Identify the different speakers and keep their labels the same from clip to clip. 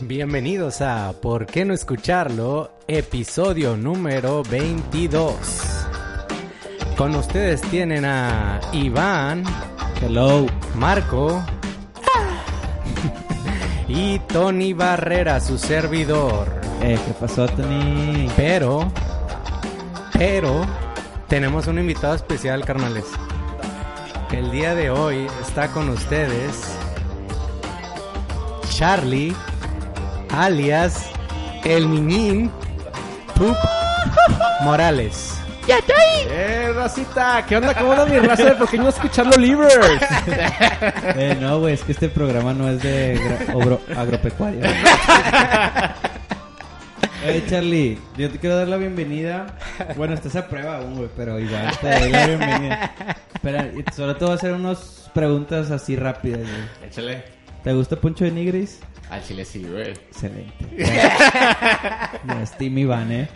Speaker 1: Bienvenidos a ¿Por qué no escucharlo? Episodio número 22. Con ustedes tienen a Iván,
Speaker 2: Hello.
Speaker 1: Marco y Tony Barrera, su servidor.
Speaker 2: Eh, ¿Qué pasó, Tony?
Speaker 1: Pero, pero, tenemos un invitado especial, carnales. El día de hoy está con ustedes Charlie, alias El Niñín, Pup Morales.
Speaker 3: ¡Eh, racita! ¿Qué onda? ¿Cómo anda mi raza de pequeño escuchando libros?
Speaker 2: Eh, no, güey, es que este programa no es de gra- obro- agropecuario. Hey, Charlie, yo te quiero dar la bienvenida. Bueno, estás a prueba aún, güey, pero igual te doy la bienvenida. Espera, y sobre todo voy a hacer unas preguntas así rápidas, güey.
Speaker 3: Échale.
Speaker 2: ¿Te gusta Poncho de Nigris?
Speaker 3: Al chile sí, güey.
Speaker 2: Excelente. No es Team Iván, ¿eh?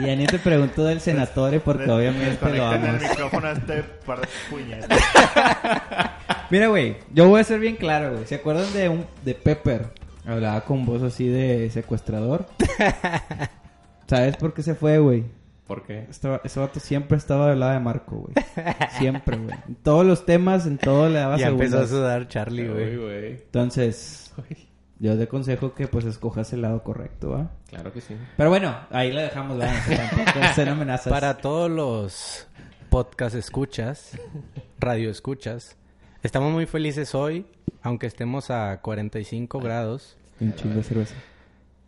Speaker 2: Y ya ni te pregunto del senatore porque obviamente lo
Speaker 4: Desconecten el
Speaker 2: amas.
Speaker 4: micrófono a este par de puñetas.
Speaker 2: Mira, güey, yo voy a ser bien claro, güey. ¿Se acuerdan de un de Pepper? Hablaba con voz así de secuestrador. ¿Sabes por qué se fue, güey?
Speaker 3: ¿Por qué?
Speaker 2: Estaba- Ese vato siempre estaba del lado de Marco, güey. Siempre, güey. En todos los temas, en todo le daba
Speaker 1: Ya empezó a
Speaker 2: segundos.
Speaker 1: sudar Charlie,
Speaker 3: Uy,
Speaker 1: güey.
Speaker 3: güey.
Speaker 2: Entonces,
Speaker 3: Uy.
Speaker 2: yo te aconsejo que pues escojas el lado correcto, ¿va?
Speaker 3: Claro que sí.
Speaker 2: Pero bueno, ahí la dejamos, ¿va? No sé, tampoco sean amenazas.
Speaker 1: Para todos los podcast escuchas, radio escuchas, estamos muy felices hoy, aunque estemos a 45 grados.
Speaker 2: Un chingo de cerveza.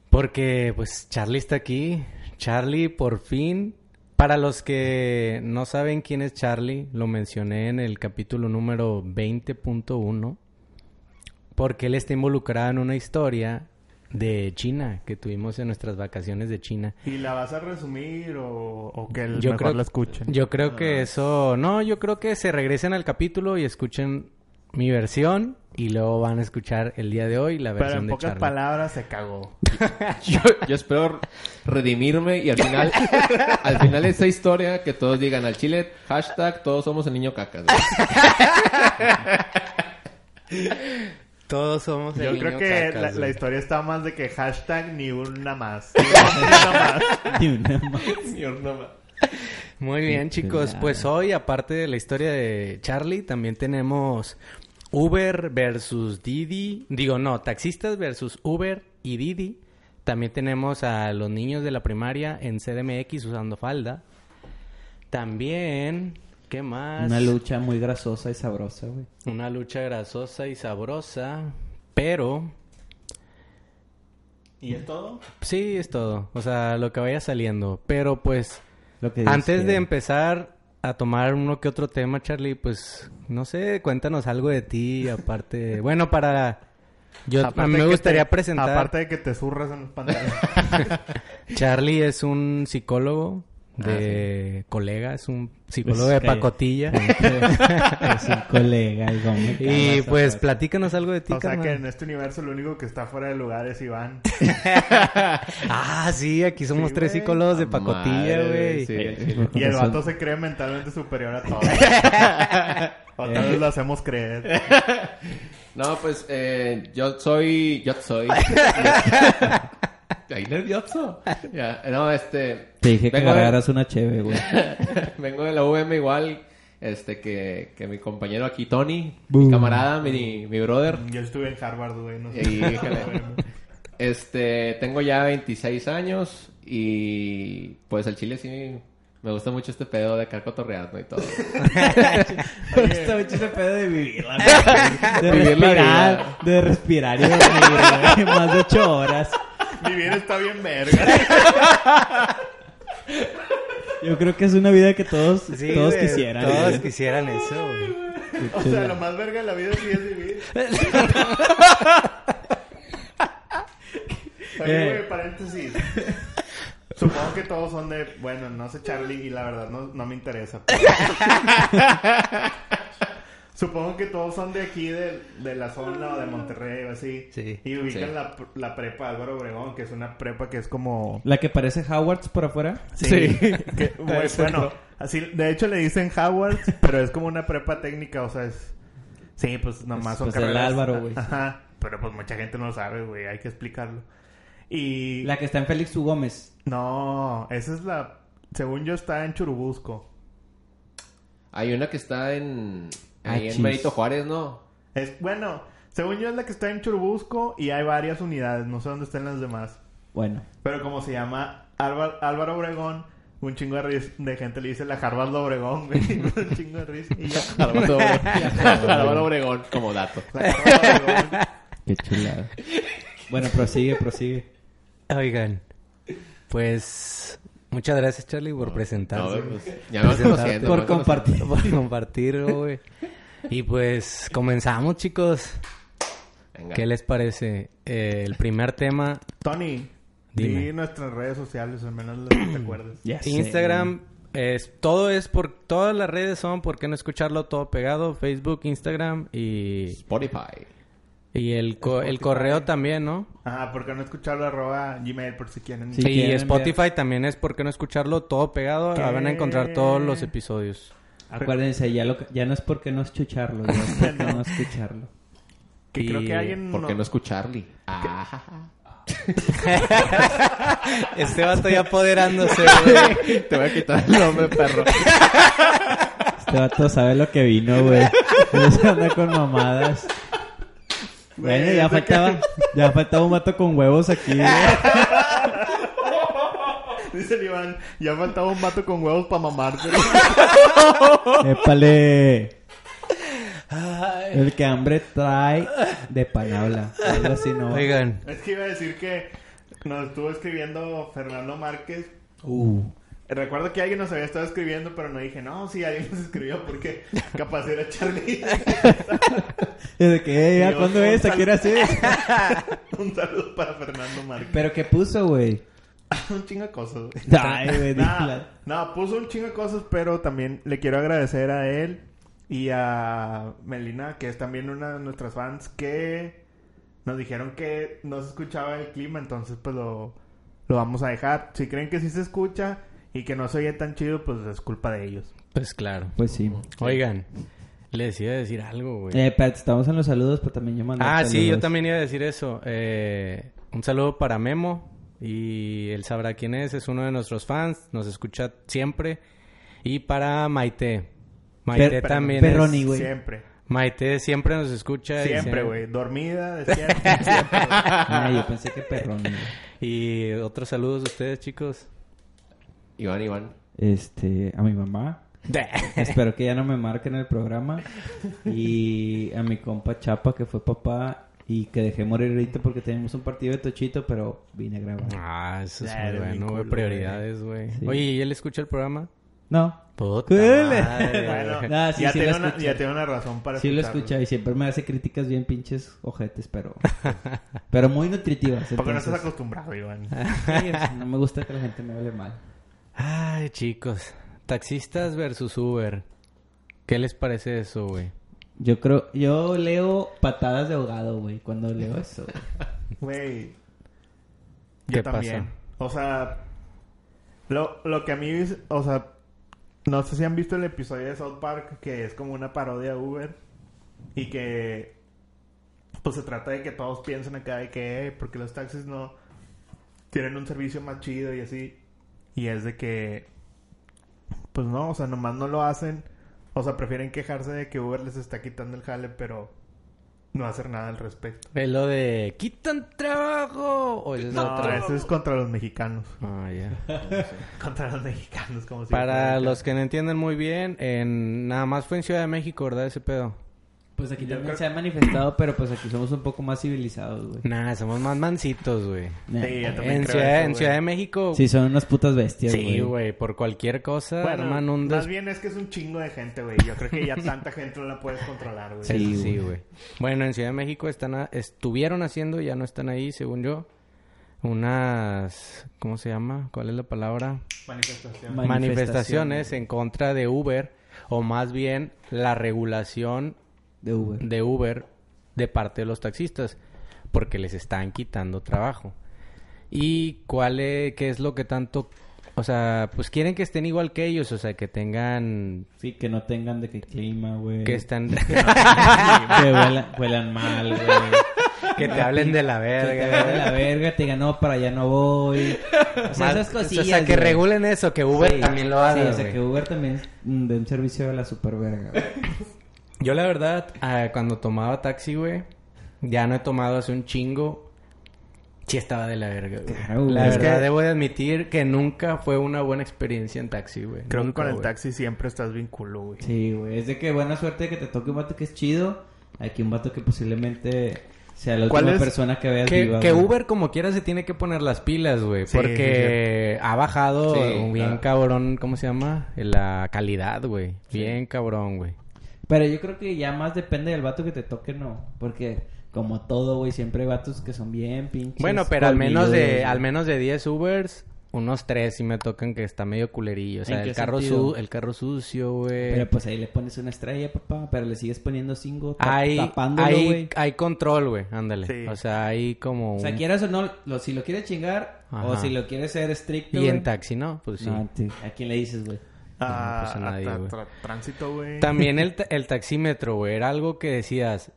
Speaker 1: Porque pues Charlie está aquí. Charlie por fin. Para los que no saben quién es Charlie, lo mencioné en el capítulo número 20.1. Porque él está involucrado en una historia de China que tuvimos en nuestras vacaciones de China.
Speaker 4: ¿Y la vas a resumir o, o que el
Speaker 1: Yo
Speaker 4: mejor
Speaker 1: creo-
Speaker 4: la escuchen?
Speaker 1: Yo creo que eso... No, yo creo que se regresen al capítulo y escuchen mi versión y luego van a escuchar el día de hoy la
Speaker 4: Pero
Speaker 1: versión
Speaker 4: en
Speaker 1: de
Speaker 4: pocas
Speaker 1: Charlie.
Speaker 4: palabras se cagó.
Speaker 3: Yo, yo espero redimirme y al final, al final de esta historia, que todos digan al chile, hashtag, todos somos el niño cacas. güey.
Speaker 1: Todos somos...
Speaker 4: Yo
Speaker 3: niño
Speaker 4: creo que
Speaker 3: cacas,
Speaker 4: la,
Speaker 3: güey.
Speaker 4: la historia está más de que hashtag ni una más. Ni una más.
Speaker 2: Ni una más.
Speaker 3: Señor, no ma-
Speaker 1: Muy bien,
Speaker 2: Qué
Speaker 1: chicos.
Speaker 2: chulada.
Speaker 1: Pues hoy, aparte de la historia de Charlie, también tenemos Uber versus Didi. Digo, no, taxistas versus Uber y Didi. También tenemos a los niños de la primaria en CDMX usando falda. También, ¿qué más?
Speaker 2: Una lucha muy grasosa y sabrosa, güey.
Speaker 1: Una lucha grasosa y sabrosa. Pero,
Speaker 4: ¿Y es todo?
Speaker 1: sí, es todo. O sea, lo que vaya saliendo. Pero pues...
Speaker 2: Lo que Dios
Speaker 1: Antes de
Speaker 2: quiera.
Speaker 1: empezar a tomar uno que otro tema, Charlie, pues no sé, cuéntanos algo de ti, aparte. bueno, para. Yo a
Speaker 4: Aparte
Speaker 1: mí me
Speaker 4: de que
Speaker 1: gustaría
Speaker 4: te-
Speaker 1: presentar.
Speaker 4: Aparte de que te zurras en los pantalones.
Speaker 1: Charlie es un psicólogo
Speaker 4: Ah,
Speaker 1: de colega, es un psicólogo
Speaker 2: Pues,
Speaker 1: de
Speaker 2: calla.
Speaker 1: pacotilla.
Speaker 2: Este, es un colega, digo, me
Speaker 4: Ah,
Speaker 1: y
Speaker 2: cagas,
Speaker 1: pues
Speaker 2: aparte.
Speaker 1: platícanos algo de ti,
Speaker 4: o sea
Speaker 1: carnal.
Speaker 4: que en este universo lo único que está fuera de lugar es Iván.
Speaker 1: Ah, sí, aquí somos
Speaker 4: Sí,
Speaker 1: tres
Speaker 4: güey.
Speaker 1: psicólogos de
Speaker 3: Madre,
Speaker 1: pacotilla, güey.
Speaker 3: sí, al chile.
Speaker 4: Y el
Speaker 2: Con razón.
Speaker 4: vato se cree mentalmente superior a todos. O tal
Speaker 2: Eh.
Speaker 4: vez lo hacemos creer.
Speaker 3: No, pues, eh, yo soy, yo soy. Ahí nervioso. Ya, no, este.
Speaker 2: Te dije que
Speaker 3: vengo de-
Speaker 2: agarraras una cheve, güey.
Speaker 3: Vengo de la UM igual, este, que, que mi compañero aquí, Tony,
Speaker 2: Boom.
Speaker 3: mi camarada, mi, mi brother.
Speaker 4: Yo estuve en Harvard, güey. No sé.
Speaker 3: Y, híjole, este, tengo ya 26 años y pues al chile sí me gusta mucho este pedo de acá cotorreando y todo.
Speaker 2: Esta bicha Este se pedo de vivirla, güey. De
Speaker 3: Vivir la
Speaker 2: respirar,
Speaker 3: vida.
Speaker 2: de respirar y dormir, güey. Más de ocho horas.
Speaker 4: Mi vida está bien verga.
Speaker 2: Yo creo que es una vida que todos,
Speaker 1: Sí,
Speaker 2: todos
Speaker 1: güey,
Speaker 2: quisieran.
Speaker 1: Todos
Speaker 2: güey.
Speaker 1: quisieran eso, güey.
Speaker 4: O sea, lo más verga de la vida sí es vivir. Oye,
Speaker 2: Eh.
Speaker 4: güey, paréntesis. Supongo que todos son de, bueno, no sé Charlie y la verdad no, no me interesa. pero- Supongo que todos son de aquí, de, de la zona o de Monterrey o así.
Speaker 1: Sí.
Speaker 4: Y ubican
Speaker 3: Sí.
Speaker 4: la, la prepa Álvaro Obregón, que es una prepa que es como...
Speaker 2: La que parece Howards por afuera.
Speaker 3: Sí.
Speaker 4: Que, güey, bueno, así, de hecho le dicen Howard, pero es como una prepa técnica, o sea, es... Sí, pues nomás
Speaker 2: Pues-
Speaker 4: son
Speaker 2: pues el
Speaker 4: carreras.
Speaker 2: Álvaro, güey.
Speaker 4: Ajá. pero pues mucha gente no lo sabe, güey, hay que explicarlo. Y...
Speaker 2: La que está en Félix U. Gómez.
Speaker 4: No, esa es la... Según yo está en Churubusco.
Speaker 3: Hay una que está en...
Speaker 2: Ah,
Speaker 3: Ahí en
Speaker 2: chis.
Speaker 3: Benito Juárez, ¿no?
Speaker 4: Es, bueno, según yo es la que está en Churubusco y hay varias unidades, no sé dónde están las demás.
Speaker 2: Bueno.
Speaker 4: Pero como se llama Álvar- Álvaro Obregón, un chingo de, ris- de gente le dice la Harvard de Obregón, güey. un chingo de risa. Y ya.
Speaker 3: Álvaro Obregón. Álvaro Obregón, como dato.
Speaker 4: La Harvard de Obregón.
Speaker 2: Qué chulada. Bueno, prosigue, prosigue.
Speaker 1: Oigan, pues muchas gracias Charlie por presentarse.
Speaker 3: No, pues, ya me vas
Speaker 1: Presentar-
Speaker 3: conociendo.
Speaker 2: Por
Speaker 3: me vas conociendo.
Speaker 2: compartir.
Speaker 1: Por compartir, güey. Y pues comenzamos, chicos.
Speaker 3: Venga.
Speaker 1: ¿Qué les parece? Eh, el primer tema,
Speaker 4: Tony,
Speaker 1: Dime.
Speaker 4: di nuestras redes sociales, al menos las que te acuerdes.
Speaker 2: Ya sé.
Speaker 1: Instagram, es, todo es por, todas las redes son, ¿por qué no escucharlo todo pegado? Facebook, Instagram y,
Speaker 3: Spotify.
Speaker 1: y el, co- el
Speaker 4: Spotify.
Speaker 1: correo también, ¿no?
Speaker 4: Ah, porque no escucharlo arroba Gmail por si quieren.
Speaker 2: Sí.
Speaker 1: y
Speaker 2: quieren
Speaker 1: Spotify también es, ¿por qué no escucharlo todo pegado?
Speaker 4: ¿Qué?
Speaker 1: Van a encontrar todos los episodios.
Speaker 2: Acuérdense, ya, lo, ya no es porque no escucharlo, ya es porque no escucharlo.
Speaker 4: Que creo que alguien...
Speaker 3: ¿Por qué no
Speaker 4: no-
Speaker 3: escucharle? Ah,
Speaker 1: Este vato ya apoderándose, güey.
Speaker 3: te voy a quitar el nombre, perro.
Speaker 2: Este vato sabe lo que vino, güey. No se anda con mamadas.
Speaker 4: Güey,
Speaker 2: Bueno, ya
Speaker 4: es de
Speaker 2: faltaba, ya faltaba un vato con huevos aquí, güey.
Speaker 4: Dice el Iván, ya faltaba un vato con huevos para mamarte.
Speaker 2: Épale. El que hambre trae de palabra. Algo así, ¿no?
Speaker 1: Oigan,
Speaker 4: es que iba a decir que nos estuvo escribiendo Fernando Márquez.
Speaker 2: Uh.
Speaker 4: Recuerdo que alguien nos había estado escribiendo, pero no dije, no, sí, alguien nos escribió porque capaz era Charlie.
Speaker 2: Desde que, eh, ya, ¿cuándo es? ¿A qué hora es?
Speaker 4: un saludo para Fernando Márquez.
Speaker 2: Pero ¿qué puso, güey?
Speaker 4: un chingo de cosas, güey.
Speaker 2: Ay, güey,
Speaker 4: Nada,
Speaker 2: dígala.
Speaker 4: nada, puso un chingo de cosas, pero también le quiero agradecer a él y a Melina, que es también una de nuestras fans, que nos dijeron que no se escuchaba el clima, entonces pues lo, lo vamos a dejar. Si creen que sí se escucha y que no se oye tan chido, pues es culpa de ellos.
Speaker 1: pues claro.
Speaker 2: Pues sí.
Speaker 1: Oigan, les iba a decir algo, güey.
Speaker 2: Eh, espérate, estamos en los saludos, pero también yo mandé
Speaker 1: ah, sí, yo
Speaker 2: saludos.
Speaker 1: también iba a decir eso. Eh, un saludo para Memo. Y él sabrá quién es, es uno de nuestros fans, nos escucha siempre. Y para Maite. Maite
Speaker 2: Per-
Speaker 1: también.
Speaker 2: Perroni,
Speaker 1: es-
Speaker 2: güey.
Speaker 4: Siempre.
Speaker 1: Maite siempre nos escucha. y
Speaker 4: Siempre, güey. Dormida, despierta, siempre.
Speaker 2: Ah, yo pensé que perrón, güey.
Speaker 1: Y otros saludos a ustedes, chicos.
Speaker 3: Iván, Iván.
Speaker 2: Este, a mi mamá. Espero que ya no me marquen el programa. Y a mi compa Chapa, que fue papá. Y que dejé morir ahorita porque teníamos un partido de tochito, pero vine a grabar.
Speaker 1: Ah, eso es
Speaker 4: Ya,
Speaker 1: muy
Speaker 4: eres
Speaker 1: bueno,
Speaker 4: bien
Speaker 1: güey.
Speaker 4: culo,
Speaker 1: Prioridades, güey.
Speaker 2: Sí.
Speaker 1: Oye, ¿y él escucha el programa?
Speaker 2: No,
Speaker 1: Puta
Speaker 2: Cool.
Speaker 1: madre,
Speaker 4: Bueno,
Speaker 1: güey.
Speaker 2: Ah, sí,
Speaker 4: ya,
Speaker 2: sí
Speaker 4: tiene
Speaker 2: lo
Speaker 4: una,
Speaker 2: escuché.
Speaker 4: ya tiene una razón para
Speaker 2: Sí lo
Speaker 4: escucharlo.
Speaker 2: escucha y siempre me hace críticas bien pinches ojetes, pero... pero muy nutritivas.
Speaker 4: Porque no
Speaker 2: entonces-
Speaker 4: estás acostumbrado, Iván.
Speaker 2: Sí, o sea, no me gusta que la gente me hable mal.
Speaker 1: Ay, chicos. Taxistas versus Uber. ¿Qué les parece eso, güey?
Speaker 2: Yo creo... Yo leo patadas de ahogado, güey, cuando leo eso. güey.
Speaker 4: Güey.
Speaker 1: ¿Qué
Speaker 4: Yo también. O sea, lo, lo que a mí, es- o sea, no sé si han visto el episodio de South Park que es como una parodia de Uber y que pues se trata de que todos piensan acá de que "Eh, porque los taxis no tienen un servicio más chido y así y es de que pues no, o sea, nomás no lo hacen, o sea, prefieren quejarse de que Uber les está quitando el jale, pero no hacer nada al respecto.
Speaker 1: ¿Es lo de quitan trabajo? ¿O es
Speaker 4: No,
Speaker 1: otra?
Speaker 4: eso es contra los mexicanos.
Speaker 1: Ah, ya.
Speaker 4: Contra los mexicanos, como si...
Speaker 1: Para los que no entienden muy bien, en... nada más fue en Ciudad de México, ¿verdad? Ese pedo.
Speaker 2: Pues aquí
Speaker 4: Yo
Speaker 2: también
Speaker 4: creo-
Speaker 2: se ha manifestado, pero pues aquí somos un poco más civilizados, güey.
Speaker 1: Nah, somos más mancitos, güey.
Speaker 2: Nah.
Speaker 4: Sí, yo también
Speaker 1: En,
Speaker 4: creo
Speaker 1: ciudad,
Speaker 4: eso,
Speaker 1: en
Speaker 4: güey.
Speaker 1: Ciudad de México.
Speaker 2: Sí, son unas putas bestias, güey.
Speaker 1: Sí, güey. Por cualquier cosa,
Speaker 4: Bueno,
Speaker 1: arman un
Speaker 4: más
Speaker 1: des-
Speaker 4: bien es que es un chingo de gente, güey. Yo creo que ya tanta gente no la puedes controlar, güey.
Speaker 1: Eso
Speaker 2: Sí,
Speaker 1: Sí,
Speaker 2: güey.
Speaker 1: güey. Bueno, en Ciudad de México están a- estuvieron haciendo, ya no están ahí, según yo, unas... ¿Cómo se llama? ¿Cuál es la palabra?
Speaker 4: Manifestación.
Speaker 2: Ma- Manifestaciones.
Speaker 1: Manifestaciones en contra de Uber, o más bien la regulación
Speaker 2: De Uber.
Speaker 1: de Uber de parte de los taxistas, porque les están quitando trabajo. ¿Y cuál es, qué es lo que tanto... O sea, pues quieren que estén igual que ellos, o sea, que tengan...
Speaker 2: Sí, que no tengan de qué clima, güey.
Speaker 1: Que están...
Speaker 2: Que vuelan, vuelan mal, güey.
Speaker 1: Que te hablen de la
Speaker 2: Que te hagan de
Speaker 1: verga.
Speaker 2: la verga, te digan, no, para allá no voy. O sea,
Speaker 1: Más-
Speaker 2: esas cosillas.
Speaker 1: O sea, que
Speaker 2: güey.
Speaker 1: regulen eso, que Uber
Speaker 2: Sí.
Speaker 1: también lo haga.
Speaker 2: Sí, o sea,
Speaker 1: güey.
Speaker 2: que Uber también mm, dé un servicio de la super verga.
Speaker 1: Yo la verdad, ah, cuando tomaba taxi, güey, ya no he tomado hace un chingo. Sí estaba de la verga, güey.
Speaker 2: Claro, güey.
Speaker 1: La
Speaker 2: Es
Speaker 1: verdad,
Speaker 4: que-
Speaker 1: debo de admitir que nunca fue una buena experiencia en taxi, güey.
Speaker 4: Creo que
Speaker 1: Nunca,
Speaker 4: con el
Speaker 1: güey.
Speaker 4: taxi siempre estás bien culo, güey.
Speaker 2: Sí, güey. Es de que buena suerte que te toque un vato que es chido. Aquí un vato que posiblemente sea la
Speaker 4: ¿Cuál
Speaker 2: última
Speaker 4: es?
Speaker 2: persona que veas
Speaker 1: Que,
Speaker 2: viva,
Speaker 1: que
Speaker 2: güey.
Speaker 1: Uber como quiera se tiene que poner las pilas, güey.
Speaker 4: Sí,
Speaker 1: porque ha bajado
Speaker 3: Sí,
Speaker 1: un bien
Speaker 3: claro.
Speaker 1: cabrón, ¿cómo se llama? La calidad, güey. Bien cabrón, güey.
Speaker 2: Pero yo creo que ya más depende del vato que te toque, no. Porque como todo, güey, siempre hay vatos que son bien pinches.
Speaker 1: Bueno, pero al menos
Speaker 2: colmilludos,
Speaker 1: de
Speaker 2: güey.
Speaker 1: al menos de 10 Ubers, unos 3 sí me tocan que está medio culerillo. O sea,
Speaker 2: ¿En qué
Speaker 1: el carro,
Speaker 2: sentido?
Speaker 1: su- el carro sucio, güey.
Speaker 2: Pero pues ahí le pones una estrella, papá. Pero le sigues poniendo cinco. ta-
Speaker 1: hay,
Speaker 2: tapándolo,
Speaker 1: hay,
Speaker 2: güey.
Speaker 1: hay control, güey. Ándale.
Speaker 4: Sí.
Speaker 1: O sea, hay como
Speaker 2: O
Speaker 1: un...
Speaker 2: sea, quieras o no, lo- si lo quieres chingar o
Speaker 1: Ajá.
Speaker 2: si lo quieres ser estricto.
Speaker 1: Y
Speaker 2: güey,
Speaker 1: en taxi, ¿no? Pues sí.
Speaker 2: no, te- ¿A quién le dices, güey?
Speaker 4: Ah,
Speaker 1: pues a nadie,
Speaker 4: hasta
Speaker 1: güey.
Speaker 4: tra- tránsito, güey.
Speaker 1: También el, ta- el taxímetro, güey. Era algo que decías...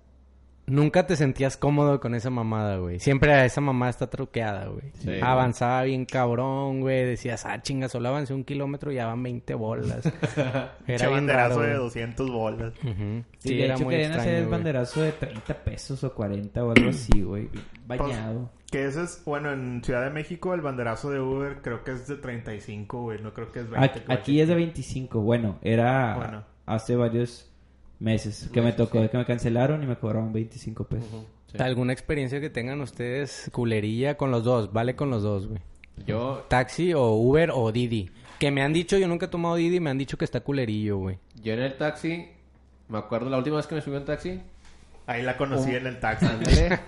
Speaker 1: Nunca te sentías cómodo con esa mamada, güey. Siempre esa mamada está truqueada, güey.
Speaker 3: Sí, güey.
Speaker 1: Avanzaba bien cabrón, güey. Decías, ah, chinga, solo avancé un kilómetro y ya van 20 bolas.
Speaker 4: Pinche
Speaker 1: Era bien
Speaker 4: banderazo
Speaker 1: raro,
Speaker 4: de
Speaker 1: güey.
Speaker 4: 200 bolas.
Speaker 1: Ujú.
Speaker 2: Sí, de hecho querían hacer el
Speaker 1: güey.
Speaker 2: banderazo de 30 pesos o 40 o algo así, güey. Bañado.
Speaker 4: Que ese es, bueno, en Ciudad de México el banderazo de Uber creo que es de 35, güey. No creo que es 20.
Speaker 2: Aquí,
Speaker 4: güey.
Speaker 2: aquí es de 25. Bueno, era
Speaker 4: Bueno.
Speaker 2: hace varios meses que me tocó que me cancelaron y me cobraron 25 pesos.
Speaker 3: Sí.
Speaker 1: ¿Alguna experiencia que tengan ustedes culerilla con los dos? Vale con los dos, güey.
Speaker 3: Yo,
Speaker 1: Taxi o Uber o Didi. Que me han dicho, yo nunca he tomado Didi, me han dicho que está culerillo, güey.
Speaker 3: yo en el taxi, me acuerdo la última vez que me subí a un taxi,
Speaker 4: Ahí la conocí
Speaker 1: Oh.
Speaker 4: en el taxi.
Speaker 3: Ándale.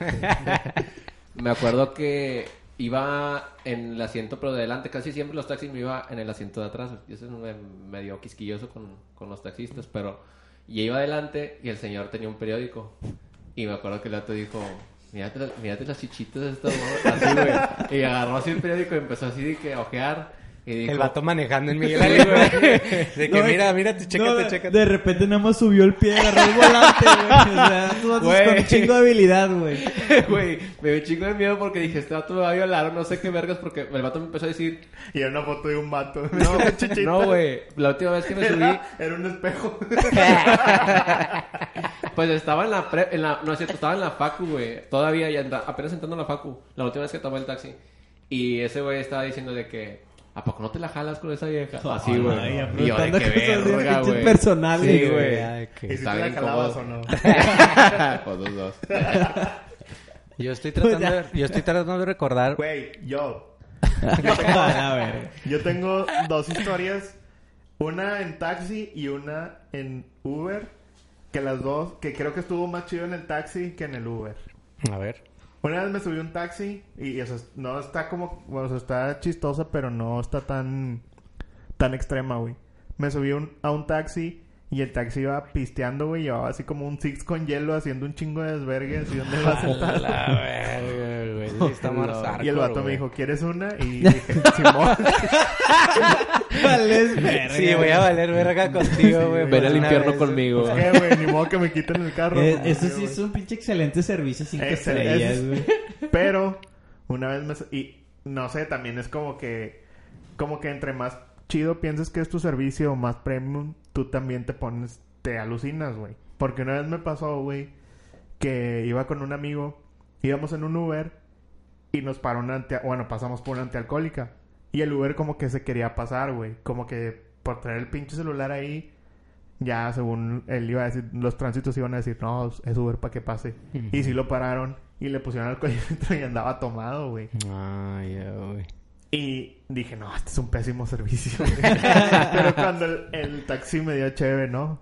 Speaker 3: me acuerdo que iba en el asiento pero de delante, casi siempre los taxis me iba en el asiento de atrás. Yo soy me- medio quisquilloso con, con los taxistas, pero y iba adelante y el señor tenía un periódico. Y me acuerdo que el gato dijo, mírate, la- mírate las chichitas de estos ¿no?" así, güey. Y agarró así el periódico y empezó así de que a ojear. Y dijo,
Speaker 1: El vato manejando en Miguel
Speaker 3: Sí,
Speaker 1: Ángel,
Speaker 3: güey.
Speaker 1: güey. De que
Speaker 2: No,
Speaker 1: mira, mira, te
Speaker 2: No,
Speaker 1: chécate,
Speaker 2: de-
Speaker 1: chécate.
Speaker 2: De repente nada más subió el pie, agarró el volante, güey. O sea, tú vas
Speaker 3: Güey.
Speaker 2: con un chingo de habilidad, güey.
Speaker 3: Güey, me dio un chingo de miedo porque dije, este vato me va a violar o no sé qué vergas porque el vato me empezó a decir,
Speaker 4: Y era una foto de un vato.
Speaker 3: No,
Speaker 4: Chichita.
Speaker 3: no, güey. La última vez que me subí,
Speaker 4: Era, era un espejo.
Speaker 3: pues estaba en la, pre- en la no es cierto, estaba en la facu, güey. Todavía ya anda- apenas entrando en la facu. La última vez que tomé el taxi y ese güey estaba diciendo de que ¿A poco no te la jalas con esa vieja? Así, güey.
Speaker 2: Ay,
Speaker 3: Y yo de
Speaker 2: apuntando
Speaker 3: que
Speaker 2: cosas bien
Speaker 3: verga,
Speaker 2: pinches
Speaker 3: güey.
Speaker 2: personales,
Speaker 3: Sí,
Speaker 2: güey.
Speaker 3: güey.
Speaker 1: Ay,
Speaker 4: ¿Y
Speaker 1: que-
Speaker 4: si
Speaker 3: Está
Speaker 4: te la
Speaker 3: bien
Speaker 4: calabas o
Speaker 3: incómodo.
Speaker 4: no?
Speaker 3: Pues los dos.
Speaker 1: Yo estoy tratando de, yo estoy tratando de recordar.
Speaker 4: Güey, yo.
Speaker 2: A ver.
Speaker 4: Yo tengo dos historias. Una en taxi y una en Uber. Que las dos, que creo que estuvo más chido en el taxi que en el Uber.
Speaker 1: A ver.
Speaker 4: Una vez me subí a un taxi y eso es- no está como, bueno, o sea, está chistosa, pero no está tan, tan extrema, güey. Me subí a un- a un taxi y el taxi iba pisteando, güey, llevaba así como un six con hielo haciendo un chingo de desvergue, así donde va a sentar.
Speaker 1: La verga, güey. Sí está más
Speaker 4: Y el
Speaker 1: hardcore,
Speaker 4: vato me
Speaker 1: güey.
Speaker 4: dijo, ¿quieres una? Y dije, Simón.
Speaker 2: ¿Cuál es, verga,
Speaker 1: Sí, voy a valer verga contigo, güey.
Speaker 3: Ven
Speaker 1: pues,
Speaker 3: al
Speaker 1: una
Speaker 3: infierno
Speaker 1: vez.
Speaker 3: conmigo.
Speaker 4: ¿Por qué, güey? Ni modo que me quiten el carro.
Speaker 2: Eh,
Speaker 4: Como
Speaker 2: Eso
Speaker 4: que,
Speaker 2: sí
Speaker 4: güey.
Speaker 2: es un pinche excelente servicio sin que
Speaker 4: Ese-
Speaker 2: estrellas,
Speaker 4: ese-
Speaker 2: güey.
Speaker 4: Pero, una vez más, y no sé, también es como que, como que entre más chido pienses que es tu servicio, más premium, tú también te pones, te alucinas, güey. Porque una vez me pasó, güey, que iba con un amigo, íbamos en un Uber y nos paró una anti, bueno, pasamos por una antialcohólica. Y el Uber como que se quería pasar, güey. Como que por traer el pinche celular ahí, ya según él iba a decir, los tránsitos iban a decir, no, es Uber para que pase. Y sí lo pararon y le pusieron alcohol dentro y andaba tomado, güey.
Speaker 1: Ay, ya, güey.
Speaker 4: Y dije, no, este es un pésimo servicio. Pero cuando el, el taxi me dio chévere, ¿no?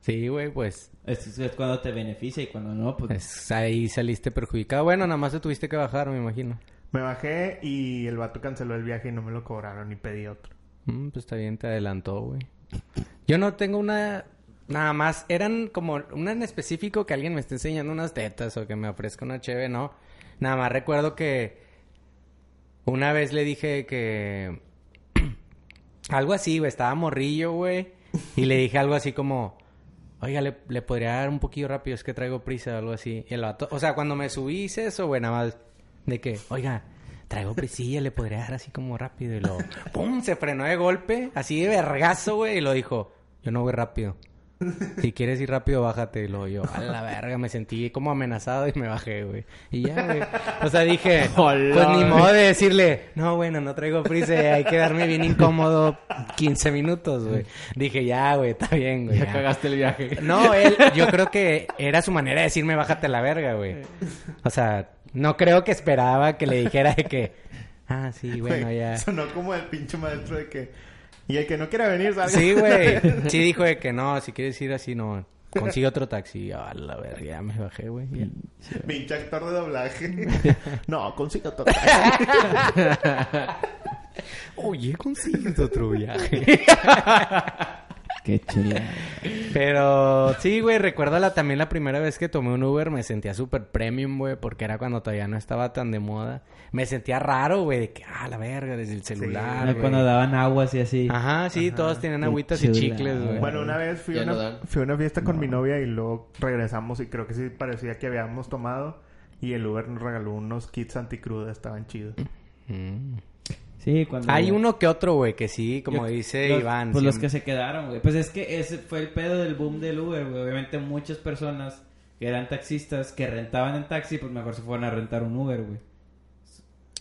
Speaker 1: Sí, güey, pues
Speaker 2: Esto es cuando te beneficia y cuando no, pues...
Speaker 1: Es- ahí saliste perjudicado. Bueno, nada más te tuviste que bajar, me imagino.
Speaker 4: Me bajé y el vato canceló el viaje y no me lo cobraron y pedí otro.
Speaker 1: Mm, pues está bien, te adelantó, güey. Yo no tengo una... Nada más, eran como una en específico que alguien me esté enseñando unas tetas o que me ofrezca una cheve, ¿no? Nada más recuerdo que una vez le dije que... Algo así, güey, estaba morrillo, güey. Y le dije algo así como... Oiga, le, le podría dar un poquillo rápido, es que traigo prisa o algo así. Y el vato, o sea, cuando me subí hice eso, güey, nada más de que, oiga, traigo prisilla, le podría dar así como rápido. Y luego, ¡pum! Se frenó de golpe, así de vergazo, güey, y lo dijo, yo no voy rápido. Si quieres ir rápido, bájate. Y luego yo, a la verga, me sentí como amenazado y me bajé, güey. Y ya, güey. O sea, dije, pues ni modo de decirle, no, bueno, no traigo prisa, hay que darme bien incómodo 15 minutos, güey. Dije, ya, güey, está bien, güey.
Speaker 3: Ya
Speaker 1: ya".
Speaker 3: cagaste el viaje.
Speaker 1: No, él, yo creo que era su manera de decirme, bájate a la verga, güey. O sea, no creo que esperaba que le dijera de que, ah, sí, bueno,
Speaker 4: Güey,
Speaker 1: ya.
Speaker 4: Sonó como el pinche maestro de que... Y el que no quiera venir, salga.
Speaker 1: Sí, güey. Sí dijo de que no, si quieres ir así, no. Consigue otro taxi. Y yo, A la verga, ya me bajé, güey. Ya.
Speaker 4: Pinche actor de doblaje. no, consigue otro.
Speaker 1: Oye, consigues otro viaje.
Speaker 2: Qué chula.
Speaker 1: Pero sí, güey, recuerda la, también la primera vez que tomé un Uber, me sentía súper premium, güey, porque era cuando todavía no estaba tan de moda. Me sentía raro, güey, de que, ah, la verga, desde el celular.
Speaker 2: Era
Speaker 1: Ah, güey.
Speaker 2: cuando daban aguas y así.
Speaker 1: Ajá, sí, todos tenían
Speaker 2: Qué
Speaker 1: agüitas y
Speaker 2: chulada,
Speaker 1: chicles, güey.
Speaker 4: Bueno, una vez fui
Speaker 3: Ya
Speaker 4: a
Speaker 3: no
Speaker 4: una,
Speaker 3: dan.
Speaker 4: fui a una fiesta con mi novia y luego regresamos y creo que sí parecía que habíamos tomado. Y el Uber nos regaló unos kits anticruda, estaban chidos.
Speaker 1: Mm.
Speaker 2: Sí, cuando...
Speaker 1: Hay uno que otro, güey, que sí, como
Speaker 2: eh, Yo-
Speaker 1: dice
Speaker 2: los-
Speaker 1: Iván.
Speaker 2: Pues los que
Speaker 1: siempre-
Speaker 2: se quedaron, güey. Pues es que ese fue el pedo del boom del Uber, güey. Obviamente muchas personas que eran taxistas, que rentaban en taxi, pues mejor se fueron a rentar un Uber, güey.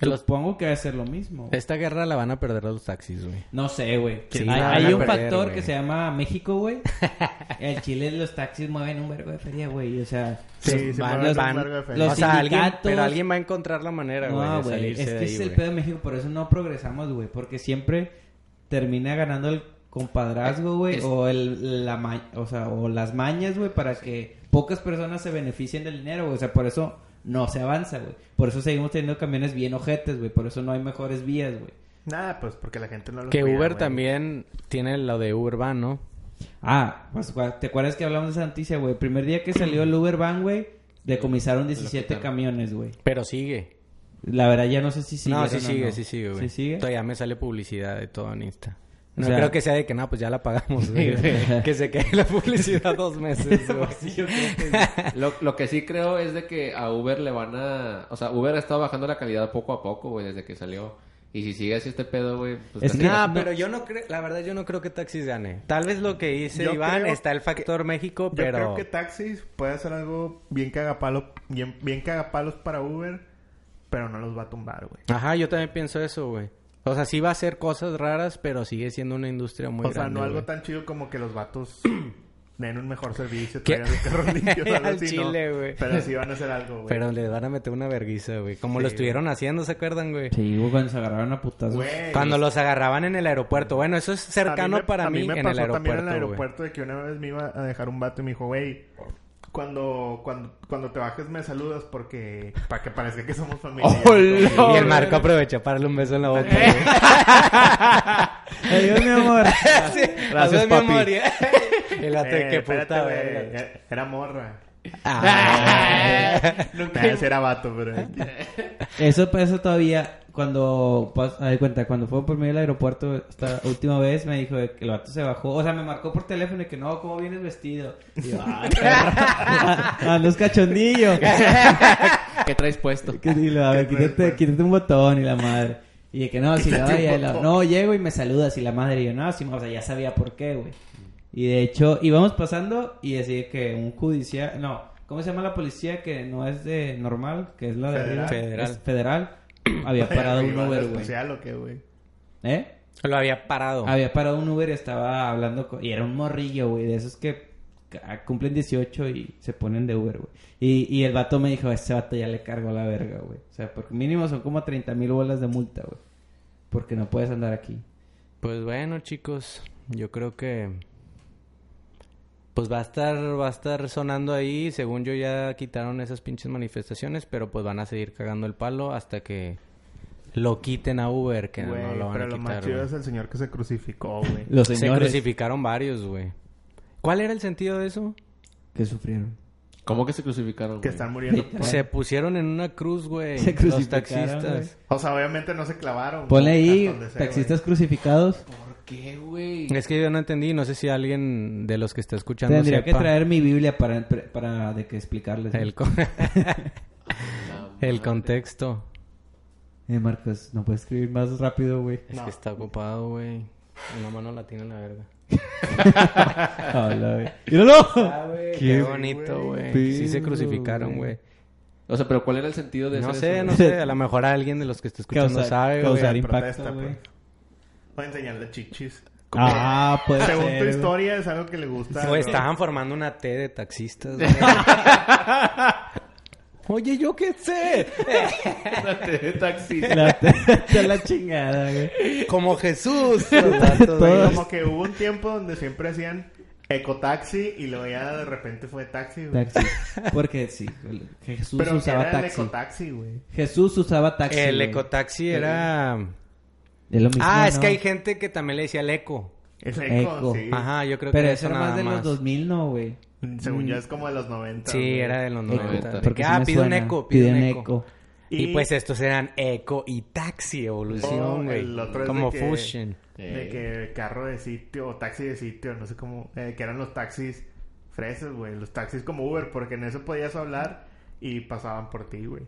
Speaker 1: Los-
Speaker 2: Supongo que va a ser lo mismo. güey.
Speaker 1: Esta guerra la van a perder los taxis, güey.
Speaker 2: No sé, güey.
Speaker 1: Sí,
Speaker 2: hay
Speaker 1: la van
Speaker 2: hay
Speaker 1: a
Speaker 2: un
Speaker 1: perder,
Speaker 2: factor
Speaker 1: güey.
Speaker 2: que se llama México, güey. El Chile los taxis mueven un vergo de feria, güey. O sea,
Speaker 4: Sí,
Speaker 1: Los
Speaker 4: se
Speaker 1: van-
Speaker 4: mueven un
Speaker 1: van-
Speaker 4: vergo de feria.
Speaker 2: los
Speaker 1: o sea, alguien,
Speaker 2: sindicatos-
Speaker 1: pero alguien va a encontrar la manera, güey,
Speaker 2: No,
Speaker 1: de
Speaker 2: güey. Es
Speaker 1: salirse
Speaker 2: que
Speaker 1: de ahí,
Speaker 2: es el
Speaker 1: güey.
Speaker 2: pedo de México, por eso no progresamos, güey. Porque siempre termina ganando el compadrazgo,
Speaker 1: Eh,
Speaker 2: güey.
Speaker 3: Es-
Speaker 2: O, el, la ma- o, sea, o las mañas, güey, para que pocas personas se beneficien del dinero, güey. O sea, por eso no se avanza, güey. Por eso seguimos teniendo camiones bien ojetes, güey. Por eso no hay mejores vías, güey.
Speaker 4: Nada, pues porque la gente no lo
Speaker 1: Que
Speaker 4: cuida,
Speaker 1: Uber
Speaker 4: güey.
Speaker 1: también tiene lo de Uber Van, ¿no?
Speaker 2: Ah, pues, gua- ¿te acuerdas que hablamos de esa noticia, güey? El primer día que salió el Uber Van, güey, decomisaron 17
Speaker 3: quitaron.
Speaker 2: camiones, güey.
Speaker 1: Pero sigue.
Speaker 2: La verdad ya no sé si sigue.
Speaker 1: no, sí sigue, sí sigue, güey.
Speaker 2: ¿Sí sigue?
Speaker 1: Todavía me sale publicidad de todo en Insta.
Speaker 2: O
Speaker 1: No
Speaker 2: sea-
Speaker 1: creo que sea de que, no, pues ya la pagamos, güey. que se quede la publicidad dos meses, güey.
Speaker 3: Lo, lo que sí creo es de que a Uber le van a... O sea, Uber ha estado bajando la calidad poco a poco, güey, desde que salió. Y si sigue así este pedo, güey... Pues
Speaker 2: Es
Speaker 3: casi-
Speaker 2: que-
Speaker 1: No,
Speaker 2: no.
Speaker 1: pero yo no creo, la verdad yo no creo que Taxis gane. Tal vez lo que dice
Speaker 4: Yo
Speaker 1: Iván
Speaker 4: creo
Speaker 1: está el factor México,
Speaker 4: Yo
Speaker 1: pero
Speaker 4: creo que taxis puede hacer algo bien cagapalo, bien, bien cagapalos para Uber, pero no los va a tumbar, güey.
Speaker 1: ajá, yo también pienso eso, güey. O sea, sí va a ser cosas raras, pero sigue siendo una industria muy
Speaker 4: o sea,
Speaker 1: grande,
Speaker 4: no algo
Speaker 1: güey.
Speaker 4: tan chido como que los vatos den un mejor servicio,
Speaker 1: ¿Qué?
Speaker 4: traigan los carros limpios, algo
Speaker 1: Al
Speaker 4: así, ¿no?
Speaker 1: chile, güey.
Speaker 4: Pero sí van a hacer algo, güey.
Speaker 1: Pero les van a meter una verguiza, güey. Como
Speaker 4: Sí,
Speaker 1: lo
Speaker 4: güey.
Speaker 1: estuvieron haciendo, ¿se acuerdan, güey?
Speaker 2: Sí, güey, cuando se agarraron a putazos.
Speaker 4: Güey,
Speaker 1: Cuando los agarraban en el aeropuerto. Bueno, eso es
Speaker 4: a mí
Speaker 1: cercano
Speaker 4: me-
Speaker 1: para
Speaker 4: a
Speaker 1: mí,
Speaker 4: me
Speaker 1: en
Speaker 4: pasó
Speaker 1: el aeropuerto,
Speaker 4: también en el
Speaker 1: güey.
Speaker 4: aeropuerto de que una vez me iba a dejar un vato y me dijo, güey, cuando, cuando, cuando te bajes me saludas porque... Para que parezca que somos familia.
Speaker 1: ¡Oh,
Speaker 2: ¡Hola!
Speaker 1: Y el Marco aprovechó para darle un beso en la boca. güey.
Speaker 2: Adiós, mi amor.
Speaker 1: Sí.
Speaker 4: Gracias,
Speaker 1: Adiós, mi amor.
Speaker 4: papi.
Speaker 1: Y El vato de
Speaker 4: Eh,
Speaker 1: que
Speaker 4: espérate,
Speaker 1: puta,
Speaker 4: güey. eh,
Speaker 1: güey.
Speaker 4: Era- Era morra.
Speaker 1: Ah.
Speaker 4: Nunca era vato, pero...
Speaker 2: Eso pasa todavía cuando, pas- haz de cuenta, cuando fue por medio del aeropuerto esta última vez me dijo de que el vato se bajó, o sea, me marcó por teléfono y que no, ¿cómo vienes vestido? Y yo, ah, perro, andas cachondillo.
Speaker 3: ¿Qué traes puesto?
Speaker 2: Que sí, lo- a ver,
Speaker 4: Qué raro,
Speaker 2: quítate,
Speaker 4: güey.
Speaker 2: quítate un botón y la madre. Y de que no, si la
Speaker 4: pues. Quítate un
Speaker 2: vaya, la-
Speaker 4: botón.
Speaker 2: no, llego y me saludas y la madre. Y yo, no, si, o sea, ya sabía por qué, güey. Y de hecho, íbamos pasando y decía que un judicial, no, ¿cómo se llama la policía que no es de normal? Que es la de arriba?
Speaker 1: Federal.
Speaker 2: Es federal. Había parado un
Speaker 4: Arriba,
Speaker 2: Uber,
Speaker 4: ¿no?
Speaker 2: güey.
Speaker 4: especial o qué, güey?
Speaker 2: ¿Eh?
Speaker 1: Lo había parado.
Speaker 2: Había parado un Uber y estaba hablando con... Y era un morrillo, güey, de esos que ca- cumplen 18 y se ponen de Uber, güey. Y, y el vato me dijo, este vato ya le cargo la verga, güey. O sea, porque mínimo son como 30 mil bolas de multa, güey. Porque no puedes andar aquí.
Speaker 1: Pues bueno, chicos, yo creo que pues va a estar va a estar sonando ahí, según yo ya quitaron esas pinches manifestaciones, pero pues van a seguir cagando el palo hasta que lo quiten a Uber, que
Speaker 4: Güey,
Speaker 1: no lo van
Speaker 4: pero
Speaker 1: a
Speaker 4: lo más
Speaker 1: quitar.
Speaker 4: chido
Speaker 1: güey.
Speaker 4: es el señor que se crucificó, güey.
Speaker 2: Los
Speaker 1: Se
Speaker 2: señores
Speaker 1: crucificaron varios, güey. ¿Cuál era el sentido de eso?
Speaker 2: que sufrieron.
Speaker 3: ¿Cómo que se crucificaron?
Speaker 4: que
Speaker 3: güey?
Speaker 4: están muriendo.
Speaker 2: Sí.
Speaker 4: por-
Speaker 1: Se pusieron en una cruz, güey.
Speaker 2: Se
Speaker 1: Los
Speaker 2: crucificaron,
Speaker 1: taxistas.
Speaker 4: O sea, obviamente no se clavaron.
Speaker 2: Ponle
Speaker 4: güey,
Speaker 2: ahí,
Speaker 4: hasta donde sea,
Speaker 2: taxistas crucificados.
Speaker 4: güey. ¿Por
Speaker 3: qué, güey?
Speaker 1: Es que yo no entendí, no sé si alguien de los que está escuchando
Speaker 2: Tendría que
Speaker 1: sepa
Speaker 2: traer mi Biblia para, para de que explicarles.
Speaker 1: el, co-
Speaker 3: La
Speaker 1: el
Speaker 3: madre.
Speaker 1: contexto.
Speaker 2: Eh, Marcos, no puedes escribir más rápido, güey.
Speaker 1: Es que está ocupado, güey. Una mano la tiene la verga.
Speaker 2: Hola, güey.
Speaker 4: Ah,
Speaker 2: ¡Míralo!
Speaker 1: Qué, bonito, güey.
Speaker 2: güey.
Speaker 1: Sí se
Speaker 2: Pedo,
Speaker 1: crucificaron,
Speaker 2: güey.
Speaker 1: güey.
Speaker 3: O sea, pero ¿cuál era el sentido de
Speaker 1: No
Speaker 3: hacer
Speaker 1: sé,
Speaker 3: eso,
Speaker 1: no
Speaker 3: güey?
Speaker 1: sé. A lo mejor alguien de los que está escuchando
Speaker 2: Causar-
Speaker 1: sabe, güey.
Speaker 2: causar
Speaker 4: güey,
Speaker 2: impacto,
Speaker 4: protesta,
Speaker 2: güey.
Speaker 4: pues. Voy a enseñarle chichis.
Speaker 2: Ah, puede
Speaker 4: Según
Speaker 2: ser,
Speaker 4: tu
Speaker 2: güey.
Speaker 4: historia, es algo que le gusta.
Speaker 1: Güey,
Speaker 4: pero-
Speaker 1: estaban formando una T de taxistas, güey. Oye, ¿yo qué sé?
Speaker 3: de taxi.
Speaker 2: La, está la chingada, güey.
Speaker 1: Como Jesús. los vatos, güey.
Speaker 2: Todo.
Speaker 4: Como que hubo un tiempo donde siempre hacían ecotaxi y luego ya de repente fue taxi, güey.
Speaker 2: Taxi. Porque sí, güey, Jesús
Speaker 4: Pero que
Speaker 2: usaba
Speaker 4: era el
Speaker 2: taxi.
Speaker 4: ecotaxi, güey.
Speaker 2: Jesús usaba taxi.
Speaker 1: El
Speaker 2: güey.
Speaker 1: ecotaxi era...
Speaker 2: Es lo mismo,
Speaker 1: Ah, es
Speaker 2: ¿no?
Speaker 1: que hay gente que también le decía el eco.
Speaker 4: Es eco,
Speaker 2: Eco.
Speaker 4: sí.
Speaker 1: Ajá, yo creo
Speaker 2: Pero
Speaker 1: que
Speaker 2: eso era
Speaker 1: nada
Speaker 2: más de los 2000, ¿no, güey?
Speaker 4: Según
Speaker 2: Mm.
Speaker 4: yo es como de los 90.
Speaker 1: Sí,
Speaker 4: güey.
Speaker 1: era de los
Speaker 2: Eco,
Speaker 1: 90.
Speaker 2: porque
Speaker 1: Que,
Speaker 2: sí
Speaker 1: ah,
Speaker 2: me
Speaker 1: pide un
Speaker 2: suena.
Speaker 1: eco, pide un
Speaker 2: Pide
Speaker 1: eco. Y...
Speaker 4: Y-
Speaker 1: pues estos eran eco y taxi
Speaker 4: Oh,
Speaker 1: evolución, güey.
Speaker 4: el otro es
Speaker 1: Como
Speaker 4: de que-
Speaker 1: fusion.
Speaker 4: De que carro de sitio o taxi de sitio, no sé cómo, eh, que eran los taxis fresas, güey, los taxis como Uber, porque en eso podías hablar y pasaban por ti, güey.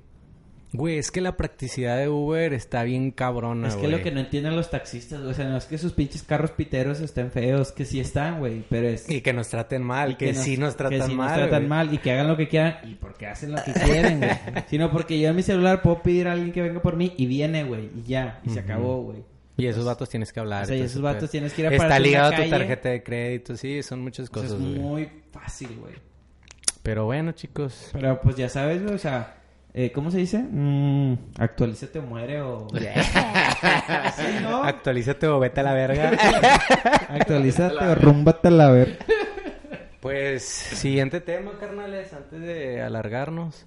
Speaker 1: Güey, es que la practicidad de Uber está bien cabrona,
Speaker 2: es que
Speaker 1: güey.
Speaker 2: lo que no entienden los taxistas, güey, o sea, no es que sus pinches carros piteros estén feos, que sí están, güey, pero es...
Speaker 1: Y que nos traten mal, que,
Speaker 2: nos-
Speaker 1: sí nos tratan
Speaker 2: que sí
Speaker 1: mal.
Speaker 2: nos tratan
Speaker 1: güey.
Speaker 2: mal y que hagan lo que quieran y porque hacen lo que quieren, güey. Sino porque yo en mi celular puedo pedir a alguien que venga por mí y viene, güey, y ya, y se acabó, güey.
Speaker 1: Y esos vatos tienes que hablar.
Speaker 2: O sea, y
Speaker 1: entonces,
Speaker 2: esos vatos
Speaker 1: pues,
Speaker 2: tienes que ir a
Speaker 1: Está
Speaker 2: pararte una
Speaker 1: ligado a tu
Speaker 2: calle.
Speaker 1: tarjeta de crédito, sí, son muchas
Speaker 2: O sea,
Speaker 1: cosas,
Speaker 2: es
Speaker 1: güey.
Speaker 2: muy fácil, güey.
Speaker 1: Pero bueno, chicos.
Speaker 2: Pero pues ya sabes, güey, o sea, eh, ¿cómo se dice? Mm, actualízate o muere o... Sí, ¿no?
Speaker 1: Actualízate o vete a la verga.
Speaker 2: Actualízate o rúmbatela a ver.
Speaker 1: pues, siguiente tema, carnales, antes de alargarnos.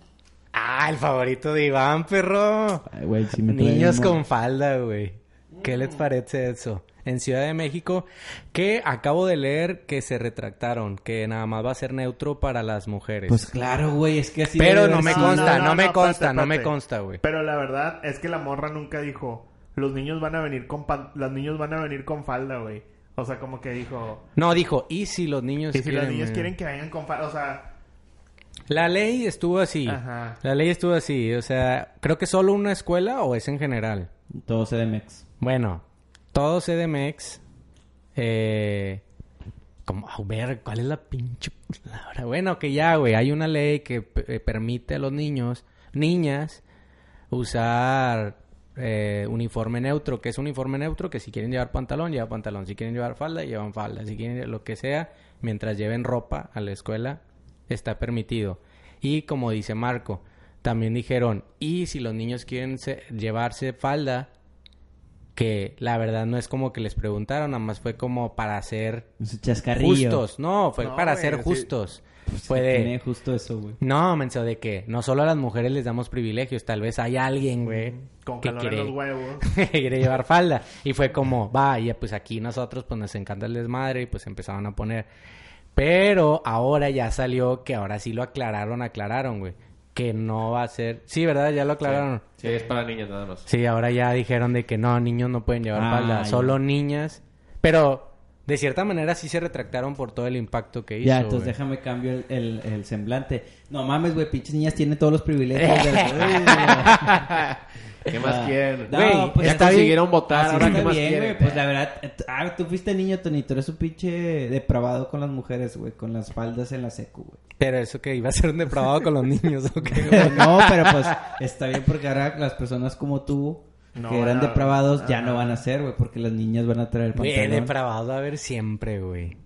Speaker 1: Ah, el favorito de Iván, perro.
Speaker 2: Ay, güey, si me trae
Speaker 1: Niños
Speaker 2: el mo-
Speaker 1: con falda, güey. ¿Qué les parece eso? En Ciudad de México, que acabo de leer que se retractaron, que nada más va a ser neutro para las mujeres.
Speaker 2: Pues claro, güey, es que así...
Speaker 1: Pero
Speaker 2: debe
Speaker 1: no
Speaker 2: de
Speaker 1: me
Speaker 2: ser.
Speaker 1: consta, no, me
Speaker 4: espérate,
Speaker 1: consta, no me
Speaker 4: espérate.
Speaker 1: consta, güey.
Speaker 4: Pero la verdad es que la morra nunca dijo, los niños van a venir con pan- los niños van a venir con falda, güey. O sea, como que dijo,
Speaker 1: No, dijo, ¿y si los niños
Speaker 4: y si los niños
Speaker 1: güey?
Speaker 4: quieren que vengan con falda, o sea,
Speaker 1: La ley estuvo así.
Speaker 4: Ajá.
Speaker 1: La ley estuvo así. O sea, creo que solo una escuela o es en general.
Speaker 2: Todo CDMX.
Speaker 1: Bueno, todo CDMX. Eh, como, a ver, ¿cuál es la pinche palabra? Bueno, que ya, güey, hay una ley que p- eh, permite a los niños, niñas, usar eh, uniforme neutro. que es uniforme neutro? Que si quieren llevar pantalón, llevan pantalón. Si quieren llevar falda, llevan falda. Si quieren lo que sea, mientras lleven ropa a la escuela, está permitido. Y como dice Marco, también dijeron, y si los niños quieren se- llevarse falda, que la verdad no es como que les preguntaron, nada más fue como para ser
Speaker 2: Es un chascarrillo.
Speaker 1: justos. No, fue
Speaker 4: No,
Speaker 1: para
Speaker 4: güey,
Speaker 1: ser
Speaker 4: sí.
Speaker 1: justos. Fue de...
Speaker 2: Tiene justo eso, güey.
Speaker 1: No, menso, de que no solo a las mujeres les damos privilegios, tal vez hay alguien, güey,
Speaker 4: con
Speaker 1: que
Speaker 4: calor
Speaker 1: quiere,
Speaker 4: en los huevos.
Speaker 1: que quiere llevar falda. Y fue como, vaya, pues aquí nosotros pues nos encanta el desmadre y pues empezaron a poner. Pero ahora ya salió que ahora sí lo aclararon, aclararon, güey, que no va a ser... Sí, ¿verdad? Ya lo aclararon.
Speaker 3: Sí, es para niños nada más.
Speaker 1: Sí, ahora ya dijeron de que no, niños no pueden llevar
Speaker 2: Ah,
Speaker 1: falda,
Speaker 2: ya.
Speaker 1: solo niñas. Pero de cierta manera sí se retractaron por todo el impacto que hizo.
Speaker 2: Ya, entonces
Speaker 1: güey.
Speaker 2: déjame cambio el, el- el semblante. No mames, güey, pinches niñas tienen todos los privilegios. del- Uy,
Speaker 3: ¿Qué más
Speaker 2: Ah,
Speaker 3: quieren?
Speaker 2: no,
Speaker 1: Güey,
Speaker 2: pues
Speaker 3: ya
Speaker 2: está bien.
Speaker 3: consiguieron votar,
Speaker 2: Así
Speaker 3: ahora
Speaker 2: está
Speaker 3: qué más
Speaker 2: bien, güey,
Speaker 3: quieren.
Speaker 2: Pues la verdad, eh, t- ah, tú fuiste niño, Tony, tú eres un pinche depravado con las mujeres, güey, con las faldas en la secu, güey.
Speaker 1: Pero eso que iba a ser un depravado con los niños, ¿o qué, güey?
Speaker 2: no, pero pues está bien porque ahora las personas como tú,
Speaker 4: No
Speaker 2: que eran
Speaker 4: van a-
Speaker 2: depravados, ya
Speaker 4: ajá.
Speaker 2: no van a ser, güey, porque las niñas van a traer
Speaker 1: Güey,
Speaker 2: pantalón.
Speaker 1: depravado a ver siempre, güey. Oh.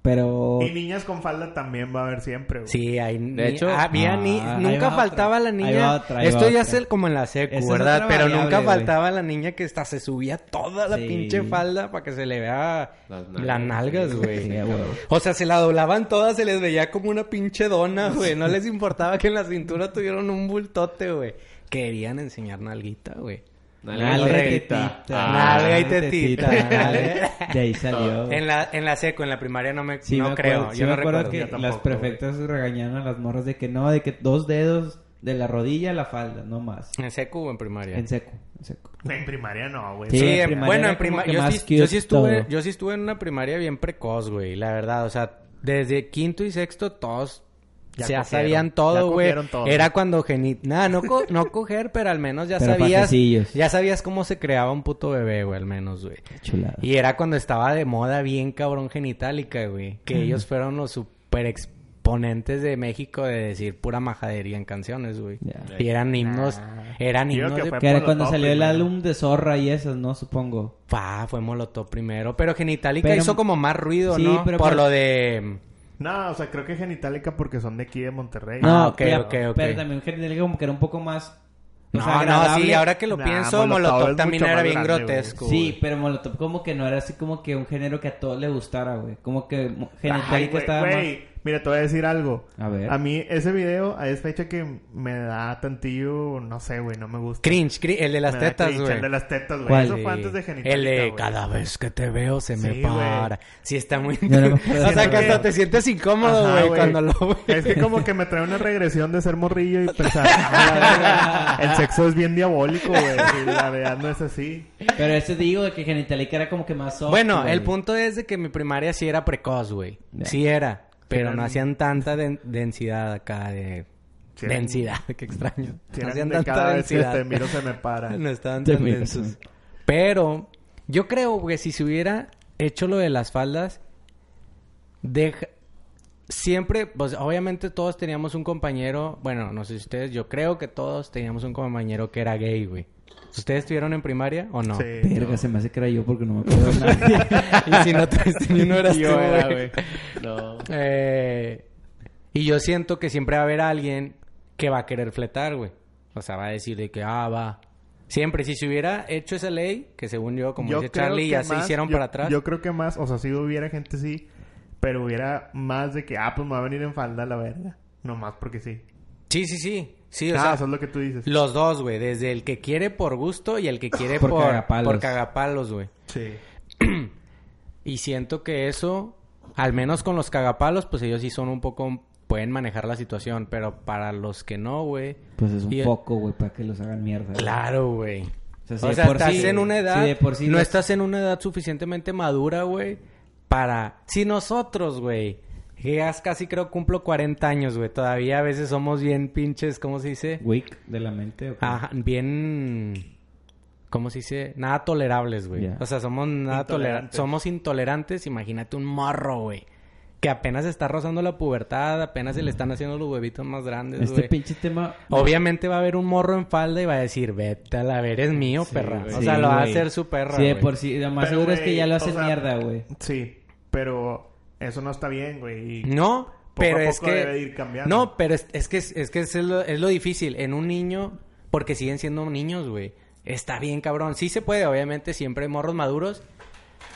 Speaker 2: Pero...
Speaker 4: Y niñas con falda también va a haber siempre, güey.
Speaker 1: Sí, hay... ni-
Speaker 3: hecho-
Speaker 1: había ni...
Speaker 2: Ah, ahí
Speaker 1: Nunca
Speaker 2: va
Speaker 1: faltaba
Speaker 2: otra.
Speaker 1: la
Speaker 2: Ahí va
Speaker 1: niña...
Speaker 2: otra, ahí va
Speaker 1: Esto ya
Speaker 2: otra.
Speaker 1: es el- como en la secu,
Speaker 2: Esa es
Speaker 1: ¿verdad?
Speaker 2: otra
Speaker 1: Pero
Speaker 2: variable,
Speaker 1: nunca
Speaker 2: güey.
Speaker 1: faltaba la niña que hasta se subía toda la
Speaker 2: Sí.
Speaker 1: pinche falda para que se le vea
Speaker 3: Las nalgas.
Speaker 1: las nalgas, güey.
Speaker 2: Sí, güey.
Speaker 1: O sea, se la doblaban todas, se les veía como una pinche dona, güey. No les importaba que en la cintura tuvieron un bultote, güey. Querían enseñar nalguita, güey.
Speaker 3: Nalga y
Speaker 2: Nalga y
Speaker 3: tetita.
Speaker 2: tetita.
Speaker 3: Ah,
Speaker 1: Nalga y tetita.
Speaker 2: nalga. De ahí salió.
Speaker 1: En la, en la seco, en la primaria no me,
Speaker 2: Sí,
Speaker 1: no
Speaker 2: me
Speaker 1: creo.
Speaker 2: acuerdo, sí
Speaker 1: yo
Speaker 2: me
Speaker 1: no
Speaker 2: acuerdo
Speaker 1: recuerdo.
Speaker 2: que
Speaker 4: Yo tampoco,
Speaker 2: las prefectas regañaron a las morras de que no, de que dos dedos de la rodilla a la falda, no más.
Speaker 1: ¿En seco o en primaria?
Speaker 2: En seco, en seco.
Speaker 4: En primaria no, güey.
Speaker 1: Sí,
Speaker 2: Sí, en
Speaker 1: eh,
Speaker 2: primaria
Speaker 1: bueno,
Speaker 2: era
Speaker 1: en
Speaker 2: como
Speaker 1: primaria.
Speaker 2: que
Speaker 1: Yo,
Speaker 2: más
Speaker 1: sí-
Speaker 2: cute
Speaker 1: yo sí estuve,
Speaker 2: todo.
Speaker 1: yo sí estuve en una primaria bien precoz, güey, la verdad. O sea, desde quinto y sexto todos
Speaker 4: Ya
Speaker 1: ya
Speaker 4: cogieron,
Speaker 1: sabían
Speaker 4: ya
Speaker 1: todo, güey.
Speaker 4: cogieron todo.
Speaker 1: Era cuando geni... Nada, no, co- no coger, pero al menos ya
Speaker 2: Pero
Speaker 1: sabías...
Speaker 2: pasecillos.
Speaker 1: Ya sabías cómo se creaba un puto bebé, güey, al menos, güey.
Speaker 2: Chulada.
Speaker 1: Y era cuando estaba de moda bien cabrón genitálica, güey. Que ellos fueron los super exponentes de México de decir pura majadería en canciones, güey.
Speaker 2: Ya.
Speaker 1: Y eran himnos, eran
Speaker 4: Digo
Speaker 1: himnos
Speaker 4: que
Speaker 1: de
Speaker 4: fue
Speaker 2: Que era
Speaker 4: Molotov
Speaker 2: cuando salió el
Speaker 4: primero.
Speaker 2: álbum de Zorra y esas, ¿no? Supongo.
Speaker 1: Pa, fue Molotov primero. Pero Genitalica
Speaker 2: Pero-
Speaker 1: hizo como más ruido,
Speaker 2: Sí,
Speaker 1: ¿no?
Speaker 2: pero pues,
Speaker 1: Por
Speaker 2: pa-
Speaker 1: lo de...
Speaker 4: No, o sea, creo que Genitalica porque son de aquí de Monterrey.
Speaker 1: Ah,
Speaker 2: No,
Speaker 1: ok,
Speaker 2: pero,
Speaker 1: ok, ok.
Speaker 2: pero también Genitalica como que era un poco más. o
Speaker 1: No,
Speaker 2: sea,
Speaker 1: no, sí,
Speaker 2: pues, agradable.
Speaker 1: ahora que lo
Speaker 4: Nah,
Speaker 1: pienso,
Speaker 4: Molotov
Speaker 1: Molotov
Speaker 4: es
Speaker 1: también
Speaker 4: mucho
Speaker 1: era
Speaker 4: más
Speaker 1: bien
Speaker 4: grande, güey.
Speaker 1: grotesco.
Speaker 2: Sí,
Speaker 1: güey.
Speaker 2: pero Molotov como que no era así como que un género que a todos le gustara, güey. Como que mo-
Speaker 4: Ay,
Speaker 2: Genitalica
Speaker 4: güey,
Speaker 2: estaba
Speaker 4: güey, Mira, te voy a decir algo.
Speaker 2: A ver.
Speaker 4: mí, ese video, a esa fecha que me da tantillo, no sé, güey, no me gusta.
Speaker 1: Cringe, cri- el de las
Speaker 4: Me da
Speaker 1: tetas,
Speaker 4: cringe,
Speaker 1: güey.
Speaker 4: El de las tetas, güey.
Speaker 2: ¿Cuál?
Speaker 4: Eso
Speaker 1: Sí.
Speaker 4: fue antes de Genitalica,
Speaker 1: El de
Speaker 4: güey.
Speaker 1: cada vez que te veo se me
Speaker 4: Sí,
Speaker 1: para. Sí, está muy...
Speaker 2: Yo no me
Speaker 1: o
Speaker 2: acuerdo de
Speaker 1: sea,
Speaker 2: eso,
Speaker 1: que hasta
Speaker 4: güey.
Speaker 1: te sientes incómodo,
Speaker 4: Ajá,
Speaker 1: güey,
Speaker 4: güey.
Speaker 1: cuando lo
Speaker 4: Es que como que me trae una regresión de ser morrillo y pensar, "Ah, la verga, el sexo es bien diabólico, güey. Y la verdad no es así.
Speaker 2: más... Pero ese digo de que Genitalica era como que más soft,
Speaker 1: Bueno,
Speaker 2: güey.
Speaker 1: el punto es de que mi primaria sí era precoz, güey.
Speaker 2: Ya.
Speaker 1: Sí era. Pero no
Speaker 4: eran-
Speaker 1: hacían tanta den- densidad acá de...
Speaker 4: Sí eran-
Speaker 1: densidad, qué extraño. no
Speaker 4: Si eran
Speaker 1: hacían
Speaker 4: de
Speaker 1: tanta
Speaker 4: cada vez que
Speaker 1: densidad.
Speaker 4: te miro se me para.
Speaker 1: No estaban
Speaker 2: Te
Speaker 1: tan
Speaker 2: miro,
Speaker 1: densos.
Speaker 2: sí.
Speaker 1: Pero yo creo que si se hubiera hecho lo de las faldas, deja... Siempre, pues obviamente todos teníamos un compañero, bueno, no sé si ustedes, yo creo que todos teníamos un compañero que era gay, güey. ¿Ustedes estuvieron en primaria o no?
Speaker 4: Sí,
Speaker 2: Verga, se me hace que era yo porque no me acuerdo de nadie.
Speaker 1: Y si no tuviste ni uno eras
Speaker 3: Yo
Speaker 1: tú,
Speaker 3: era,
Speaker 1: güey.
Speaker 3: güey. No.
Speaker 1: Eh, y yo siento que siempre va a haber alguien que va a querer fletar, güey. O sea, va a decir de que, ah, va. Siempre, si se hubiera hecho esa ley, que según yo, como dice Charlie,
Speaker 4: que
Speaker 1: ya se
Speaker 4: más-
Speaker 1: hicieron
Speaker 4: yo-
Speaker 1: para atrás.
Speaker 4: Yo creo que más, o sea, sí hubiera gente, sí, pero hubiera más de que, ah, pues me va a venir en falda la verga. Nomás porque sí.
Speaker 1: Sí, sí, sí. Sí, o
Speaker 4: ah,
Speaker 1: sea,
Speaker 4: eso es lo que tú dices.
Speaker 1: los dos, güey. Desde el que quiere por gusto y el que quiere por,
Speaker 2: Por
Speaker 1: por
Speaker 2: cagapalos.
Speaker 1: cagapalos, güey.
Speaker 4: Sí.
Speaker 1: Y siento que eso, al menos con los cagapalos, pues ellos sí son un poco... Pueden manejar la situación, pero para los que no, güey...
Speaker 2: Pues es un
Speaker 1: y-
Speaker 2: poco, güey, para que los hagan mierda. güey.
Speaker 1: Claro, güey.
Speaker 2: O sea, si
Speaker 1: o
Speaker 2: de
Speaker 1: sea,
Speaker 2: por
Speaker 1: estás
Speaker 2: sí-
Speaker 1: en una edad,
Speaker 2: si de por sí
Speaker 1: no
Speaker 2: los-
Speaker 1: estás en una edad suficientemente madura, güey, para... Si nosotros, güey, que ya casi creo cumplo 40 años, güey, todavía a veces somos bien pinches, ¿cómo se dice?
Speaker 2: Wick de la mente. ¿o qué?
Speaker 1: Ajá, bien... ¿Cómo se dice? Nada tolerables, güey.
Speaker 2: Ya.
Speaker 1: O sea, somos nada tolerantes.
Speaker 4: Intolerantes.
Speaker 1: Somos intolerantes, imagínate un morro, güey. Que apenas está rozando la pubertad, apenas se le están haciendo los huevitos más grandes,
Speaker 2: este
Speaker 1: güey.
Speaker 2: pinche tema...
Speaker 1: Obviamente va a haber un morro en falda y va a decir, vete a la ver, es mío, perra.
Speaker 2: güey.
Speaker 1: O sea,
Speaker 2: Sí,
Speaker 1: lo va a
Speaker 2: güey.
Speaker 1: hacer su perra,
Speaker 2: Sí, de
Speaker 1: güey.
Speaker 2: por sí. Lo más
Speaker 4: Pero,
Speaker 2: seguro es que
Speaker 4: güey,
Speaker 2: ya lo
Speaker 4: o
Speaker 2: hacen
Speaker 4: sea,
Speaker 2: mierda, güey.
Speaker 4: Sí, pero eso no está bien, güey. y-
Speaker 1: No, pero
Speaker 4: a
Speaker 1: es
Speaker 4: poco
Speaker 1: que...
Speaker 4: debe ir cambiando.
Speaker 1: No, pero es, es que, es, es que es, lo, es lo difícil. En un niño, porque siguen siendo niños, güey. Está bien, cabrón. Sí se puede, obviamente, siempre hay morros maduros.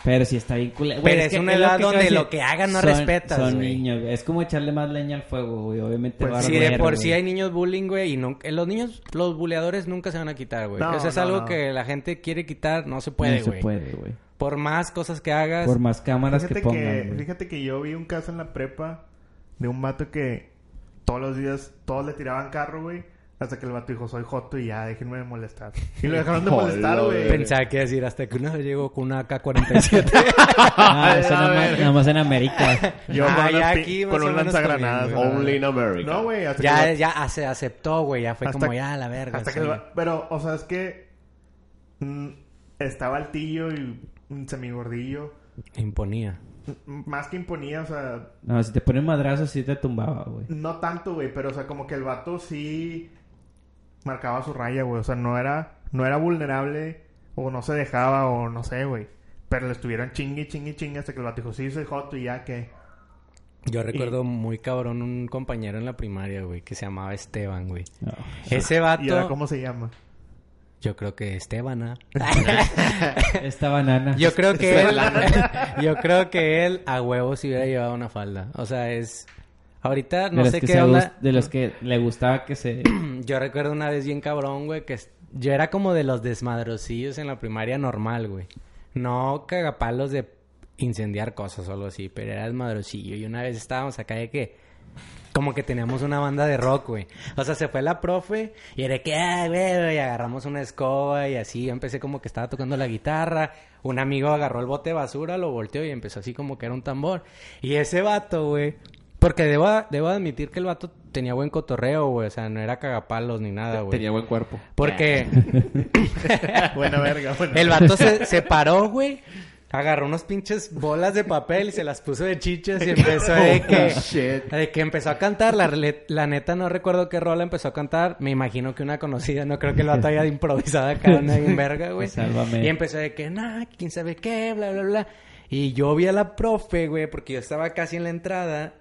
Speaker 2: Pero si está bien culero.
Speaker 1: Pero es una
Speaker 2: lo
Speaker 1: edad
Speaker 2: acabo de
Speaker 1: donde
Speaker 2: decir.
Speaker 1: lo que hagan no
Speaker 2: Son-
Speaker 1: respetas,
Speaker 2: Son
Speaker 1: güey.
Speaker 2: niños, güey. Es como echarle más leña al fuego, güey. Obviamente
Speaker 4: Pues
Speaker 2: va a
Speaker 1: Si de
Speaker 2: arder,
Speaker 1: por
Speaker 2: güey.
Speaker 1: sí hay niños bullying, güey, y nunca- los niños, los buleadores nunca se van a quitar, güey.
Speaker 4: No,
Speaker 1: Eso es
Speaker 4: no,
Speaker 1: algo
Speaker 4: no.
Speaker 1: que la gente quiere quitar, no se
Speaker 2: No
Speaker 1: puede,
Speaker 2: se
Speaker 1: güey.
Speaker 2: puede, güey.
Speaker 1: Por más cosas que hagas,
Speaker 2: Por más cámaras
Speaker 4: Fíjate
Speaker 2: que
Speaker 4: que,
Speaker 2: pongan, güey.
Speaker 4: fíjate que yo vi un caso en la prepa de un vato que todos los días todos le tiraban carro, güey. Hasta que el vato dijo, soy joto y ya, déjenme de molestar. Y lo dejaron de
Speaker 3: Joder,
Speaker 4: molestar, güey.
Speaker 3: güey.
Speaker 1: pensaba que decir hasta que uno llegó con una AK-47.
Speaker 2: Ah,
Speaker 4: Ay,
Speaker 2: eso
Speaker 4: a
Speaker 2: nada más,
Speaker 4: ver.
Speaker 2: nada más en América.
Speaker 4: Yo
Speaker 1: Ah,
Speaker 4: con,
Speaker 1: ya
Speaker 4: unas pi-
Speaker 1: aquí más
Speaker 4: con
Speaker 1: o
Speaker 4: un
Speaker 1: menos
Speaker 4: lanzagranadas.
Speaker 1: también,
Speaker 4: güey.
Speaker 3: Only in America.
Speaker 4: No, güey. Hasta que
Speaker 1: Ya,
Speaker 4: el vato-
Speaker 1: ya se aceptó, güey. Ya fue
Speaker 4: Hasta-
Speaker 1: como ya la verga.
Speaker 4: hasta que
Speaker 1: sí.
Speaker 4: el va- Pero, o sea, es que... mm, estaba el tío y un semigordillo.
Speaker 1: Imponía.
Speaker 4: M- Más que imponía, o sea...
Speaker 2: No, si te ponen madrazos, sí te tumbaba, güey.
Speaker 4: No tanto, güey, pero o sea, como que el vato sí marcaba su raya, güey. O sea, no era, no era vulnerable o no se dejaba o no sé, güey. Pero le estuvieron chingue, chingue, chingue hasta que el vato dijo, sí, soy joto y ya que...
Speaker 1: Yo recuerdo muy cabrón un compañero en la primaria, güey, que se llamaba Esteban, güey.
Speaker 2: No.
Speaker 1: Ese
Speaker 4: ¿Y ahora
Speaker 1: vato,
Speaker 4: cómo se llama?
Speaker 1: yo creo que Estebana.
Speaker 2: Esta banana.
Speaker 1: yo creo que él, yo creo que él a huevo si hubiera llevado una falda. O sea, es ahorita
Speaker 2: de
Speaker 1: no
Speaker 2: los
Speaker 1: sé
Speaker 2: que
Speaker 1: qué
Speaker 2: se
Speaker 1: onda.
Speaker 2: gust- De los que le gustaba que se...
Speaker 1: Yo recuerdo una vez bien cabrón, güey, que es- yo era como de los desmadrosillos en la primaria normal, güey. No cagapalos de incendiar cosas o algo así, pero era desmadrosillo. Y una vez estábamos acá de que como que teníamos una banda de rock, güey. O sea, se fue la profe y era que, ah, güey, güey", y agarramos una escoba y así. Yo empecé como que estaba tocando la guitarra. Un amigo agarró el bote de basura, lo volteó y empezó así como que era un tambor. Y ese vato, güey. Porque debo, debo admitir que el vato tenía buen cotorreo, güey. O sea, no era cagapalos ni nada, güey.
Speaker 3: Ah, Tenía buen cuerpo.
Speaker 1: Porque
Speaker 4: Buena verga, bueno.
Speaker 1: el vato se, se paró, güey. Agarró unos pinches bolas de papel y se las puso de chichas y empezó
Speaker 4: Oh,
Speaker 1: de que,
Speaker 3: Oh, Shit.
Speaker 1: de que empezó a cantar. La, re- la neta no recuerdo qué rola empezó a cantar. Me imagino que una conocida. No creo que el vato haya improvisado acá una bien verga, güey.
Speaker 2: Sálvame.
Speaker 1: Y empezó de que, nah, quién sabe qué, bla, bla, bla. Y yo vi a la profe, güey, porque yo estaba casi en la entrada.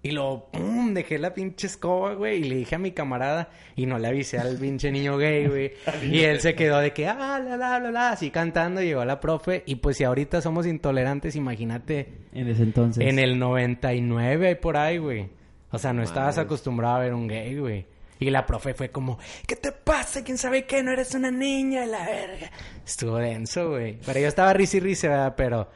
Speaker 1: Y lo, pum, dejé la pinche escoba, güey, y le dije a mi camarada, y no le avisé al pinche niño gay, güey. y él se quedó de que, ah, la, la, la, la, así cantando, y llegó la profe. Y pues si ahorita somos intolerantes, imagínate,
Speaker 2: En ese entonces.
Speaker 1: en el 99 por ahí, güey. O sea, no estabas
Speaker 3: Madres.
Speaker 1: acostumbrado a ver un gay, güey. Y la profe fue como, ¿qué te pasa? ¿Quién sabe qué? No eres una niña, la verga. Estuvo denso, güey. Pero yo estaba risa y risa, ¿verdad? Pero,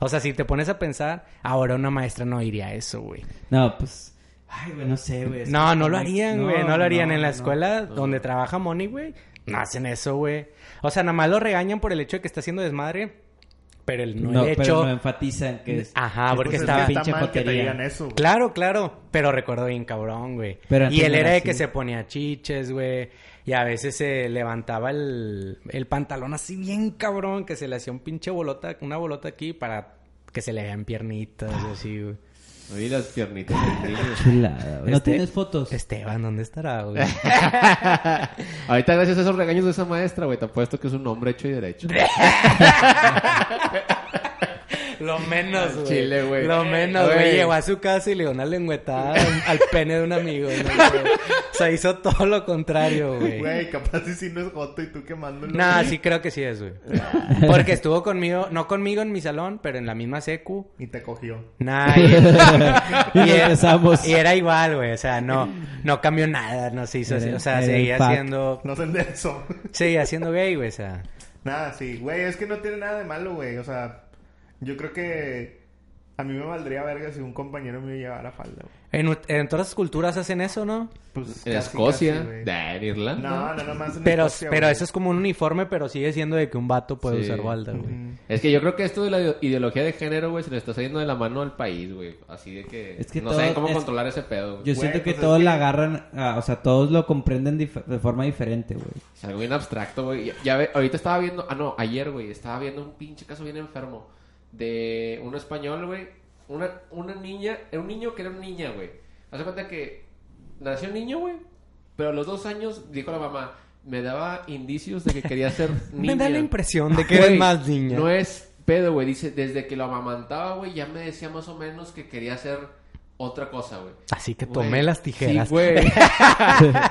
Speaker 1: o sea, si te pones a pensar, ahora una maestra no diría eso, güey.
Speaker 2: No, pues. Ay, güey, no sé, güey. es
Speaker 1: No,
Speaker 2: que-
Speaker 1: no lo harían, güey. No, lo harían.
Speaker 2: no,
Speaker 1: en la
Speaker 2: no.
Speaker 1: escuela donde trabaja Moni, güey, no hacen eso, güey. O sea, nada más lo regañan por el hecho de que está haciendo desmadre. Pero el no,
Speaker 2: No,
Speaker 1: el
Speaker 2: pero
Speaker 1: hecho...
Speaker 2: no enfatizan que es.
Speaker 1: Ajá, porque
Speaker 4: Pues es
Speaker 1: estaba
Speaker 4: que
Speaker 2: pinche
Speaker 4: mal que te
Speaker 2: jotería.
Speaker 4: digan eso, güey.
Speaker 1: Claro, claro, pero recuerdo bien cabrón, güey.
Speaker 2: Pero antes
Speaker 1: Y él
Speaker 2: no era
Speaker 1: era de
Speaker 2: así.
Speaker 1: que se ponía chiches, güey. Y a veces se levantaba el, el pantalón así bien cabrón, que se le hacía un pinche bolota, una bolota aquí para que se le vean piernitas, y así, güey.
Speaker 3: Oí las piernitas del niño.
Speaker 2: Chulada, güey. ¿No
Speaker 1: Este-
Speaker 2: tienes fotos?
Speaker 1: Esteban, ¿dónde estará, güey?
Speaker 3: Ahorita gracias a esos regaños de esa maestra, güey, te apuesto que es un hombre hecho y derecho.
Speaker 1: Lo menos, güey.
Speaker 3: chile, güey.
Speaker 1: Lo menos,
Speaker 3: Güey.
Speaker 1: güey. Llegó a su casa y le dio una lengüetada al- al pene de un amigo. ¿no, güey? o sea, hizo todo lo contrario, güey.
Speaker 4: Güey, capaz y si no es joto y tú quemándolo.
Speaker 1: No, sí creo que sí es, güey. Porque estuvo conmigo, no conmigo en mi salón, pero en la misma secu.
Speaker 4: Y te cogió.
Speaker 1: Nah, y,
Speaker 2: Y regresamos.
Speaker 1: y era igual, güey. O sea, no, no cambió nada, no se hizo así. O sea,
Speaker 2: Era el
Speaker 1: seguía
Speaker 2: pack.
Speaker 1: siendo,
Speaker 4: No se enderezó.
Speaker 1: seguía siendo gay, güey. O sea,
Speaker 4: Nada, sí, güey, es que no tiene nada de malo, güey. O sea, yo creo que a mí me valdría verga si un compañero mío llevara falda, güey.
Speaker 1: en, ut- en todas las culturas hacen eso, ¿no?
Speaker 4: Pues
Speaker 3: En
Speaker 4: casi,
Speaker 3: Escocia,
Speaker 4: casi, güey.
Speaker 3: nah, en Irlanda.
Speaker 4: no, no, no más en
Speaker 1: Pero,
Speaker 4: Escocia,
Speaker 1: pero
Speaker 4: güey.
Speaker 1: eso es como un uniforme, pero sigue siendo de que un vato puede
Speaker 3: Sí.
Speaker 1: usar balda, güey.
Speaker 3: Es que yo creo que esto de la ide- ideología de género, güey, se le está saliendo de la mano al país, güey. Así de que,
Speaker 2: Es que
Speaker 3: no
Speaker 2: todo-
Speaker 3: saben cómo
Speaker 2: es-
Speaker 3: controlar ese pedo. güey.
Speaker 2: Yo
Speaker 4: Güey,
Speaker 2: siento que
Speaker 4: pues es
Speaker 2: todos
Speaker 4: que-
Speaker 2: la agarran, ah, o sea, todos lo comprenden dif- de forma diferente, güey.
Speaker 3: Es algo bien abstracto, güey. Ya, ya ve- ahorita estaba viendo, ah, no, ayer, güey, estaba viendo un pinche caso bien enfermo de un español, güey. Una, una niña, era un niño que era un niña, güey. Hace cuenta que nació un niño, güey, pero a los dos años dijo la mamá, me daba indicios de que quería ser niña.
Speaker 1: Me da la impresión de que eres
Speaker 3: Güey,
Speaker 1: más niña.
Speaker 3: No es pedo, güey. Dice, desde que lo amamantaba, güey, ya me decía más o menos que quería ser otra cosa, güey.
Speaker 1: Así que
Speaker 3: Güey.
Speaker 1: tomé las tijeras.
Speaker 3: Sí, güey.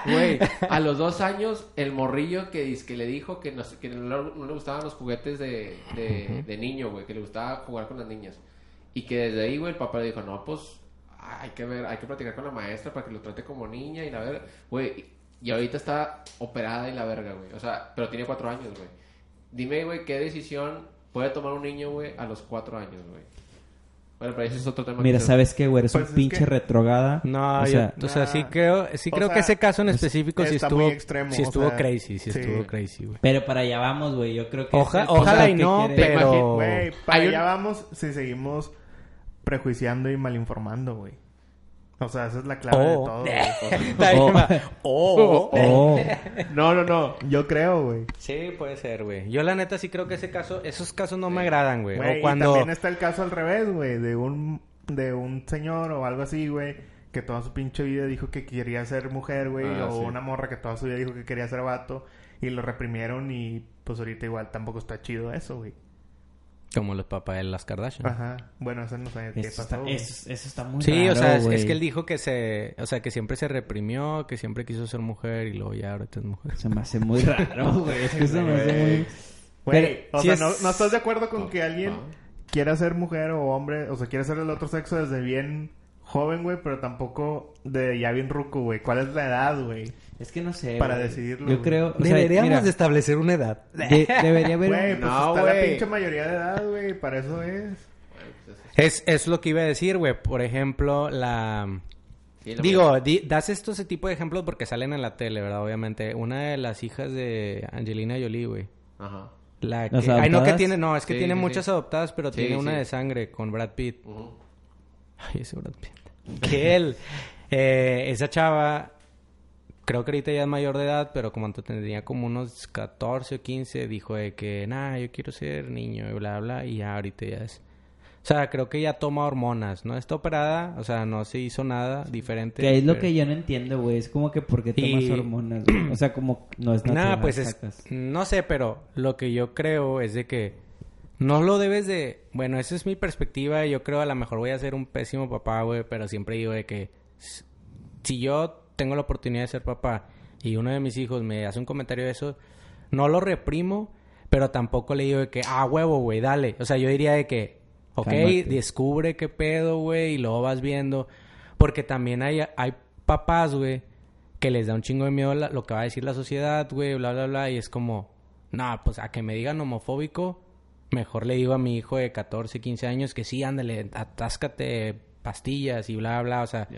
Speaker 3: Güey, a los dos años, el morrillo que, diz- que le dijo que, no, sé- que no, no le gustaban los juguetes de, de, de niño, güey, que le gustaba jugar con las niñas. Y que desde ahí, güey, el papá le dijo, no, pues hay que ver, hay que platicar con la maestra para que lo trate como niña y la verga. Güey, y ahorita está operada y la verga, güey. O sea, pero tiene cuatro años, güey. Dime, güey, qué decisión puede tomar un niño, güey, a los cuatro años, güey. Bueno, pero ese es otro tema. que
Speaker 2: Mira,
Speaker 3: se-
Speaker 2: ¿sabes qué, güey? Eres
Speaker 4: Pues
Speaker 2: un
Speaker 4: es
Speaker 2: pinche
Speaker 4: que-
Speaker 2: retrogada.
Speaker 1: No,
Speaker 2: o
Speaker 1: yo-
Speaker 2: sea,
Speaker 1: o sea, sí
Speaker 4: nah.
Speaker 1: creo, sí
Speaker 4: O
Speaker 1: creo que
Speaker 4: sea,
Speaker 1: ese caso en específico sí
Speaker 4: está
Speaker 1: estuvo,
Speaker 4: muy extremo,
Speaker 1: sí
Speaker 4: o
Speaker 1: estuvo
Speaker 4: sea,
Speaker 1: crazy, sí,
Speaker 4: sí.
Speaker 1: estuvo crazy, güey.
Speaker 2: pero para allá vamos, güey. Yo creo que...
Speaker 1: Oja-
Speaker 2: es el-
Speaker 1: ojalá
Speaker 2: o sea,
Speaker 1: y
Speaker 2: que
Speaker 1: no,
Speaker 2: quiere-
Speaker 3: Te imagino,
Speaker 1: pero...
Speaker 4: Güey, para
Speaker 3: Hay un-
Speaker 4: allá vamos si seguimos prejuiciando y malinformando, güey. O sea, esa es la clave de
Speaker 1: Oh.
Speaker 4: todo. güey.
Speaker 1: Está bien,
Speaker 2: Oh.
Speaker 1: va. Oh.
Speaker 2: Oh,
Speaker 4: No, no, no. Yo creo, güey.
Speaker 1: Sí, puede ser, güey. Yo la neta sí creo que ese caso, esos casos no me agradan, güey.
Speaker 4: Güey,
Speaker 1: O
Speaker 4: Y
Speaker 1: cuando...
Speaker 4: también está el caso al revés, güey, de un, de un señor o algo así, güey, que toda su pinche vida dijo que quería ser mujer, güey,
Speaker 3: Ah,
Speaker 4: o
Speaker 3: sí.
Speaker 4: una morra que toda su vida dijo que quería ser vato y lo reprimieron y pues ahorita igual tampoco está chido eso, güey.
Speaker 1: Como los papás de las Kardashian.
Speaker 4: Ajá. Bueno, eso no sé qué
Speaker 2: eso,
Speaker 4: pasó.
Speaker 2: está,
Speaker 4: güey.
Speaker 2: eso- eso está muy
Speaker 1: Sí, o
Speaker 2: raro,
Speaker 1: sea, es,
Speaker 2: güey.
Speaker 1: es que él dijo que se... O sea, que siempre se reprimió, que siempre quiso ser mujer y luego ya ahorita es mujer.
Speaker 2: Se me hace muy raro, güey. Es que se me hace muy...
Speaker 4: Güey,
Speaker 2: Pero
Speaker 4: o
Speaker 2: si
Speaker 4: sea,
Speaker 2: es-
Speaker 4: no, no estás de acuerdo con
Speaker 3: No,
Speaker 4: que alguien
Speaker 3: no.
Speaker 4: quiera ser mujer o hombre, o sea, quiera ser el otro sexo desde bien joven, güey, pero tampoco de ya bien ruco, güey? ¿Cuál es la edad, güey?
Speaker 2: Es que no sé,
Speaker 4: Para
Speaker 2: güey.
Speaker 4: decidirlo,
Speaker 2: Yo
Speaker 4: güey.
Speaker 2: creo... o sea,
Speaker 1: Deberíamos
Speaker 2: mira,
Speaker 1: de establecer una edad.
Speaker 2: de- debería haber...
Speaker 4: Güey, pues
Speaker 3: No,
Speaker 4: está la
Speaker 3: güey.
Speaker 4: pinche mayoría de edad, güey, para eso es.
Speaker 3: Ay, pues,
Speaker 1: Es,
Speaker 3: es-
Speaker 1: es lo que iba a decir, güey. Por ejemplo, la...
Speaker 3: Sí, la
Speaker 1: Digo, di- das esto ese tipo de ejemplos porque salen en la tele, ¿verdad? Obviamente. Una de las hijas de Angelina Jolie, güey.
Speaker 3: Ajá.
Speaker 1: La
Speaker 2: ¿Las
Speaker 1: que... Ay, no, que
Speaker 2: adoptadas?
Speaker 1: tiene... No, es que
Speaker 3: Sí,
Speaker 1: tiene
Speaker 3: sí,
Speaker 1: muchas
Speaker 3: sí.
Speaker 1: adoptadas, pero
Speaker 3: Sí,
Speaker 1: tiene una
Speaker 3: sí.
Speaker 1: de sangre con Brad Pitt.
Speaker 3: Ujú.
Speaker 1: Ay, ese Brad Pitt. Que él, eh, esa chava, creo que ahorita ya es mayor de edad, pero como antes tenía como unos 14 o 15, dijo de que, nah, yo quiero ser niño y bla, bla, y ya ahorita ya es. O sea, creo que ya toma hormonas, ¿no? Está operada, o sea, no se hizo nada diferente.
Speaker 2: Que es lo
Speaker 1: pero-
Speaker 2: que yo no entiendo, güey. Es como que por qué tomas
Speaker 1: Y-
Speaker 2: hormonas, güey? O sea, como no es natural.
Speaker 1: Nada, pues es...
Speaker 2: sacas.
Speaker 1: No sé, pero lo que yo creo es de que no lo debes de... Bueno, esa es mi perspectiva. Yo creo a lo mejor voy a ser un pésimo papá, güey, pero siempre digo de que s- si yo tengo la oportunidad de ser papá y uno de mis hijos me hace un comentario de eso, no lo reprimo, pero tampoco le digo de que, ah, huevo, güey, dale. O sea, yo diría de que, ok,
Speaker 2: Cálmate.
Speaker 1: descubre qué pedo, güey, y luego vas viendo. Porque también hay, hay papás, güey, que les da un chingo de miedo la- lo que va a decir la sociedad, güey, bla, bla, bla, y es como, no, pues a que me digan homofóbico, mejor le digo a mi hijo de 14, 15 años que sí, ándale, atáscate pastillas y bla, bla, o sea,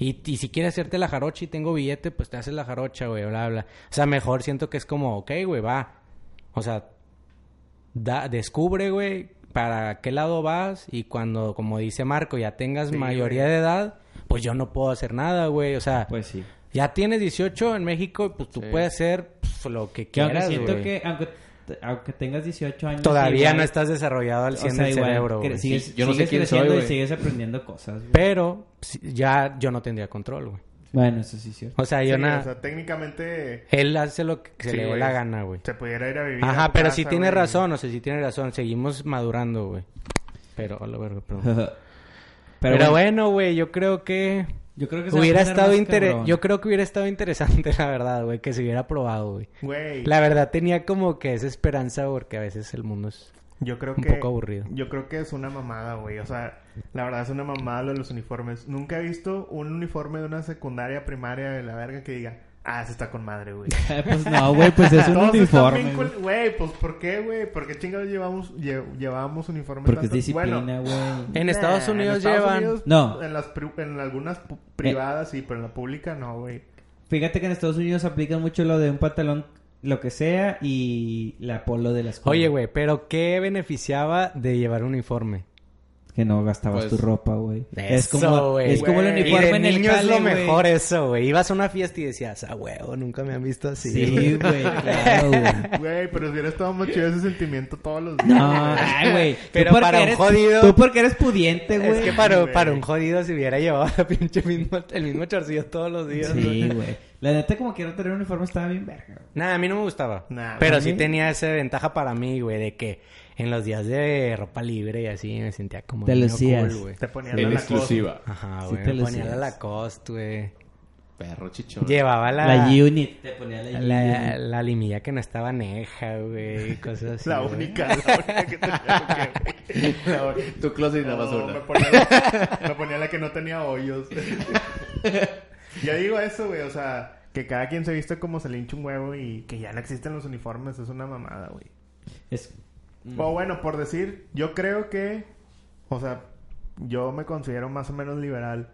Speaker 1: y, y si quieres hacerte la jarocha y tengo billete, pues te haces la jarocha, güey, bla, bla. O sea, mejor siento que es como, ok, güey, va. O sea, da, descubre, güey, para qué lado vas y cuando, como dice Marco, ya tengas
Speaker 4: Sí,
Speaker 1: mayoría
Speaker 4: güey.
Speaker 1: de edad, pues yo no puedo hacer nada, güey. O sea,
Speaker 2: Pues sí.
Speaker 1: ya tienes 18 en México, pues tú
Speaker 3: Sí.
Speaker 1: puedes hacer pf, lo que
Speaker 2: Que aunque
Speaker 1: quieras,
Speaker 2: siento
Speaker 1: güey.
Speaker 2: que, aunque, aunque tengas 18 años...
Speaker 1: Todavía
Speaker 2: igual-
Speaker 1: no estás desarrollado al
Speaker 2: o
Speaker 1: 100
Speaker 2: sea,
Speaker 1: del
Speaker 2: igual
Speaker 1: cerebro,
Speaker 2: cre-
Speaker 1: güey.
Speaker 2: Sigues,
Speaker 3: Sí, yo no sé
Speaker 2: sigues
Speaker 3: quién soy,
Speaker 2: creciendo y
Speaker 3: güey.
Speaker 2: sigues aprendiendo cosas, güey.
Speaker 1: Pero si- ya yo no tendría control, güey.
Speaker 2: Bueno, eso sí es cierto.
Speaker 1: O sea, yo
Speaker 4: Sí,
Speaker 1: na-
Speaker 4: o sea, técnicamente
Speaker 1: Él hace lo que se
Speaker 4: Sí,
Speaker 1: le dé
Speaker 4: güey.
Speaker 1: la gana, güey.
Speaker 4: se pudiera ir a vivir. a
Speaker 1: Ajá,
Speaker 4: tu
Speaker 1: pero
Speaker 4: casa,
Speaker 1: sí tiene
Speaker 4: güey.
Speaker 1: razón, o sea, sí tiene razón. Seguimos madurando, güey. Pero, a la verga, perdón. Pero,
Speaker 2: pero, bueno,
Speaker 1: bueno, güey, yo creo que...
Speaker 2: yo creo que se va a
Speaker 1: Hubiera
Speaker 2: poner
Speaker 1: estado
Speaker 2: más
Speaker 1: inter...
Speaker 2: cabrón.
Speaker 1: Yo creo que hubiera estado interesante, la verdad, güey, que se hubiera probado, güey.
Speaker 4: Güey,
Speaker 1: La verdad tenía como que esa esperanza porque a veces el mundo es...
Speaker 4: yo creo
Speaker 1: un
Speaker 4: que...
Speaker 1: poco aburrido.
Speaker 4: Yo creo que es una mamada, güey. O sea, la verdad es una mamada lo de los uniformes. Nunca he visto un uniforme de una secundaria, primaria de la verga que diga... Ah, se está con madre, güey.
Speaker 2: pues no, güey, pues es un
Speaker 4: Todos están bien
Speaker 2: uniforme. güey.
Speaker 4: cul- Güey, pues ¿por qué, güey? ¿Por qué chingados llevamos, lle- llevábamos uniformes
Speaker 2: Porque es
Speaker 4: tanto? Bueno, eh,
Speaker 2: disciplina, güey.
Speaker 1: En
Speaker 4: nah,
Speaker 1: Estados
Speaker 4: Eh, en
Speaker 1: Unidos
Speaker 4: Estados
Speaker 1: llevan...
Speaker 4: Unidos,
Speaker 2: No.
Speaker 4: En, las pri- en algunas pu- privadas sí, pero en la pública no, güey.
Speaker 2: Fíjate que en Estados Unidos aplican mucho lo de un pantalón, lo que sea, y la polo de la escuela.
Speaker 1: Oye, güey, pero ¿qué beneficiaba de llevar uniforme?
Speaker 2: Que no gastabas
Speaker 3: Pues-
Speaker 2: tu ropa, güey. Es
Speaker 1: Eso,
Speaker 2: como,
Speaker 1: güey.
Speaker 2: es como el
Speaker 4: Güey.
Speaker 1: Y de
Speaker 2: uniforme en el
Speaker 1: niño es
Speaker 2: jale,
Speaker 1: lo
Speaker 2: güey.
Speaker 1: mejor eso, güey. Ibas a una fiesta y decías, ah, huevo, nunca me han visto así.
Speaker 2: Sí, güey, claro, güey.
Speaker 4: Güey, pero hubiera estado más chido ese sentimiento todos los días.
Speaker 2: No,
Speaker 4: güey.
Speaker 2: ay, güey. Tú
Speaker 1: Pero
Speaker 2: porque
Speaker 1: para un
Speaker 2: eres-
Speaker 1: jodido-
Speaker 2: Tú porque eres pudiente, güey.
Speaker 1: Es que para,
Speaker 4: Este güey.
Speaker 1: para un jodido si hubiera llevado la pinche mismo, el mismo chorcillo todos los días.
Speaker 2: Sí,
Speaker 1: güey.
Speaker 2: güey. La neta, como quiero tener un uniforme, estaba bien verga. güey.
Speaker 1: Nah, a mí no me gustaba.
Speaker 4: Nah,
Speaker 1: pero
Speaker 4: ¿a
Speaker 1: sí
Speaker 4: mí?
Speaker 1: tenía esa ventaja para mí, güey, de que en los días de ropa libre y así me sentía como
Speaker 2: Te
Speaker 1: niño
Speaker 2: lucías.
Speaker 1: güey.
Speaker 4: Te ponían
Speaker 3: En
Speaker 4: la
Speaker 3: exclusiva.
Speaker 1: Ajá,
Speaker 2: Sí
Speaker 1: güey.
Speaker 2: te
Speaker 1: me ponía la
Speaker 2: lucías.
Speaker 1: Lacoste, güey.
Speaker 3: Perro chichón.
Speaker 1: Llevaba la
Speaker 2: La unit Te ponía la,
Speaker 1: la,
Speaker 2: G-Unit.
Speaker 1: la limilla que no estaba neja, güey, y cosas así.
Speaker 4: La
Speaker 1: güey.
Speaker 4: única, la única que tenía. güey. La única.
Speaker 3: Tu closet nada más
Speaker 4: No, me
Speaker 3: una.
Speaker 4: ponía, la, me ponía la que no tenía hoyos. Yo digo eso, güey, o sea, que cada quien se viste como se le hincha un huevo y que ya no existen los uniformes, es una mamada, güey.
Speaker 2: Es-
Speaker 4: O bueno, por decir, yo creo que, o sea, yo me considero más o menos liberal.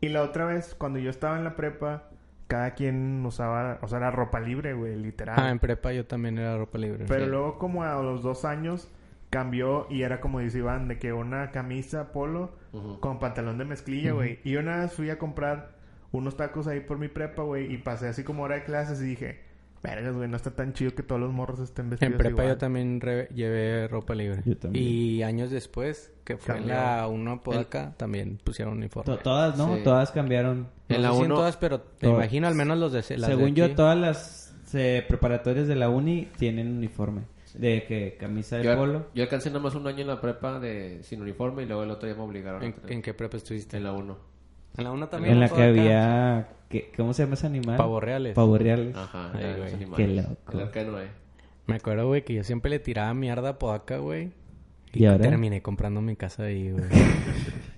Speaker 4: Y la otra vez, cuando yo estaba en la prepa, cada quien usaba, o sea, era ropa libre, güey, literal.
Speaker 1: Ah, en prepa yo también era ropa libre.
Speaker 4: Pero luego como a los dos años cambió y era como dice Iván, de que una camisa polo
Speaker 3: Ujú.
Speaker 4: con pantalón de mezclilla, güey. Y una vez fui a comprar unos tacos ahí por mi prepa, güey, y pasé así como hora de clases y dije, vergas, güey, no está tan chido que todos los morros estén vestidos
Speaker 1: En prepa
Speaker 4: igual".
Speaker 1: yo también re- llevé ropa libre.
Speaker 2: Yo también.
Speaker 1: Y años después, que fue en
Speaker 4: Cambió.
Speaker 1: la 1 Podaca, también pusieron uniforme.
Speaker 2: to- todas, ¿no?
Speaker 3: Sí.
Speaker 2: Todas cambiaron.
Speaker 1: No
Speaker 3: En la
Speaker 1: sé si en
Speaker 3: 1.
Speaker 1: todas, pero te
Speaker 2: Todas.
Speaker 1: imagino al menos los de las de
Speaker 2: Según yo,
Speaker 1: aquí.
Speaker 2: todas las eh, preparatorias de la uni tienen uniforme. De que camisa de
Speaker 3: Yo,
Speaker 2: polo.
Speaker 3: yo alcancé nada más un año en la prepa de sin uniforme y luego el otro día me obligaron a
Speaker 1: ¿En,
Speaker 3: tener.
Speaker 1: en qué prepa estuviste?
Speaker 3: En la 1.
Speaker 1: En la 1 también.
Speaker 2: En la que
Speaker 1: Podaca?
Speaker 2: había... ¿qué- ¿Cómo se llama ese animal?
Speaker 1: Pavorreales.
Speaker 2: Pavorreales.
Speaker 3: Ajá,
Speaker 1: Ay,
Speaker 3: eran
Speaker 1: güey,
Speaker 3: los
Speaker 1: qué
Speaker 3: animales.
Speaker 2: loco.
Speaker 3: El arca de Noé.
Speaker 1: Me acuerdo, güey, que yo siempre le tiraba mierda a Podaca, güey. Y,
Speaker 2: ¿Y ahora?
Speaker 1: terminé comprando mi casa ahí, güey.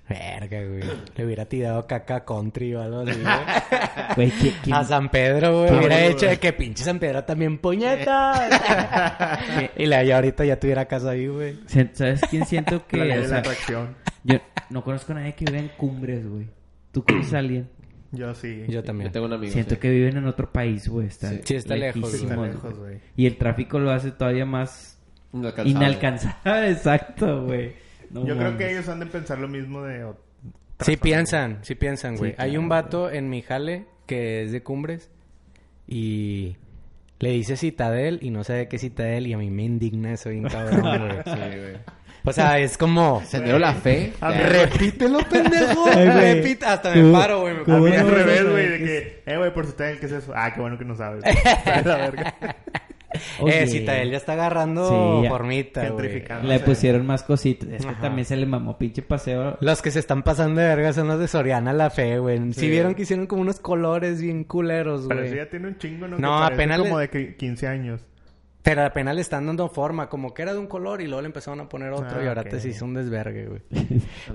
Speaker 1: Verga, güey. Le hubiera tirado caca a country o algo así, güey.
Speaker 2: Güey, ¿qué- quién-
Speaker 1: A San Pedro, güey. Hubiera
Speaker 4: bueno,
Speaker 1: hecho
Speaker 4: güey.
Speaker 1: de que pinche San Pedro también puñeta. y la ya ahorita ya tuviera casa ahí, güey.
Speaker 2: se- ¿Sabes quién siento que...?
Speaker 4: La ley
Speaker 2: o
Speaker 4: de la
Speaker 2: sea,
Speaker 4: atracción.
Speaker 2: Yo no conozco a nadie que viva en cumbres, güey. ¿Tú conoces a alguien?
Speaker 4: Yo sí.
Speaker 1: Yo también.
Speaker 3: Yo tengo un amigo.
Speaker 2: Siento
Speaker 3: sí.
Speaker 2: que viven en otro país, güey. Están
Speaker 3: Sí.
Speaker 1: Sí, está lejos, güey.
Speaker 4: Está
Speaker 2: lejísimos,
Speaker 4: lejos,
Speaker 2: güey.
Speaker 4: güey.
Speaker 2: Y el tráfico lo hace todavía más
Speaker 3: Inalcanzable.
Speaker 2: inalcanzable. Exacto, güey. No
Speaker 4: Yo creo
Speaker 2: mames.
Speaker 4: que ellos han de pensar lo mismo de... ot-
Speaker 1: Sí piensan, sí piensan, güey.
Speaker 2: Sí,
Speaker 1: Hay un
Speaker 2: claro,
Speaker 1: vato en mi jale que es de Cumbres y le dice Citadel y no sabe qué es Citadel y a mí me indigna eso bien cabrón, güey.
Speaker 3: Sí, güey.
Speaker 1: O sea, es como...
Speaker 3: Sendero La Fe.
Speaker 4: A
Speaker 3: Ya.
Speaker 4: ver,
Speaker 1: Repítelo, pendejo.
Speaker 2: Ay, güey.
Speaker 1: Repita. Hasta me
Speaker 2: Tú-
Speaker 1: paro, güey. me
Speaker 2: tú
Speaker 4: A
Speaker 1: paro.
Speaker 4: mí al
Speaker 2: Bueno,
Speaker 4: revés,
Speaker 2: bueno,
Speaker 4: güey,
Speaker 2: güey,
Speaker 4: de que... Eh, güey, por su tal, ¿qué es eso? Ah, qué bueno que no sabes. A la verga.
Speaker 1: Eh,
Speaker 2: Oye,
Speaker 1: Citadel ya está agarrando
Speaker 2: Sí, ya.
Speaker 1: formita, güey.
Speaker 4: Gentrificado.
Speaker 2: Le pusieron más cositas. Es que
Speaker 1: Ajá.
Speaker 2: también se le mamó pinche paseo.
Speaker 1: Los que se están pasando de verga son los de Soriana La Fe, güey. Si
Speaker 3: Sí.
Speaker 1: vieron que hicieron como unos colores bien culeros,
Speaker 4: Pero
Speaker 1: güey.
Speaker 4: sí ya tiene un chingo,
Speaker 1: No,
Speaker 4: ¿no? Que parece
Speaker 1: apenas
Speaker 4: Como
Speaker 1: le-
Speaker 4: de que- 15 años.
Speaker 1: Pero apenas le están dando forma, como que era de un color y luego le empezaron a poner otro
Speaker 4: Ah,
Speaker 1: y ahora
Speaker 4: ok.
Speaker 1: te se hizo un desvergue, güey.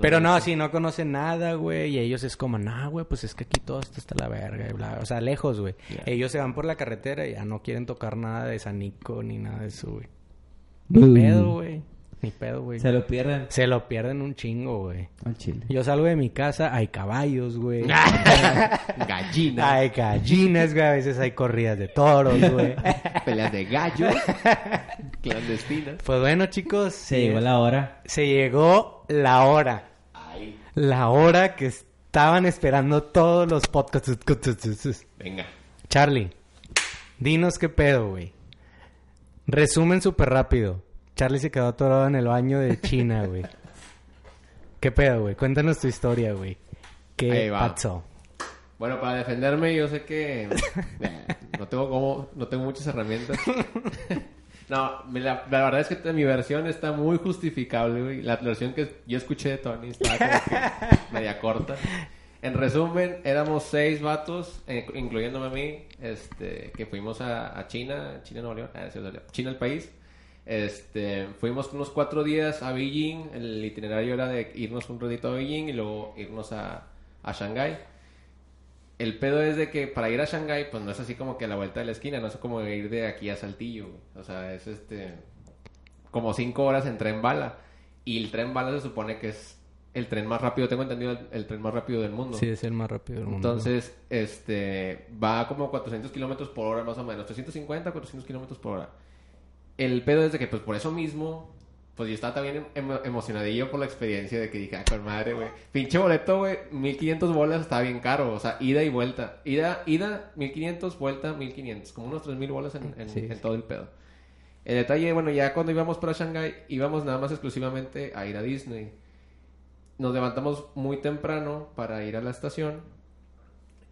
Speaker 1: Pero no, si no conocen nada, güey, y ellos es como, nah, güey, pues es que aquí todo esto está la verga, y bla, o sea, lejos, güey. Ellos se van por la carretera y ya no quieren tocar nada de Sanico ni nada de eso, güey. Ni
Speaker 2: Mm.
Speaker 1: pedo, güey. Ni pedo, güey.
Speaker 2: Se lo pierden.
Speaker 1: Se lo pierden un chingo, güey.
Speaker 2: Al chile.
Speaker 1: Yo salgo de mi casa, hay caballos, güey.
Speaker 3: Gallina.
Speaker 1: hay gallinas, güey. A veces hay corridas de toros, güey.
Speaker 3: Peleas de gallos. clandestinas.
Speaker 1: pues bueno, chicos.
Speaker 2: Se llegó la hora.
Speaker 1: se llegó la hora.
Speaker 3: Ay,
Speaker 1: La hora que estaban esperando todos los podcasts.
Speaker 3: venga.
Speaker 1: Charlie, dinos qué pedo, güey. Resumen súper rápido. Charlie se quedó atorado en el baño de China, güey. ¿Qué pedo, güey? Cuéntanos tu historia, güey.
Speaker 3: Ahí
Speaker 1: ¿Qué
Speaker 3: va.
Speaker 1: pasó?
Speaker 3: Bueno, para defenderme, yo sé que eh, no tengo cómo, no tengo muchas herramientas. No, me la, la verdad es que mi versión está muy justificable, güey. La versión que yo escuché de Tony estaba como que media corta. En resumen, éramos seis vatos, eh, incluyéndome a mí, este, que fuimos a, a China, China Nueva León, ah, sí, Nueva León, China el país. Este, fuimos unos cuatro días a Beijing, el itinerario era de irnos un ratito a Beijing y luego irnos a, a Shanghái. El pedo es de que para ir a Shanghái, pues no es así como que a la vuelta de la esquina, no es como ir de aquí a Saltillo. güey. O sea, es este. como cinco horas en tren bala. Y el tren bala se supone que es el tren más rápido, tengo entendido, el, el tren más rápido del mundo.
Speaker 1: Sí, es el más rápido del mundo.
Speaker 3: Entonces, este, va a como 400 kilómetros por hora más o menos, 350, 400 kilómetros por hora. El pedo es de que, pues, por eso mismo, pues, yo estaba también emo- emocionadillo por la experiencia de que dije, ah, con madre, güey. Pinche boleto, güey, 1500 bolas está bien caro, o sea, ida y vuelta. Ida, ida, 1500, vuelta, 1500, como unos 3000 bolas en, en- en todo el pedo. El detalle, bueno, ya cuando íbamos para Shanghai, íbamos nada más exclusivamente a ir a Disney. Nos levantamos muy temprano para ir a la estación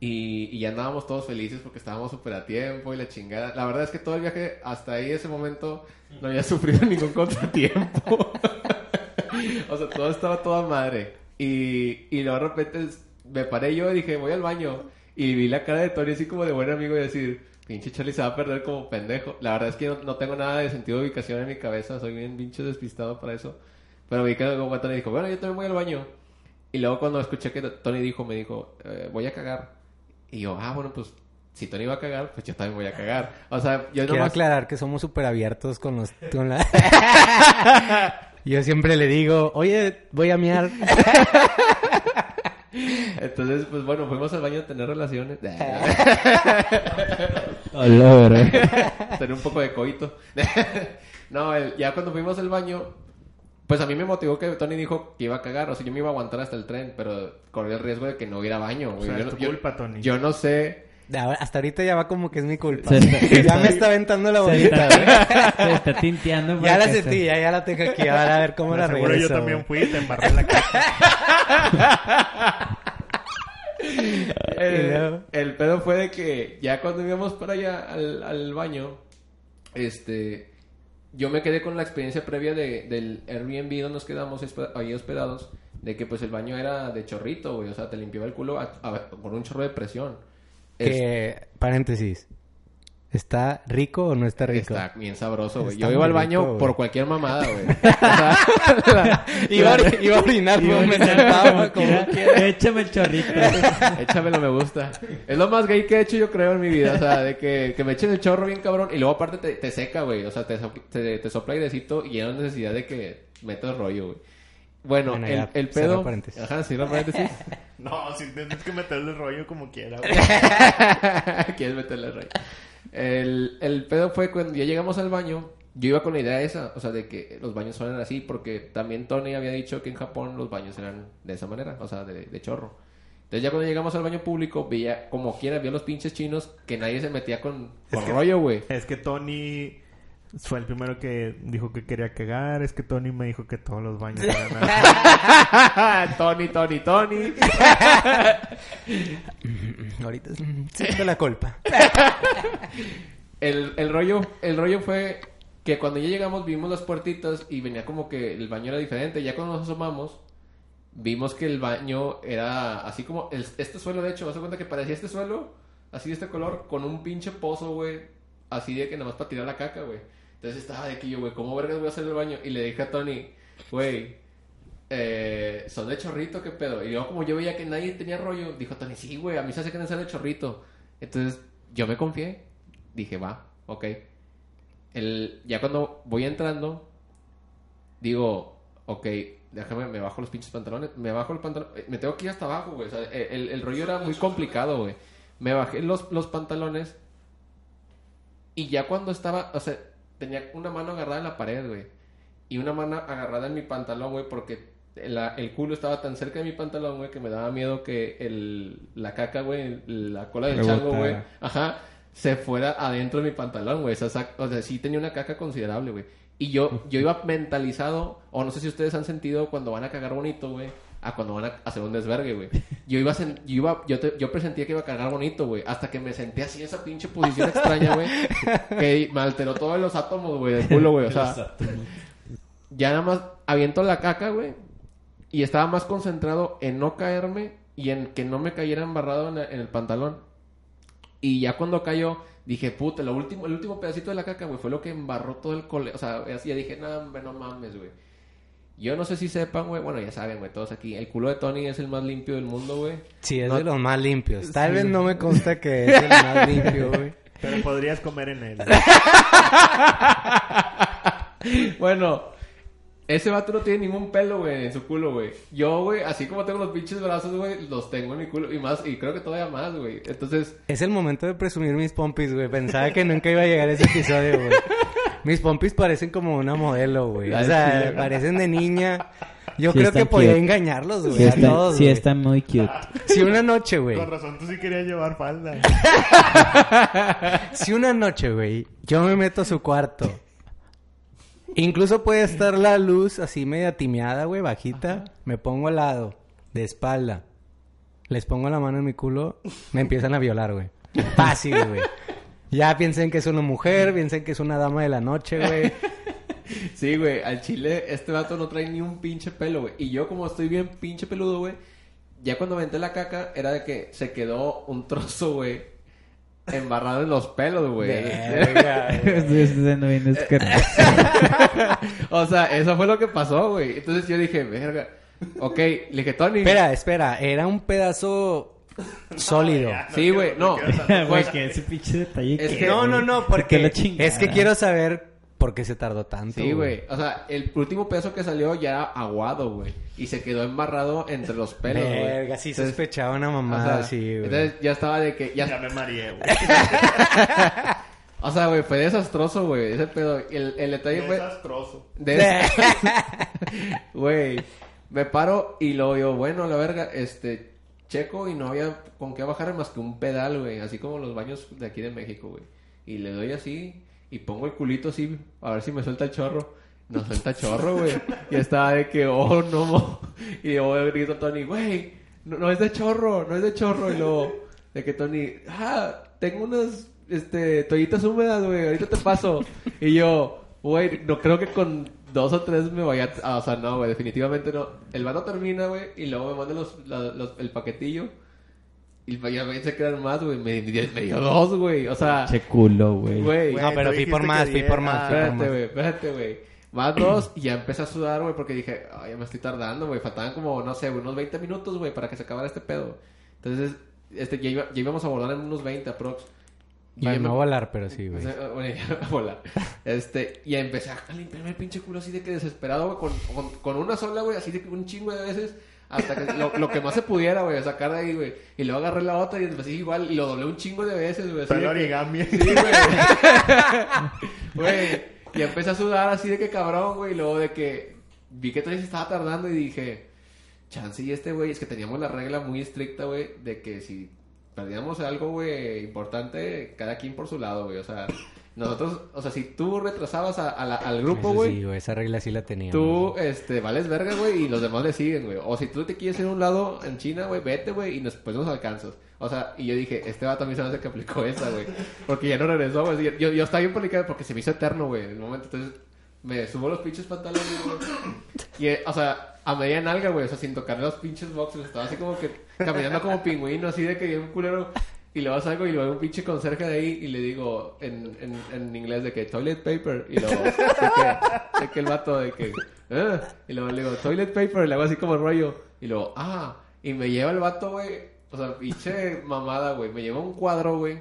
Speaker 3: y, y ya andábamos todos felices porque estábamos súper a tiempo y la chingada. La verdad es que todo el viaje hasta ahí, ese momento, no había sufrido ningún contratiempo. o sea, todo estaba toda madre. Y, y luego de repente es- me paré yo y dije, voy al baño. Y vi la cara de Tony así como de buen amigo y decir, pinche Charlie se va a perder como pendejo. La verdad es que no, no tengo nada de sentido de ubicación en mi cabeza, soy bien pinche despistado para eso. Pero vi que luego Tony dijo, bueno, yo también voy al baño. Y luego cuando escuché que Tony dijo, me dijo, "Eh, voy a cagar. Y yo, ah, bueno, pues si Tony va a cagar, pues yo también voy a cagar. O sea, yo
Speaker 1: Quiero
Speaker 3: nomás...
Speaker 1: aclarar que somos súper abiertos con los... Con la... Yo siempre le digo, oye, voy a miar.
Speaker 3: Entonces, pues bueno, fuimos al baño a tener relaciones.
Speaker 2: Olor.
Speaker 3: tener un poco de coito. no, el- ya cuando fuimos al baño, pues a mí me motivó que Tony dijo que iba a cagar. O sea, yo me iba a aguantar hasta el tren, pero corría el riesgo de que no hubiera baño. güey.
Speaker 4: sea,
Speaker 3: yo,
Speaker 4: es
Speaker 3: no-
Speaker 4: tu
Speaker 3: yo-
Speaker 4: culpa, Tony.
Speaker 3: Yo no sé.
Speaker 1: Ahora- Hasta ahorita ya va como que es mi culpa.
Speaker 2: Se está- se
Speaker 1: ya
Speaker 2: está-
Speaker 1: me está aventando la
Speaker 2: Se
Speaker 1: bolita.
Speaker 2: está, se está tinteando. para
Speaker 1: Ya la
Speaker 2: que se-
Speaker 1: sentí, ya, ya la tengo aquí. Ahora a ver cómo la
Speaker 4: Seguro
Speaker 1: regreso.
Speaker 4: yo también fui y te embarré en la cara.
Speaker 3: Eh,
Speaker 1: Y luego-
Speaker 3: el pedo fue de que ya cuando íbamos para allá al, al baño, este, yo me quedé con la experiencia previa de, del Airbnb donde nos quedamos hosp- ahí hospedados, de que pues el baño era de chorrito, güey, o sea, te limpiaba el culo a- a- con un chorro de presión. Es-
Speaker 1: Que, paréntesis. ¿Está rico o no está rico?
Speaker 3: Está bien sabroso, güey.
Speaker 1: Está
Speaker 3: Yo iba al
Speaker 1: muy
Speaker 3: baño
Speaker 1: rico, güey.
Speaker 3: por cualquier mamada, güey. O sea, la-
Speaker 1: Iba, a- iba a orinar,
Speaker 2: Iba
Speaker 1: pero
Speaker 2: a
Speaker 1: me
Speaker 2: orinar
Speaker 1: sentaba
Speaker 2: como
Speaker 1: como
Speaker 2: quiera.
Speaker 1: quiera.
Speaker 2: Échame el chorrito.
Speaker 3: Échamelo, me gusta. Es lo más gay que he hecho, yo creo, en mi vida. O sea, de que, que me echen el chorro bien cabrón. Y luego, aparte, te, te seca, güey. O sea, te, so- te, te sopla airecito y ya no hay necesidad de que metas rollo, güey. Bueno,
Speaker 1: Bueno,
Speaker 3: el,
Speaker 1: ya,
Speaker 3: el
Speaker 1: cierra
Speaker 3: pedo.
Speaker 1: paréntesis.
Speaker 3: Ajá, cierra paréntesis.
Speaker 4: No, si tienes que meterle rollo como quiera, güey.
Speaker 3: Quieres meterle rey. El, el pedo fue cuando ya llegamos al baño. Yo iba con la idea esa, o sea, de que los baños fueran así, porque también Tony había dicho que en Japón los baños eran de esa manera, o sea, de, de chorro. Entonces ya cuando llegamos al baño público, veía, como quiera, veía los pinches chinos que nadie se metía con,
Speaker 4: Es
Speaker 3: con
Speaker 4: que-
Speaker 3: rollo, güey.
Speaker 4: Es que Tony fue el primero que dijo que quería cagar. Es que Tony me dijo que todos los baños eran así.
Speaker 3: Tony, Tony, Tony.
Speaker 1: Ahorita siento la culpa.
Speaker 3: El, el rollo, el rollo fue que cuando ya llegamos vimos las puertitas y venía como que el baño era diferente. Ya cuando nos asomamos, vimos que el baño era así como el- este suelo, de hecho, vas a cuenta que parecía este suelo, así de este color, con un pinche pozo, güey. Así de que nada más para tirar la caca, güey. Entonces estaba de aquí yo, güey, ¿cómo vergas voy a hacer el baño? Y le dije a Tony, güey, eh, son de chorrito, qué pedo. Y yo, como yo veía que nadie tenía rollo, dijo Tony, sí, güey, a mí se hace que no sea de chorrito. Entonces, yo me confié. Dije, va, ok. El, ya cuando voy entrando, digo, ok, déjame, me bajo los pinches pantalones, me bajo el pantalón, eh, me tengo que ir hasta abajo, güey. O sea, e, el, el rollo era muy complicado, güey. Me bajé los, los pantalones y ya cuando estaba, o sea, tenía una mano agarrada en la pared, güey. Y una mano agarrada en mi pantalón, güey, porque la- el culo estaba tan cerca de mi pantalón, güey, que me daba miedo que el, la caca, güey, la cola del
Speaker 2: Rebotara.
Speaker 3: chango, güey, ajá, se fuera adentro de mi pantalón, güey. O sea, sac- o sea, sí tenía una caca considerable, güey. Y yo, yo iba mentalizado, o no sé si ustedes han sentido cuando van a cagar bonito, güey, a cuando van a hacer un desvergue, güey. Yo iba, a sen- yo, iba yo, te- yo presentía que iba a cagar bonito, güey, hasta que me senté así en esa pinche posición extraña, güey, que me alteró todos los átomos, güey, del culo, güey. O sea, ya nada más aviento la caca, güey, y estaba más concentrado en no caerme y en que no me cayera embarrado en, en el pantalón. Y ya cuando cayó, dije, puta, lo último, el último pedacito de la caca, güey, fue lo que embarró todo el cole. O sea, así ya dije, no, hombre, no mames, güey. Yo no sé si sepan, güey. Bueno, ya saben, güey, todos aquí. El culo de Tony es el más limpio del mundo, güey.
Speaker 1: Sí, es
Speaker 3: No-
Speaker 1: de los más limpios. Tal vez no me consta que es el más limpio, güey.
Speaker 4: Pero podrías comer en él.
Speaker 3: bueno, ese vato no tiene ningún pelo, güey, en su culo, güey. Yo, güey, así como tengo los pinches brazos, güey, los tengo en mi culo. Y más, y creo que todavía más, güey. Entonces,
Speaker 1: Es el momento de presumir mis pompis, güey. Pensaba que nunca iba a llegar ese episodio, güey. Mis pompis parecen como una modelo, güey. O
Speaker 3: Ay, sí,
Speaker 1: sea,
Speaker 3: güey.
Speaker 1: parecen de niña. Yo
Speaker 2: Sí
Speaker 1: creo
Speaker 2: están
Speaker 1: que podía
Speaker 2: cute.
Speaker 1: engañarlos, güey.
Speaker 2: Sí,
Speaker 1: a
Speaker 2: está,
Speaker 1: todos,
Speaker 2: sí
Speaker 1: güey.
Speaker 2: está muy cute.
Speaker 1: Si una noche, güey.
Speaker 4: Con razón, tú sí querías llevar falda.
Speaker 1: Si una noche, güey, yo me meto a su cuarto. Incluso puede estar la luz así media timeada, güey, bajita. Me pongo al lado, de espalda. Les pongo la mano en mi culo, me empiezan a violar, güey. Fácil, güey. Ya piensen que es una mujer, piensen que es una dama de la noche, güey.
Speaker 3: Sí, güey, al chile este vato no trae ni un pinche pelo, güey. Y yo como estoy bien pinche peludo, güey, ya cuando aventé la caca era de que se quedó un trozo, güey, embarrado en los pelos, güey.
Speaker 2: Estoy haciendo bien escarnoso.
Speaker 3: o sea, eso fue lo que pasó, güey. Entonces yo dije, verga. Ok, le dije, Tony.
Speaker 1: Espera, espera, era un pedazo sólido.
Speaker 3: Sí, güey, no.
Speaker 2: Güey,
Speaker 3: Pues,
Speaker 2: que ese pinche detalle.
Speaker 3: Es
Speaker 2: ¿qué,
Speaker 3: que-
Speaker 1: No,
Speaker 2: güey?
Speaker 1: no, no,
Speaker 2: ¿Por
Speaker 1: porque
Speaker 2: qué la chingada?
Speaker 1: es que quiero saber por qué se tardó tanto.
Speaker 3: Sí, güey. O sea, el último pedazo que salió ya era aguado, güey. Y se quedó embarrado entre los pelos, güey.
Speaker 1: Verga, sí
Speaker 3: Entonces,
Speaker 1: sospechaba una
Speaker 3: o
Speaker 1: mamada,
Speaker 3: sea,
Speaker 1: sí, güey.
Speaker 3: Entonces ya estaba de que ya
Speaker 4: Ya me mareé, güey.
Speaker 3: O sea, güey, fue desastroso, güey. Ese pedo. El, el detalle fue.
Speaker 4: Desastroso.
Speaker 3: de- Güey. Me paro y lo yo, bueno, la verga, este. Checo y no había con qué bajar más que un pedal, güey. Así como los baños de aquí de México, güey. Y le doy así y pongo el culito así, a ver si me suelta el chorro. No suelta chorro, güey. Y estaba de que, oh, no. mo. Y yo grito a Tony, güey, no, no es de chorro, no es de chorro. Y luego, de que Tony, ah, tengo unas este, toallitas húmedas, güey, ahorita te paso. Y yo, güey, no creo que con dos o tres me vaya a... ah, o sea, no, güey, definitivamente no. El vato termina, güey, y luego me manda los, la- los- el paquetillo. Y ya me se quedan más, güey. Me, me dio dos, güey. O sea,
Speaker 2: Che culo, güey.
Speaker 3: güey.
Speaker 1: No, pero
Speaker 4: tú
Speaker 1: fui por
Speaker 4: dijiste
Speaker 1: más,
Speaker 4: que
Speaker 1: fui por más,
Speaker 4: diera-
Speaker 1: fui por
Speaker 3: Espérate,
Speaker 1: más.
Speaker 3: güey, espérate, güey. Más dos y ya empecé a sudar, güey, porque dije, ay, ya me estoy tardando, güey. Faltaban como, no sé, unos 20 minutos, güey, para que se acabara este pedo. Entonces, este, ya, iba- ya íbamos a volar en unos 20 aprox. Y
Speaker 1: Bueno,
Speaker 3: yo me-
Speaker 1: no volar, pero sí,
Speaker 3: o
Speaker 1: güey.
Speaker 3: sea, ah, bueno, ya, hola. Este, y empecé a limpiarme el pinche culo así de que desesperado, güey, con, con, con una sola, güey, así de que un chingo de veces. Hasta que lo, lo que más se pudiera, güey, sacar de ahí, güey. Y luego agarré la otra y después sí, igual, y lo doblé un chingo de veces, güey. así
Speaker 4: Soy
Speaker 3: de que-
Speaker 4: origami.
Speaker 3: Sí, güey. Güey, y empecé a sudar así de que cabrón, güey. Y luego de que vi que todavía se estaba tardando y dije, chance y este, güey, es que teníamos la regla muy estricta, güey, de que si perdíamos algo, güey, importante, cada quien por su lado, güey. O sea, nosotros, o sea, si tú retrasabas a- a la- al grupo,
Speaker 1: Eso
Speaker 3: güey.
Speaker 1: sí, güey, esa regla sí la tenía.
Speaker 3: Tú, este, vales verga, güey, y los demás le siguen, güey. O si tú te quieres ir a un lado en China, güey, vete, güey, y después nos alcanzas. O sea, y yo dije, este vato a mí se me hace que aplicó esa, güey. Porque ya no regresó, güey. Yo, yo, yo estaba bien publicado porque se me hizo eterno, güey, en el momento. Entonces, me subo los pinches pantalones, güey. Y, eh, o sea, a media nalga, güey, o sea, sin tocar los pinches boxes. Estaba así como que caminando como pingüino, así de que bien culero. Y luego salgo y luego un pinche conserje de ahí y le digo en, en, en inglés de que toilet paper. Y luego, de que, de que el vato de que. "Ah", Y luego le digo toilet paper. Y le hago así como rollo. Y luego, ah. Y me lleva el vato, güey. O sea, pinche mamada, güey. Me lleva un cuadro, güey.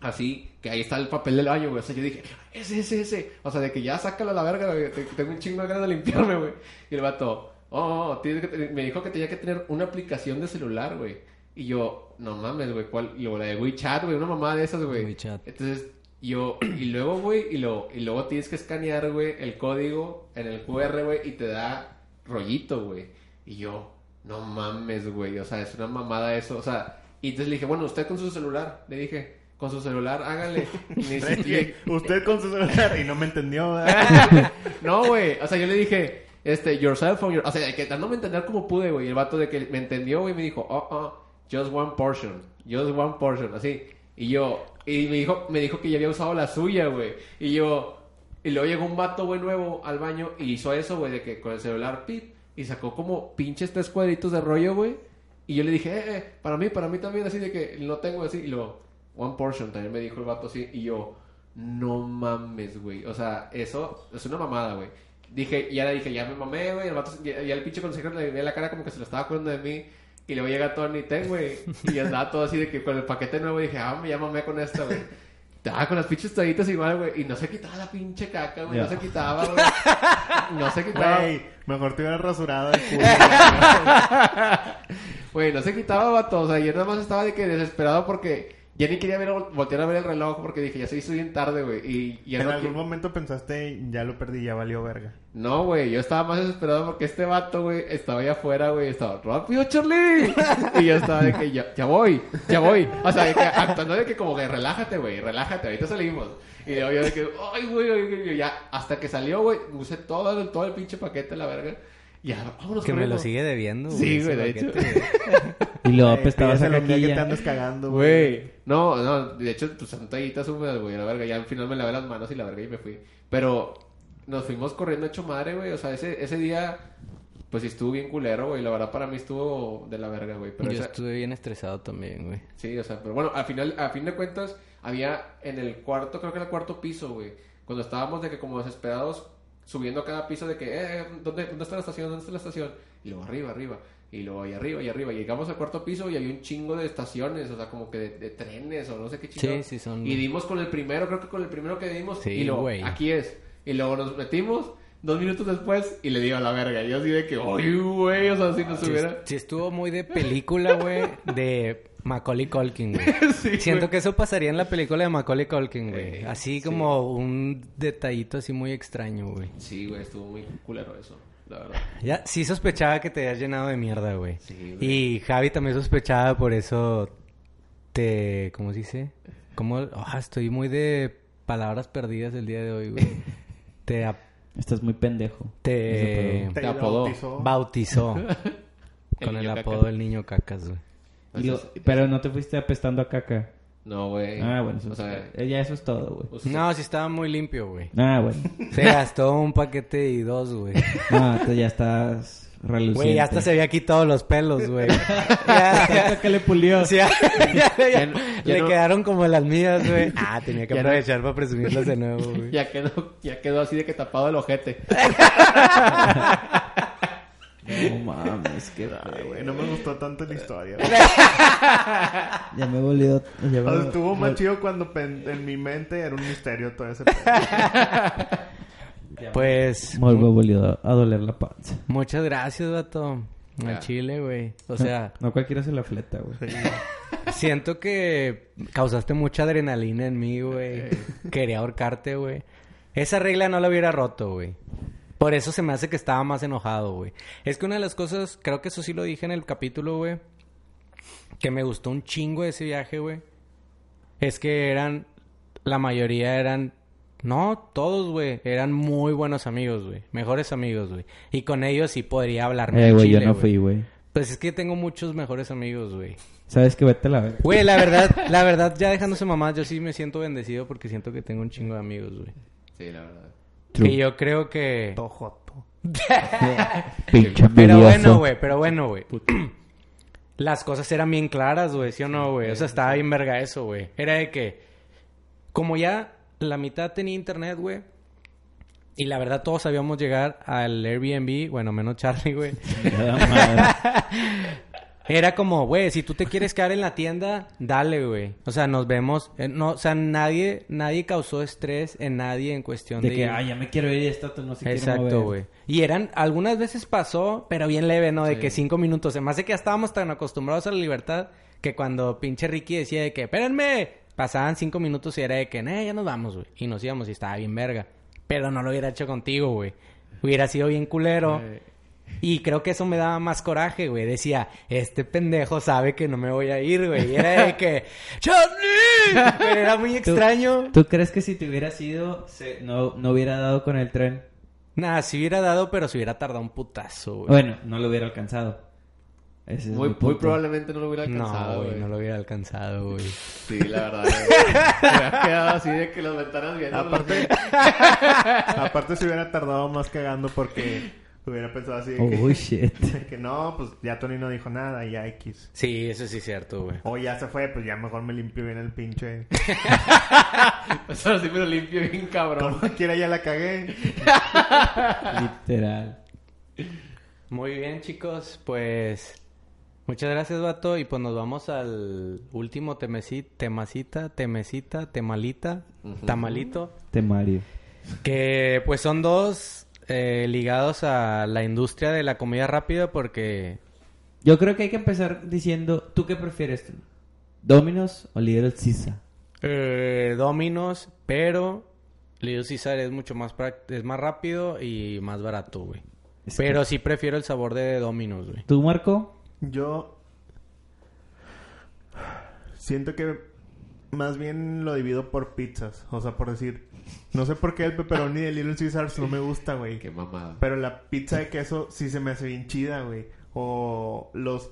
Speaker 3: Así, que ahí está el papel del baño, güey. O sea, yo dije, ese, ese, ese. O sea, de que ya sácalo a la verga, güey. Te- Tengo un chingo de ganas de limpiarme, güey. Y el vato, oh, oh, tienes que te- me dijo que tenía que tener una aplicación de celular, güey. Y yo, no mames, güey, ¿cuál? Y luego la de WeChat, güey, una mamá de esas, güey.
Speaker 1: WeChat.
Speaker 3: Entonces, yo, y luego, güey, y, lo, y luego tienes que escanear, güey, el código en el QR, güey, y te da rollito, güey. Y yo, no mames, güey, o sea, es una mamada eso, o sea. Y entonces le dije, bueno, usted con su celular, le dije, con su celular, hágale. Y ni
Speaker 4: Es
Speaker 3: siquiera-
Speaker 4: que Usted con su celular y no me entendió, ¿verdad?
Speaker 3: no, güey. O sea, yo le dije, este, your cell phone, your- O sea, que dándome a entender como pude, güey. El vato de que me entendió, güey, me dijo, oh, oh, just one portion. Just one portion, así. Y yo, y me dijo, me dijo que ya había usado la suya, güey. Y yo, y luego llegó un vato, güey, nuevo al baño y hizo eso, güey, de que con el celular, pip, y sacó como pinches tres cuadritos de rollo, güey. Y yo le dije, eh, eh, para mí, para mí también, así de que no tengo así. Y luego, one portion, también me dijo el vato así. Y yo, no mames, güey. O sea, eso es una mamada, güey. Dije, ya le dije, ya me mamé, güey. El vato, ya, ya el pinche consejero le veía la cara como que se lo estaba acordando de mí. Y luego llega Tony Ten, güey. Y andaba todo así de que con el paquete nuevo dije, ah, me ya mamé con esta, güey. Estaba con las pinches toallitas igual, güey. Y no se quitaba la pinche caca, güey. No
Speaker 2: Ya.
Speaker 3: se quitaba, güey. No se quitaba.
Speaker 4: Güey, mejor te hubieras rasurado el culo.
Speaker 3: Güey, no se quitaba, vato. O sea, yo nada más estaba de que desesperado porque ya ni quería ver, voltear a ver el reloj porque dije, ya se hizo bien tarde, güey. Y, y ya
Speaker 4: en
Speaker 3: no
Speaker 4: algún
Speaker 3: qui-
Speaker 4: momento pensaste, ya lo perdí, ya valió verga.
Speaker 3: No, güey, yo estaba más desesperado porque este vato, güey, estaba allá afuera, güey, estaba rápido, Charlie. Y yo estaba de que ya, ya voy, ya voy. O sea, de que actuando de que como que relájate, güey, relájate, ahorita salimos. Y luego yo de que, ay, güey, ay, güey, y ya, hasta que salió, güey, usé todo, el- todo el pinche paquete, la verga. Y ya, vámonos,
Speaker 1: Que me lo
Speaker 3: corriendo.
Speaker 1: sigue debiendo,
Speaker 3: Sí,
Speaker 1: ese
Speaker 3: güey, de hecho.
Speaker 1: paquete.
Speaker 2: Y
Speaker 1: eh,
Speaker 2: luego
Speaker 4: Güey,
Speaker 2: apestabas a
Speaker 4: pídeselo un día que te
Speaker 2: caquilla.
Speaker 4: andas cagando,
Speaker 3: Güey, no, no, de hecho, tus son toallitas húmedas, güey, la verga. Ya al final me lavé las manos y la verga y me fui. Pero nos fuimos corriendo hecho madre, güey. O sea, ese, ese día, pues sí estuvo bien culero, güey. La verdad, para mí estuvo de la verga, güey. Pero
Speaker 1: Yo
Speaker 3: esa-
Speaker 1: estuve bien estresado también, güey.
Speaker 3: Sí, o sea, pero bueno, al final, a fin de cuentas, había en el cuarto, creo que en el cuarto piso, güey. Cuando estábamos de que como desesperados, subiendo a cada piso de que, eh, eh, ¿dónde, ¿dónde está la estación? ¿Dónde está la estación? Y luego arriba, arriba. Y luego ahí arriba, y arriba. Y llegamos al cuarto piso y había un chingo de estaciones, o sea, como que de, de trenes o no sé qué chingo.
Speaker 1: Sí, sí, son-
Speaker 3: Y dimos con el primero, creo que con el primero que dimos.
Speaker 1: Sí,
Speaker 3: y luego,
Speaker 1: güey.
Speaker 3: aquí es. Y luego nos metimos, dos minutos después, y le digo a la verga. Y yo así de que, oye, güey, o sea, si nos
Speaker 1: Sí,
Speaker 3: hubiera...
Speaker 1: sí estuvo muy de película, güey, de Macaulay Culkin, güey.
Speaker 3: Sí,
Speaker 1: Siento
Speaker 3: güey.
Speaker 1: que eso pasaría en la película de Macaulay Culkin, güey.
Speaker 3: Eh,
Speaker 1: así como un detallito así muy extraño, güey.
Speaker 3: Sí, güey, estuvo muy culero eso, la verdad.
Speaker 1: Ya, sí sospechaba que te habías llenado de mierda, güey.
Speaker 3: Sí, güey.
Speaker 1: y Javi también sospechaba, por eso te... ¿Cómo se dice? ¿Cómo? Ah, estoy muy de palabras perdidas el día de hoy, güey. te ap-
Speaker 2: Estás muy pendejo.
Speaker 1: te
Speaker 2: Eso,
Speaker 4: Te,
Speaker 3: Te apodó.
Speaker 4: bautizó.
Speaker 1: bautizó
Speaker 3: El
Speaker 1: con el
Speaker 3: niño cacas.
Speaker 1: apodo del niño cacas, güey.
Speaker 2: pero- Y lo- Pero no te fuiste apestando a caca.
Speaker 3: No, güey.
Speaker 2: Ah, bueno. Eso
Speaker 3: O sea,
Speaker 2: eh, ya eso es todo, güey.
Speaker 3: o sea,
Speaker 1: No, sí estaba muy limpio, güey.
Speaker 2: Ah, bueno.
Speaker 1: Se gastó un paquete y dos, güey.
Speaker 2: Ah, entonces ya estás reluciente.
Speaker 1: Güey, hasta se había quitado los pelos, güey.
Speaker 2: Tanto
Speaker 1: Ya,
Speaker 2: que le pulió.
Speaker 1: o sea, ya- ya-
Speaker 3: Ya no- ya
Speaker 1: le
Speaker 3: no-
Speaker 1: quedaron como las mías, güey. Ah, tenía que
Speaker 3: Ya no-
Speaker 1: aprovechar para presumirlas de nuevo, güey.
Speaker 3: ya quedó, ya quedó así de que tapado el ojete.
Speaker 2: No mames, qué
Speaker 4: Ay,
Speaker 2: feo.
Speaker 4: güey, no me gustó tanto la historia. güey.
Speaker 2: Ya me he volvido. Ya
Speaker 4: O sea,
Speaker 2: me
Speaker 4: estuvo más chido cuando pen- en mi mente era un misterio todo ese pedo.
Speaker 1: Pues,
Speaker 2: Me he volvido a doler la panza.
Speaker 1: muchas Pues, gracias, vato. Al
Speaker 3: Ya.
Speaker 1: chile, güey. O sea,
Speaker 2: No, cualquiera se la fleta, güey.
Speaker 1: siento que causaste mucha adrenalina en mí, güey. Quería ahorcarte, güey. Esa regla no la hubiera roto, güey. Por eso se me hace que estaba más enojado, güey. Es que una de las cosas, creo que eso sí lo dije en el capítulo, güey, que me gustó un chingo de ese viaje, güey, es que eran, la mayoría eran, no, todos, güey, eran muy buenos amigos, güey, mejores amigos, güey. Y con ellos sí podría hablarme.
Speaker 2: Eh,
Speaker 1: al
Speaker 2: güey, yo
Speaker 1: chile,
Speaker 2: no
Speaker 1: güey.
Speaker 2: fui, güey.
Speaker 1: Pues es que tengo muchos mejores amigos, güey.
Speaker 2: Sabes que vete a la verga.
Speaker 1: Güey, la verdad, la verdad, ya dejándose mamás, yo sí me siento bendecido porque siento que tengo un chingo de amigos, güey.
Speaker 3: Sí, la verdad.
Speaker 2: True.
Speaker 1: Y yo creo que...
Speaker 4: Tojoto.
Speaker 2: Pinche
Speaker 1: Pero
Speaker 2: envidioso.
Speaker 1: bueno, güey, pero bueno, güey. Las cosas eran bien claras, güey, ¿sí o no, güey? O sea, estaba bien verga eso, güey. Era de que, como ya la mitad tenía internet, güey, y la verdad todos sabíamos llegar al Airbnb, bueno, menos Charlie, güey.
Speaker 2: Nada más.
Speaker 1: Era como, güey, si tú te quieres quedar en la tienda, dale, güey. O sea, nos vemos. Eh, No, o sea, nadie, nadie causó estrés en nadie en cuestión de,
Speaker 2: De que,
Speaker 1: ir.
Speaker 2: ah, ya me quiero ir y esta no se quiere
Speaker 1: Exacto,
Speaker 2: mover.
Speaker 1: güey. Y eran, algunas veces pasó, pero bien leve, ¿no? De
Speaker 3: Sí.
Speaker 1: que cinco minutos. Se me hace que ya estábamos tan acostumbrados a la libertad que cuando pinche Ricky decía de que, espérenme, pasaban cinco minutos y era de que, "Nah, ya nos vamos, güey. Y nos íbamos y estaba bien verga. Pero no lo hubiera hecho contigo, güey. Hubiera sido bien culero. Y creo que eso me daba más coraje, güey. Decía, este pendejo sabe que no me voy a ir, güey. Y era de que, ¡Charlie! Pero era muy extraño.
Speaker 2: ¿Tú crees que si te hubiera sido, se- no, no hubiera dado con el tren?
Speaker 1: Nada, si hubiera dado, pero se hubiera tardado un putazo, güey.
Speaker 2: Bueno, no lo hubiera alcanzado. Ese es
Speaker 3: Muy,
Speaker 2: mi
Speaker 3: muy
Speaker 2: punto.
Speaker 3: probablemente no lo hubiera
Speaker 1: No,
Speaker 3: alcanzado,
Speaker 1: güey,
Speaker 3: güey.
Speaker 1: no lo hubiera alcanzado, güey.
Speaker 3: Sí, la verdad. güey. Me ha quedado así de que las ventanas viendo.
Speaker 4: Aparte, aparte se hubiera tardado más cagando porque hubiera pensado así de que,
Speaker 2: Oh, shit.
Speaker 4: de que no, pues ya Tony no dijo nada, ya X.
Speaker 1: Sí, eso sí es cierto, güey.
Speaker 4: O ya se fue, pues ya mejor me limpio bien el pinche.
Speaker 3: Eso sí me lo limpio bien cabrón.
Speaker 4: Como quiera ya la cagué.
Speaker 2: Literal.
Speaker 1: Muy bien, chicos, pues muchas gracias, vato. Y pues nos vamos al último temeci- temacita, temecita, temalita, tamalito.
Speaker 2: Temario.
Speaker 1: Que pues son dos eh, ligados a la industria de la comida rápida porque...
Speaker 2: Yo creo que hay que empezar diciendo, ¿tú qué prefieres? ¿Dominos o Little Caesar?
Speaker 1: Eh, Dominos, pero Little Caesar es mucho más prac- es más rápido y más barato, güey.
Speaker 2: Es que-
Speaker 1: Pero sí prefiero el sabor de Dominos, güey.
Speaker 2: ¿Tú, Marco?
Speaker 4: Yo siento que más bien lo divido por pizzas. O sea, por decir, no sé por qué el pepperoni de Little Caesars no me gusta, güey.
Speaker 3: Qué mamada.
Speaker 4: Pero la pizza de queso sí se me hace bien chida, güey. O los...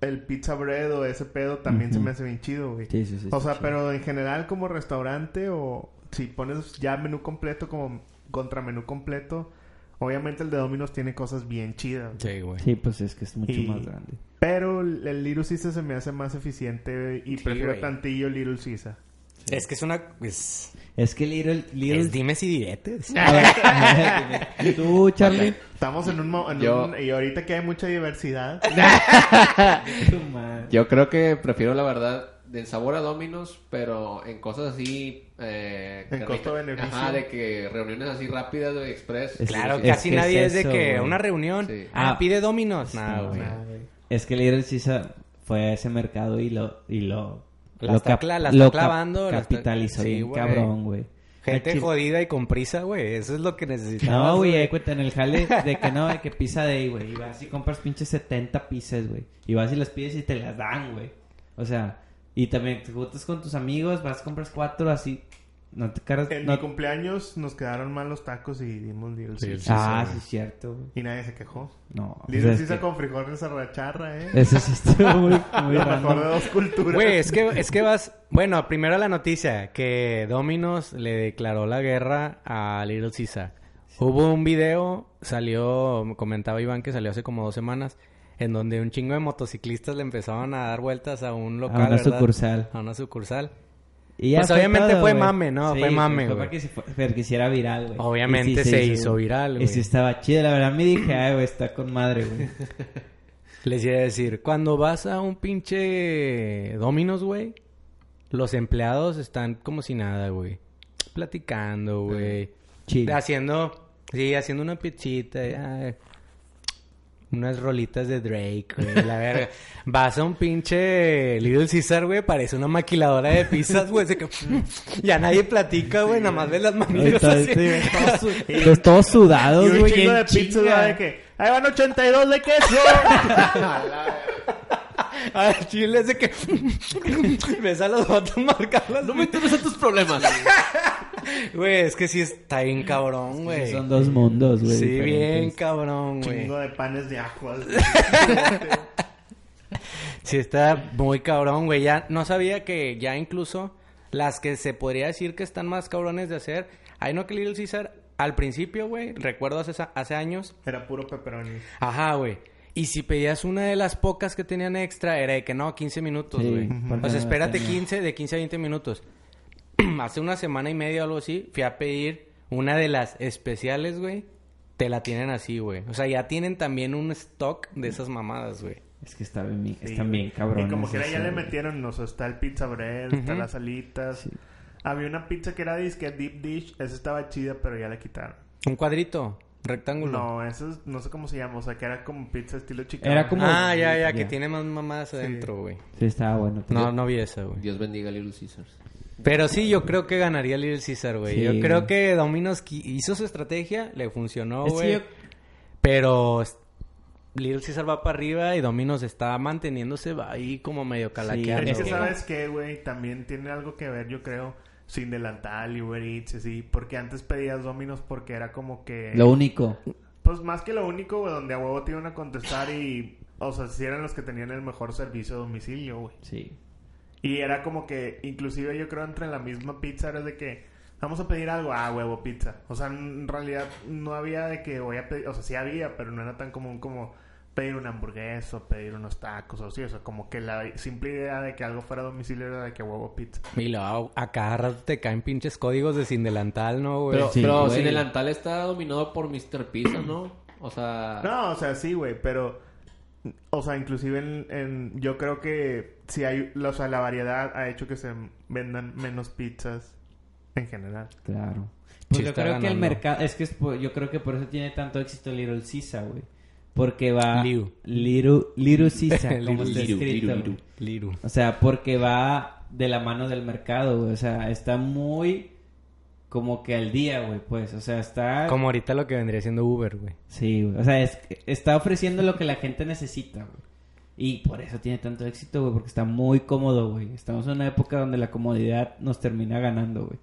Speaker 4: El pizza bread o ese pedo también se
Speaker 2: Ujú.
Speaker 4: me hace bien chido, güey.
Speaker 2: Sí, sí, sí,
Speaker 4: o
Speaker 2: está
Speaker 4: sea,
Speaker 2: chido.
Speaker 4: pero en general como restaurante o si pones ya menú completo como contramenú completo, obviamente el de Domino's tiene cosas bien chidas.
Speaker 1: Sí, güey.
Speaker 2: Sí, pues es que es mucho
Speaker 4: Y-
Speaker 2: más grande.
Speaker 4: Pero el el Little Caesar se me hace más eficiente y
Speaker 1: Sí,
Speaker 4: prefiero
Speaker 1: güey.
Speaker 4: tantillo Little Caesar.
Speaker 1: Es que es una... Es,
Speaker 2: Es que Little... Little...
Speaker 1: es dimes y diretes.
Speaker 2: A ver, a ver, ¿Tú, Charlie?
Speaker 4: Estamos en un, mo- en
Speaker 3: Yo-
Speaker 4: un- y ahorita que hay mucha diversidad.
Speaker 2: Tu madre.
Speaker 3: Yo creo que prefiero la verdad del sabor a Dominos, pero en cosas así. Eh,
Speaker 4: En
Speaker 3: que
Speaker 4: costo-beneficio.
Speaker 3: Ajá, de que reuniones así rápidas de Express.
Speaker 2: Es-
Speaker 1: Claro,
Speaker 2: es
Speaker 1: casi
Speaker 2: que es
Speaker 1: nadie es, de
Speaker 2: eso,
Speaker 1: que
Speaker 2: güey.
Speaker 1: una reunión,
Speaker 3: Sí.
Speaker 1: ah,
Speaker 2: Ah.
Speaker 1: pide dominos. Nah,
Speaker 2: No,
Speaker 1: güey.
Speaker 2: nah.
Speaker 4: güey.
Speaker 2: Es que Little Caesar fue a ese mercado y lo... Y lo
Speaker 1: La
Speaker 2: lo
Speaker 1: está
Speaker 2: cap-
Speaker 1: cla- la está
Speaker 2: lo cap-
Speaker 1: clavando, la está-
Speaker 2: Capitalizó
Speaker 1: Sí,
Speaker 2: bien
Speaker 1: güey.
Speaker 2: cabrón, güey.
Speaker 1: Gente
Speaker 2: Aquí-
Speaker 1: jodida y con prisa, güey. Eso es lo que necesitamos.
Speaker 2: No, güey, ahí cuenta en el jale de que no, de que pizza day, güey. Y vas y compras pinches 70 pizzas, güey. Y vas y las pides y te las dan, güey. O sea, y también te juntas con tus amigos, vas, compras cuatro, así. No te caras.
Speaker 4: En
Speaker 2: no-
Speaker 4: mi cumpleaños nos quedaron mal los tacos y dimos Little
Speaker 1: Sí,
Speaker 4: Caesar.
Speaker 2: ah,
Speaker 1: sí,
Speaker 2: sí, es cierto, güey.
Speaker 4: Y nadie se quejó.
Speaker 2: No. o sea,
Speaker 4: Little
Speaker 2: es
Speaker 1: pues
Speaker 4: Caesar
Speaker 2: que-
Speaker 4: con frijoles a la charra, ¿eh?
Speaker 2: Eso sí estuvo muy, muy
Speaker 4: Lo mejor de
Speaker 2: random. Ah,
Speaker 4: dos culturas.
Speaker 1: Güey, es que, es que vas... Bueno, primero la noticia, que Dominos le declaró la guerra a Little Caesar. Hubo un video, salió, me comentaba Iván que salió hace como dos semanas, en donde un chingo de motociclistas le empezaban a dar vueltas a un local,
Speaker 2: A una
Speaker 1: ¿verdad?
Speaker 2: sucursal.
Speaker 1: A una sucursal.
Speaker 2: Y ya
Speaker 1: Pues obviamente fue
Speaker 2: güey.
Speaker 1: mame, ¿no? Fue mame,
Speaker 2: Fue
Speaker 1: güey.
Speaker 2: para que se fue- para que hiciera viral, güey.
Speaker 1: Obviamente
Speaker 2: Y sí
Speaker 1: se hizo
Speaker 2: güey.
Speaker 1: viral,
Speaker 2: Y
Speaker 1: güey.
Speaker 2: sí estaba chido. La verdad me dije, ay, güey, está con madre, güey.
Speaker 1: Les iba a decir, cuando vas a un pinche Dominos, güey, los empleados están como si nada, güey. Platicando, güey.
Speaker 2: Chido.
Speaker 1: Haciendo, sí, haciendo una pichita. eh, unas rolitas de Drake, güey, la verga. Vas a un pinche Little Caesar, güey, parece una maquiladora de pizzas, güey. así que, ya nadie platica, güey, nada más ves las manitas
Speaker 2: Ahorita,
Speaker 1: así.
Speaker 2: sí, güey, todos su- Los Pues todos
Speaker 4: Y
Speaker 2: sudados,
Speaker 4: un
Speaker 2: güey.
Speaker 4: chingo
Speaker 2: en
Speaker 4: de pizza
Speaker 2: chinga.
Speaker 4: de que... ¡Ahí van 82 de queso!
Speaker 1: Al chile es de que ves a los vatos marcarlas.
Speaker 3: No me interesan tus problemas.
Speaker 1: Güey, es que sí está bien cabrón, güey.
Speaker 2: Son dos mundos, güey.
Speaker 1: Sí, bien
Speaker 2: diferentes.
Speaker 1: cabrón, güey.
Speaker 4: chingo de panes de ajo. así.
Speaker 1: Sí, está muy cabrón, güey. Ya no sabía que ya incluso las que se podría decir que están más cabrones de hacer. Hay no que Little Caesar al principio, güey, recuerdo hace, hace años.
Speaker 4: Era puro pepperoni.
Speaker 1: Ajá, güey. Y si pedías una de las pocas que tenían extra, era de que no, 15 minutos,
Speaker 2: Sí,
Speaker 1: güey.
Speaker 2: ujú.
Speaker 1: O sea, espérate
Speaker 2: Tenía.
Speaker 1: 15, de 15 a 20 minutos. Hace una semana y media o algo así, fui a pedir una de las especiales, güey. Te la tienen así, güey. O sea, ya tienen también un stock de esas mamadas, güey.
Speaker 2: Es que está bien,
Speaker 4: Sí.
Speaker 2: están bien cabrones.
Speaker 4: Y como quiera ya
Speaker 2: eso,
Speaker 4: le
Speaker 2: güey.
Speaker 4: metieron, o sea, está el pizza bread, están las alitas. Había una pizza que era disque deep dish, esa estaba chida, pero ya la quitaron.
Speaker 1: Un cuadrito, rectángulo.
Speaker 4: No, eso es- no sé cómo se llama, o sea, que era como pizza estilo chicano.
Speaker 2: Era como-
Speaker 1: Ah, ya, ya,
Speaker 2: Ya.
Speaker 1: que tiene más mamadas adentro, güey.
Speaker 2: Sí, estaba bueno.
Speaker 1: No, no vi esa, güey.
Speaker 3: Dios bendiga a Little Caesars.
Speaker 1: Pero sí, yo creo que ganaría Little Caesar, güey.
Speaker 2: Sí,
Speaker 1: yo
Speaker 2: güey.
Speaker 1: creo que Dominos qui- hizo su estrategia, le funcionó,
Speaker 2: Es que
Speaker 1: güey.
Speaker 2: yo-
Speaker 1: Pero s- Little Caesar va para arriba y Dominos está manteniéndose ahí como medio calaqueando.
Speaker 4: Es que
Speaker 1: güey.
Speaker 4: sabes que, güey, también tiene algo que ver, yo creo, sin delantal y Uber Eats, así, porque antes pedías Dominos porque era como que...
Speaker 2: Lo único.
Speaker 4: Pues más que lo único, güey, donde a huevo te iban a contestar y... O sea, si eran los que tenían el mejor servicio a domicilio, güey.
Speaker 2: Sí.
Speaker 4: Y era como que, inclusive yo creo entre la misma pizza era de que vamos a pedir algo, ah, huevo, pizza. O sea, en realidad no había de que voy a pedir, o sea, sí había, pero no era tan común como pedir una hamburguesa o pedir unos tacos o así. O sea, como que la simple idea de que algo fuera a domicilio era de que huevo, pizza.
Speaker 1: Y luego a cada rato te caen pinches códigos de sin delantal, ¿no, güey?
Speaker 3: Pero,
Speaker 2: Sí,
Speaker 3: pero
Speaker 2: güey.
Speaker 3: sin delantal está dominado por Mr. Pizza, ¿no? O sea...
Speaker 4: No, o sea, sí, güey, pero... O sea, inclusive en, en- Yo creo que si hay... O sea, la variedad ha hecho que se vendan menos pizzas en general.
Speaker 2: Claro. Pues
Speaker 1: Sí
Speaker 2: yo
Speaker 1: está
Speaker 2: creo que el
Speaker 1: ganando.
Speaker 2: mercado, es que es por- yo creo que por eso tiene tanto éxito Little Sisa, güey. Porque va
Speaker 1: Liu.
Speaker 2: Little, Little Sisa, como
Speaker 1: Little
Speaker 2: está
Speaker 1: Liru,
Speaker 2: escrito.
Speaker 3: Liru,
Speaker 2: güey.
Speaker 3: Liru.
Speaker 1: Liru.
Speaker 2: O sea, porque va de la mano del mercado, güey. O sea, está muy como que al día, güey, pues. O sea, está
Speaker 1: Como ahorita lo que vendría siendo Uber, güey.
Speaker 2: Sí, güey. O sea, es- está ofreciendo lo que la gente necesita, güey. Y por eso tiene tanto éxito, güey, porque está muy cómodo, güey. Estamos en una época donde la comodidad nos termina ganando, güey.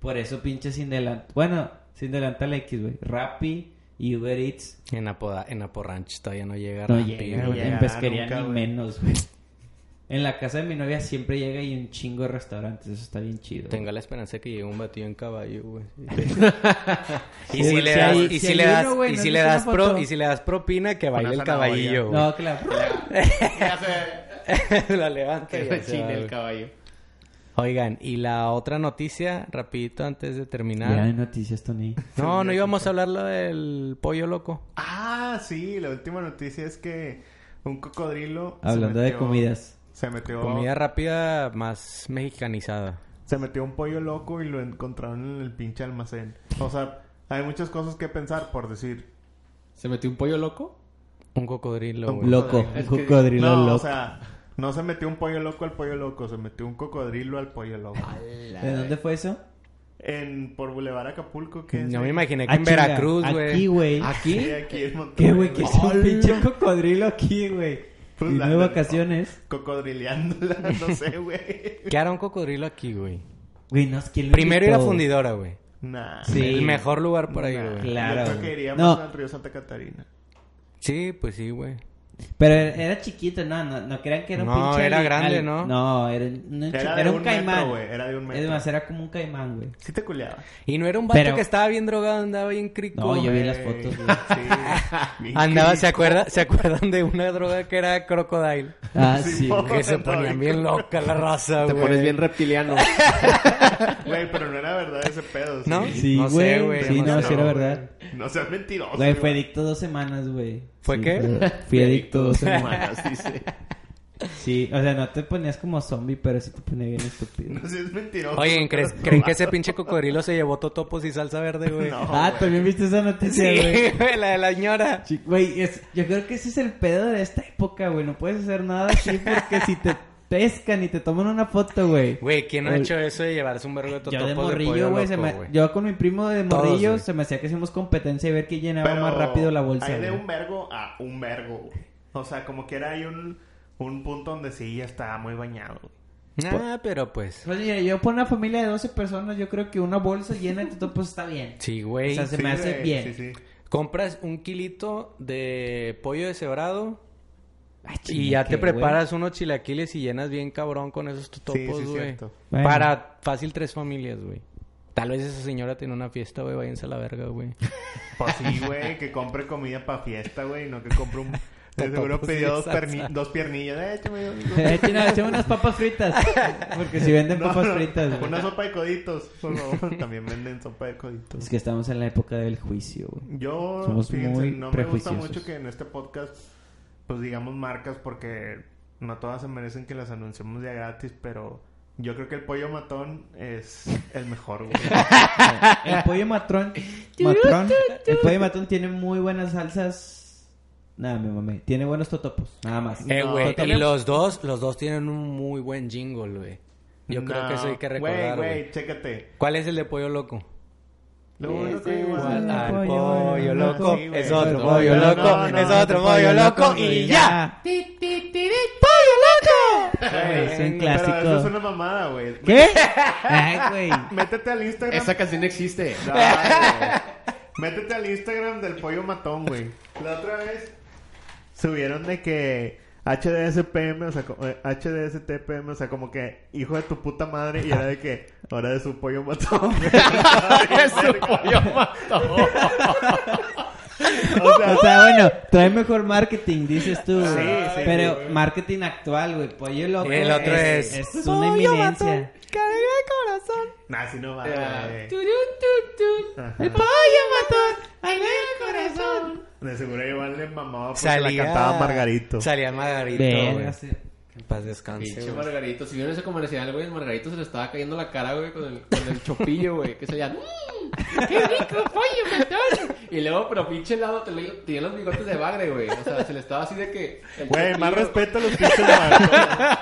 Speaker 2: Por eso pinche sin delantal... Bueno, sin delantal X, güey. Rappi y Uber Eats
Speaker 1: En Apoda, en Apo Ranch todavía no llega
Speaker 2: no
Speaker 1: Rappi,
Speaker 2: llega,
Speaker 1: güey.
Speaker 2: güey. En
Speaker 4: llegará
Speaker 2: pesquería
Speaker 4: nunca,
Speaker 2: ni
Speaker 4: güey.
Speaker 2: menos, güey. En la casa de mi novia siempre llega y un chingo de restaurantes. Eso está bien chido. güey.
Speaker 1: Tenga la esperanza de que llegue un batido en caballo, güey. y
Speaker 2: Sí,
Speaker 1: si
Speaker 2: güey,
Speaker 1: le
Speaker 2: si
Speaker 1: das,
Speaker 2: hay-
Speaker 1: y
Speaker 2: si
Speaker 1: si
Speaker 2: hay
Speaker 1: le das,
Speaker 2: uno, güey,
Speaker 1: y
Speaker 2: no
Speaker 1: si
Speaker 2: es
Speaker 1: le
Speaker 2: una
Speaker 1: das pro,
Speaker 2: foto.
Speaker 1: y si le das propina que baile el
Speaker 4: zanahoria.
Speaker 1: caballillo, güey.
Speaker 2: No, claro.
Speaker 1: la levanta y
Speaker 3: Que
Speaker 1: ya se
Speaker 3: se
Speaker 1: va,
Speaker 3: chine el
Speaker 1: güey.
Speaker 3: caballo.
Speaker 1: Oigan, y la otra noticia, rapidito antes de terminar.
Speaker 2: Ya hay noticias, Tony.
Speaker 1: No, no íbamos a hablar lo del pollo loco.
Speaker 4: Ah, sí, la última noticia es que un cocodrilo. se
Speaker 2: Hablando de
Speaker 4: metió-
Speaker 2: comidas.
Speaker 4: Se metió.
Speaker 1: Comida rápida más mexicanizada.
Speaker 4: Se metió un pollo loco y lo encontraron en el pinche almacén. O sea, hay muchas cosas que pensar por decir.
Speaker 3: ¿Se metió un pollo loco?
Speaker 1: Un cocodrilo,
Speaker 4: Un
Speaker 1: güey.
Speaker 2: Loco. Un
Speaker 3: Es que-
Speaker 2: cocodrilo
Speaker 4: no,
Speaker 2: loco.
Speaker 4: o sea, no se metió un pollo loco al pollo loco, se metió un cocodrilo al pollo loco.
Speaker 2: ¿De dónde fue eso?
Speaker 4: En por Boulevard Acapulco que
Speaker 1: No me imaginé que
Speaker 2: Ah,
Speaker 1: en
Speaker 2: chinga,
Speaker 1: Veracruz,
Speaker 2: Aquí,
Speaker 1: güey. Ah,
Speaker 2: güey.
Speaker 3: ¿Aquí?
Speaker 4: Sí, aquí en Monterrey.
Speaker 2: ¿Qué, güey? ¿Qué es un pinche cocodrilo aquí, güey?
Speaker 4: Pues
Speaker 2: y
Speaker 4: la-
Speaker 2: no de vacaciones.
Speaker 4: Cocodrileándola, no sé, güey.
Speaker 1: ¿Qué hará un cocodrilo aquí, güey?
Speaker 2: Güey, no es que lo
Speaker 1: Primero ir a
Speaker 2: invitó?
Speaker 1: fundidora, güey.
Speaker 4: Nah.
Speaker 2: Sí.
Speaker 1: El mejor lugar para ir,
Speaker 4: Nah.
Speaker 1: güey.
Speaker 2: Claro,
Speaker 4: Yo creo
Speaker 2: güey.
Speaker 4: que iríamos
Speaker 2: No.
Speaker 4: al río Santa Catarina.
Speaker 1: Sí, pues sí, güey.
Speaker 2: Pero era- era chiquito, no, no, no crean que era un
Speaker 1: No,
Speaker 2: pinche...
Speaker 1: era
Speaker 2: ali-
Speaker 1: grande,
Speaker 2: ali-
Speaker 1: ¿no?
Speaker 2: No, era, no,
Speaker 4: Era
Speaker 2: era
Speaker 4: de
Speaker 2: un,
Speaker 4: un metro,
Speaker 2: caimán.
Speaker 4: güey, era de un metro.
Speaker 2: Es más, era como un caimán, güey.
Speaker 4: Sí te culeabas.
Speaker 1: Y no era un vato
Speaker 2: Pero-
Speaker 1: que estaba bien drogado, andaba bien crico.
Speaker 2: No, yo vi las fotos, güey.
Speaker 4: Eh, Sí.
Speaker 1: Andaba, ¿se, acuerda, ¿se acuerdan de una droga que era crocodile?
Speaker 2: Ah,
Speaker 4: Sí,
Speaker 2: sí,
Speaker 4: po.
Speaker 2: güey.
Speaker 1: Que se ponían bien loca la raza,
Speaker 3: Te
Speaker 1: güey.
Speaker 3: pones bien reptiliano.
Speaker 4: Güey, pero no era verdad ese pedo.
Speaker 1: ¿No?
Speaker 4: Sí,
Speaker 2: Sí,
Speaker 1: No sé,
Speaker 2: güey.
Speaker 1: güey,
Speaker 2: sí,
Speaker 1: no
Speaker 2: no,
Speaker 1: sé.
Speaker 2: sí era
Speaker 4: güey.
Speaker 2: verdad.
Speaker 4: No seas mentiroso.
Speaker 2: Güey, fue adicto dos semanas, güey.
Speaker 1: ¿Fue
Speaker 2: Sí,
Speaker 1: qué?
Speaker 2: Fui adicto dos semanas.
Speaker 4: dice.
Speaker 2: Sí, o sea, no te ponías como zombie, pero sí te ponía bien estúpido.
Speaker 4: No sé, es mentiroso.
Speaker 1: Oye, ¿crees,
Speaker 4: pero
Speaker 1: ¿creen que ese pinche cocodrilo se llevó totopos y salsa verde, güey?
Speaker 4: No.
Speaker 2: ah,
Speaker 4: güey.
Speaker 2: también viste esa noticia,
Speaker 1: Sí,
Speaker 2: güey.
Speaker 1: güey, la de la señora.
Speaker 2: Chi- Güey, es- yo creo que ese es el pedo de esta época, güey. No puedes hacer nada así porque si te pescan y te toman una foto, güey.
Speaker 1: Güey, ¿quién no ha
Speaker 2: Güey.
Speaker 1: hecho eso de llevarse un vergo de totopos
Speaker 2: Yo de
Speaker 1: pollo
Speaker 2: morrillo, güey, se
Speaker 1: loco,
Speaker 2: me- yo con mi primo de
Speaker 1: Todos,
Speaker 2: morrillo
Speaker 1: güey.
Speaker 2: se me hacía que hacíamos competencia y ver quién llenaba
Speaker 4: Pero
Speaker 2: más rápido la bolsa.
Speaker 4: Hay de
Speaker 2: güey.
Speaker 4: un vergo a un vergo. güey. O sea, como quiera hay un, un punto donde sí ya está muy bañado. güey.
Speaker 1: Ah, pero pues...
Speaker 2: Pues mira, yo por una familia de 12 personas, yo creo que una bolsa llena de totopos está bien.
Speaker 1: Sí, güey.
Speaker 2: O sea, Se me hace
Speaker 4: güey,
Speaker 2: bien.
Speaker 4: Sí, sí.
Speaker 1: Compras un kilito de pollo deshebrado
Speaker 2: Ay,
Speaker 1: y
Speaker 2: chinga,
Speaker 1: ya te
Speaker 2: qué, güey.
Speaker 1: preparas unos chilaquiles y llenas bien cabrón con esos
Speaker 4: Sí, sí,
Speaker 1: totopos,
Speaker 4: es
Speaker 1: güey.
Speaker 4: cierto.
Speaker 2: Bueno.
Speaker 1: Para fácil tres familias, güey. Tal vez esa señora tiene una fiesta, güey, váyanse a la verga, güey.
Speaker 4: Pues sí, güey, que compre comida para fiesta, güey, no que compre un... De seguro
Speaker 1: Totopos y
Speaker 4: pidió dos,
Speaker 1: salsa.
Speaker 4: perni- dos piernillas. Eh, échame dos-
Speaker 2: Eh, china, echame unas papas fritas. Porque si venden
Speaker 4: No,
Speaker 2: papas
Speaker 4: no,
Speaker 2: fritas, güey.
Speaker 4: Una sopa de coditos. por favor. También venden sopa de coditos.
Speaker 2: Es que estamos en la época del juicio, güey.
Speaker 4: Yo,
Speaker 2: Somos
Speaker 4: fíjense,
Speaker 2: muy
Speaker 4: no me gusta
Speaker 2: prejuiciosos.
Speaker 4: mucho que en este podcast, pues digamos marcas, porque no todas se merecen que las anunciemos ya gratis, pero yo creo que el pollo matón es el mejor, güey.
Speaker 2: El pollo matrón. matrón el pollo matrón tiene muy buenas salsas. Nada, mi mamá. Tiene buenos totopos. Nada más.
Speaker 1: Eh,
Speaker 4: No,
Speaker 1: güey, y
Speaker 4: totopos.
Speaker 1: los dos, los dos tienen un muy buen jingle, güey. Yo creo
Speaker 4: No.
Speaker 1: que eso hay que recordar,
Speaker 4: Güey,
Speaker 1: güey.
Speaker 4: güey, chécate.
Speaker 1: ¿Cuál es el de pollo loco?
Speaker 4: Lo único
Speaker 2: Ese
Speaker 4: que
Speaker 2: es
Speaker 4: igual.
Speaker 2: el
Speaker 1: Al
Speaker 2: pollo
Speaker 1: pollo
Speaker 2: loco.
Speaker 1: loco,
Speaker 4: Sí, güey.
Speaker 1: es otro
Speaker 4: No,
Speaker 1: pollo
Speaker 4: no,
Speaker 1: loco,
Speaker 4: no, no,
Speaker 1: es
Speaker 4: no,
Speaker 1: otro
Speaker 2: no,
Speaker 1: pollo
Speaker 2: pollo
Speaker 1: loco
Speaker 2: loco, Pues
Speaker 1: y
Speaker 2: güey,
Speaker 1: ya.
Speaker 2: ya.
Speaker 1: Ti, ti, ti, ti, ¡Pollo loco!
Speaker 2: Güey, es un
Speaker 4: Pero
Speaker 2: clásico.
Speaker 4: eso es una mamada, güey.
Speaker 2: ¿Qué? Ay, güey.
Speaker 4: Métete al Instagram.
Speaker 3: Esa canción existe.
Speaker 4: No, güey. Métete al Instagram del pollo matón, güey. La otra vez subieron de que HDSPM, o sea, co- eh, HDSTPM, o sea, como que hijo de tu puta madre, y era de que hora de su pollo matón.
Speaker 3: es un pollo matón.
Speaker 4: o sea,
Speaker 2: O sea, bueno, trae mejor marketing, dices tú. güey.
Speaker 4: sí,
Speaker 2: pero
Speaker 4: güey.
Speaker 2: marketing actual, güey. Pollo loco.
Speaker 1: El otro es-
Speaker 2: Es, una eminencia.
Speaker 1: corazón.
Speaker 4: nah, si no va,
Speaker 3: Ah.
Speaker 4: güey.
Speaker 2: El pollo matón. Ay, el corazón.
Speaker 4: De seguro igual le mamaba porque
Speaker 1: Salía,
Speaker 4: Pues la cantaba Margarito.
Speaker 1: Salía Margarito. güey.
Speaker 2: Verga, sí.
Speaker 1: Que en paz
Speaker 4: Ah,
Speaker 1: descanse.
Speaker 3: Pinche
Speaker 1: güey.
Speaker 3: Margarito. Si vieron ese comercial, güey, el Margarito se le estaba cayendo la cara, güey, con el, con el chopillo, güey. Que se llama. ¡Qué rico pollo, matón! Y luego, pero pinche helado, te lo- tenía los bigotes de bagre, güey. O sea, se le estaba así de que. el
Speaker 4: Güey, más
Speaker 3: chopillo-
Speaker 4: respeto a los pinches marcos.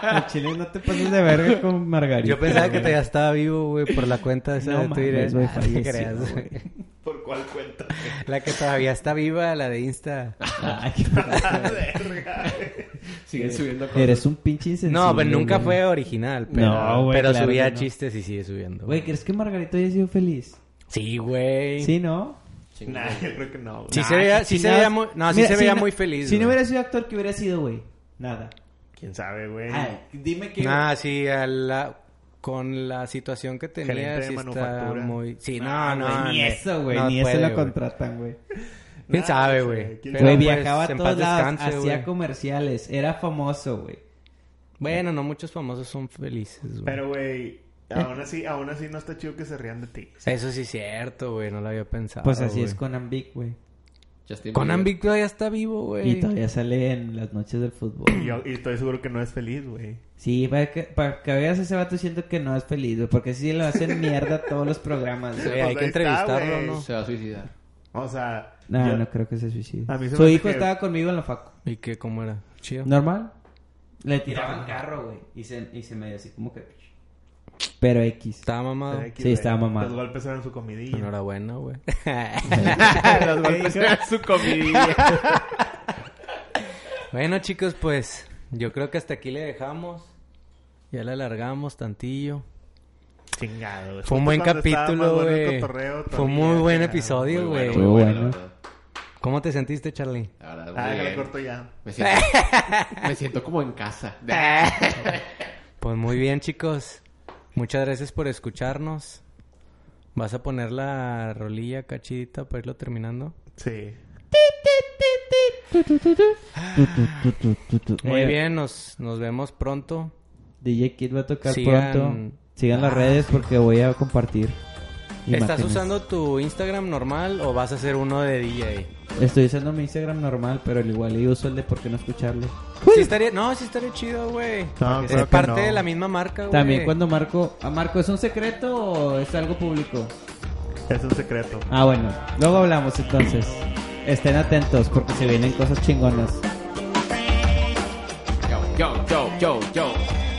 Speaker 2: Al chile no te pases de verga con Margarita.
Speaker 1: Yo pensaba que
Speaker 2: güey.
Speaker 1: te ya estaba vivo, güey, por la cuenta esa
Speaker 2: No
Speaker 1: de Twitter.
Speaker 2: mames, güey,
Speaker 1: Ah, ¿qué
Speaker 2: falleció,
Speaker 1: creas,
Speaker 2: güey?
Speaker 1: güey?
Speaker 4: ¿Por cuál cuenta?
Speaker 1: La que todavía está viva, la de Insta.
Speaker 2: Ay, qué pasada.
Speaker 4: Ah, Verga, güey.
Speaker 3: Siguen subiendo cosas.
Speaker 2: Eres un pinche insensible.
Speaker 1: No, pero nunca
Speaker 2: güey.
Speaker 1: fue original, pero,
Speaker 2: No, güey,
Speaker 1: pero
Speaker 2: claro
Speaker 1: subía
Speaker 2: que no.
Speaker 1: chistes y sigue subiendo.
Speaker 2: Güey, ¿crees que Margarita haya sido feliz?
Speaker 1: Sí, güey.
Speaker 2: Sí, ¿no?
Speaker 3: Chingón.
Speaker 4: Nah, yo creo que no. güey.
Speaker 1: Sí
Speaker 2: Nah,
Speaker 1: se veía,
Speaker 2: qué
Speaker 1: sí se
Speaker 2: chingados.
Speaker 1: veía muy, no, sí
Speaker 2: Mira,
Speaker 1: se
Speaker 2: si
Speaker 1: veía muy feliz.
Speaker 2: Si no
Speaker 1: güey.
Speaker 2: hubiera sido actor, ¿qué hubiera sido, güey? Nada.
Speaker 4: ¿Quién sabe, güey?
Speaker 2: Ay, Eh, dime que...
Speaker 1: Nah, Ah, sí, a la- con la situación que
Speaker 4: Gerente
Speaker 1: tenía
Speaker 4: de
Speaker 1: sí está
Speaker 4: manufactura.
Speaker 1: muy, sí, no,
Speaker 2: Ah,
Speaker 1: no,
Speaker 2: güey, ni
Speaker 1: no,
Speaker 2: eso, güey.
Speaker 1: no
Speaker 2: ni
Speaker 1: puede,
Speaker 2: eso lo
Speaker 1: güey.
Speaker 2: contratan, güey.
Speaker 1: Quién
Speaker 4: Nah,
Speaker 1: sabe,
Speaker 4: no sé,
Speaker 1: güey.
Speaker 4: quién
Speaker 1: Pero,
Speaker 2: Güey,
Speaker 1: pues,
Speaker 2: viajaba a
Speaker 1: en
Speaker 2: todos
Speaker 1: paz
Speaker 2: lados,
Speaker 1: descanse,
Speaker 2: hacía
Speaker 1: güey.
Speaker 2: comerciales, era famoso, güey.
Speaker 1: Bueno, no muchos famosos son felices, güey.
Speaker 4: Pero, güey, aún así, aún así no está chido que se rían de ti.
Speaker 1: Eso sí es cierto, güey, no lo había pensado.
Speaker 2: Pues así es
Speaker 1: güey.
Speaker 2: con Ambic, güey.
Speaker 3: Justin
Speaker 1: Conan
Speaker 3: Bieber.
Speaker 1: Big todavía está vivo, güey.
Speaker 2: Y todavía sale en las noches del fútbol.
Speaker 4: Y, yo- y estoy seguro que no es feliz, güey.
Speaker 2: Sí, para que, para que veas ese vato siento que no es feliz, güey, porque sí lo hacen mierda a todos los programas. güey.
Speaker 1: Güey, hay que
Speaker 4: Pues ahí está,
Speaker 1: entrevistarlo,
Speaker 4: güey.
Speaker 1: ¿no?
Speaker 3: Se va a suicidar.
Speaker 4: O sea,
Speaker 2: No,
Speaker 4: yo-
Speaker 2: no creo que se suicide.
Speaker 4: A mí se
Speaker 2: Su
Speaker 4: me
Speaker 2: hijo
Speaker 4: hace que-
Speaker 2: estaba conmigo en la facu.
Speaker 1: ¿Y qué? ¿Cómo era? Chido.
Speaker 2: ¿Normal? Le tiraban carro, güey, y se, y se medio así como que... Pero X.
Speaker 1: Estaba mamado.
Speaker 4: X,
Speaker 2: Sí,
Speaker 4: güey.
Speaker 2: estaba mamado.
Speaker 4: Los golpes eran su comidilla.
Speaker 1: Enhorabuena, güey.
Speaker 3: Los golpes eran su comida.
Speaker 1: bueno, chicos, pues yo creo que hasta aquí le dejamos. Ya le alargamos tantillo.
Speaker 4: Chingado. güey.
Speaker 1: Fue un
Speaker 4: Justo
Speaker 1: buen
Speaker 4: cuando estaba más
Speaker 1: capítulo,
Speaker 4: bueno el
Speaker 1: güey.
Speaker 4: cotorreo,
Speaker 1: Fue
Speaker 4: todavía,
Speaker 1: muy buen
Speaker 4: chingado.
Speaker 1: episodio,
Speaker 3: Muy
Speaker 1: güey.
Speaker 2: Muy bueno.
Speaker 1: ¿Cómo te sentiste, Charlie?
Speaker 3: La verdad,
Speaker 4: Ah,
Speaker 3: muy
Speaker 4: que le
Speaker 3: bien.
Speaker 4: corto ya.
Speaker 3: Me siento, me siento como en casa.
Speaker 1: Pues muy bien, chicos. Muchas gracias por escucharnos. ¿Vas a poner la rolilla cachidita para irlo terminando?
Speaker 4: Sí.
Speaker 1: Muy
Speaker 2: Eh,
Speaker 1: bien, nos, nos vemos pronto.
Speaker 2: DJ Kid va a tocar
Speaker 1: Sigan-
Speaker 2: pronto. Sigan las redes porque voy a compartir.
Speaker 1: ¿Estás
Speaker 2: imágenes.
Speaker 1: usando tu Instagram normal o vas a hacer uno de DJ?
Speaker 2: Estoy usando mi Instagram normal, pero al igual y uso el de por qué no escucharlo.
Speaker 1: Sí estaría, no, sí estaría chido, güey.
Speaker 4: No,
Speaker 1: es
Speaker 4: creo que
Speaker 1: parte
Speaker 4: no.
Speaker 1: de la misma marca, güey.
Speaker 2: También cuando Marco... ¿A Marco es un secreto o es algo público?
Speaker 4: Es un secreto.
Speaker 2: Ah, bueno. Luego hablamos entonces. Estén atentos porque se vienen cosas chingonas.
Speaker 3: Yo, yo, yo, yo, yo.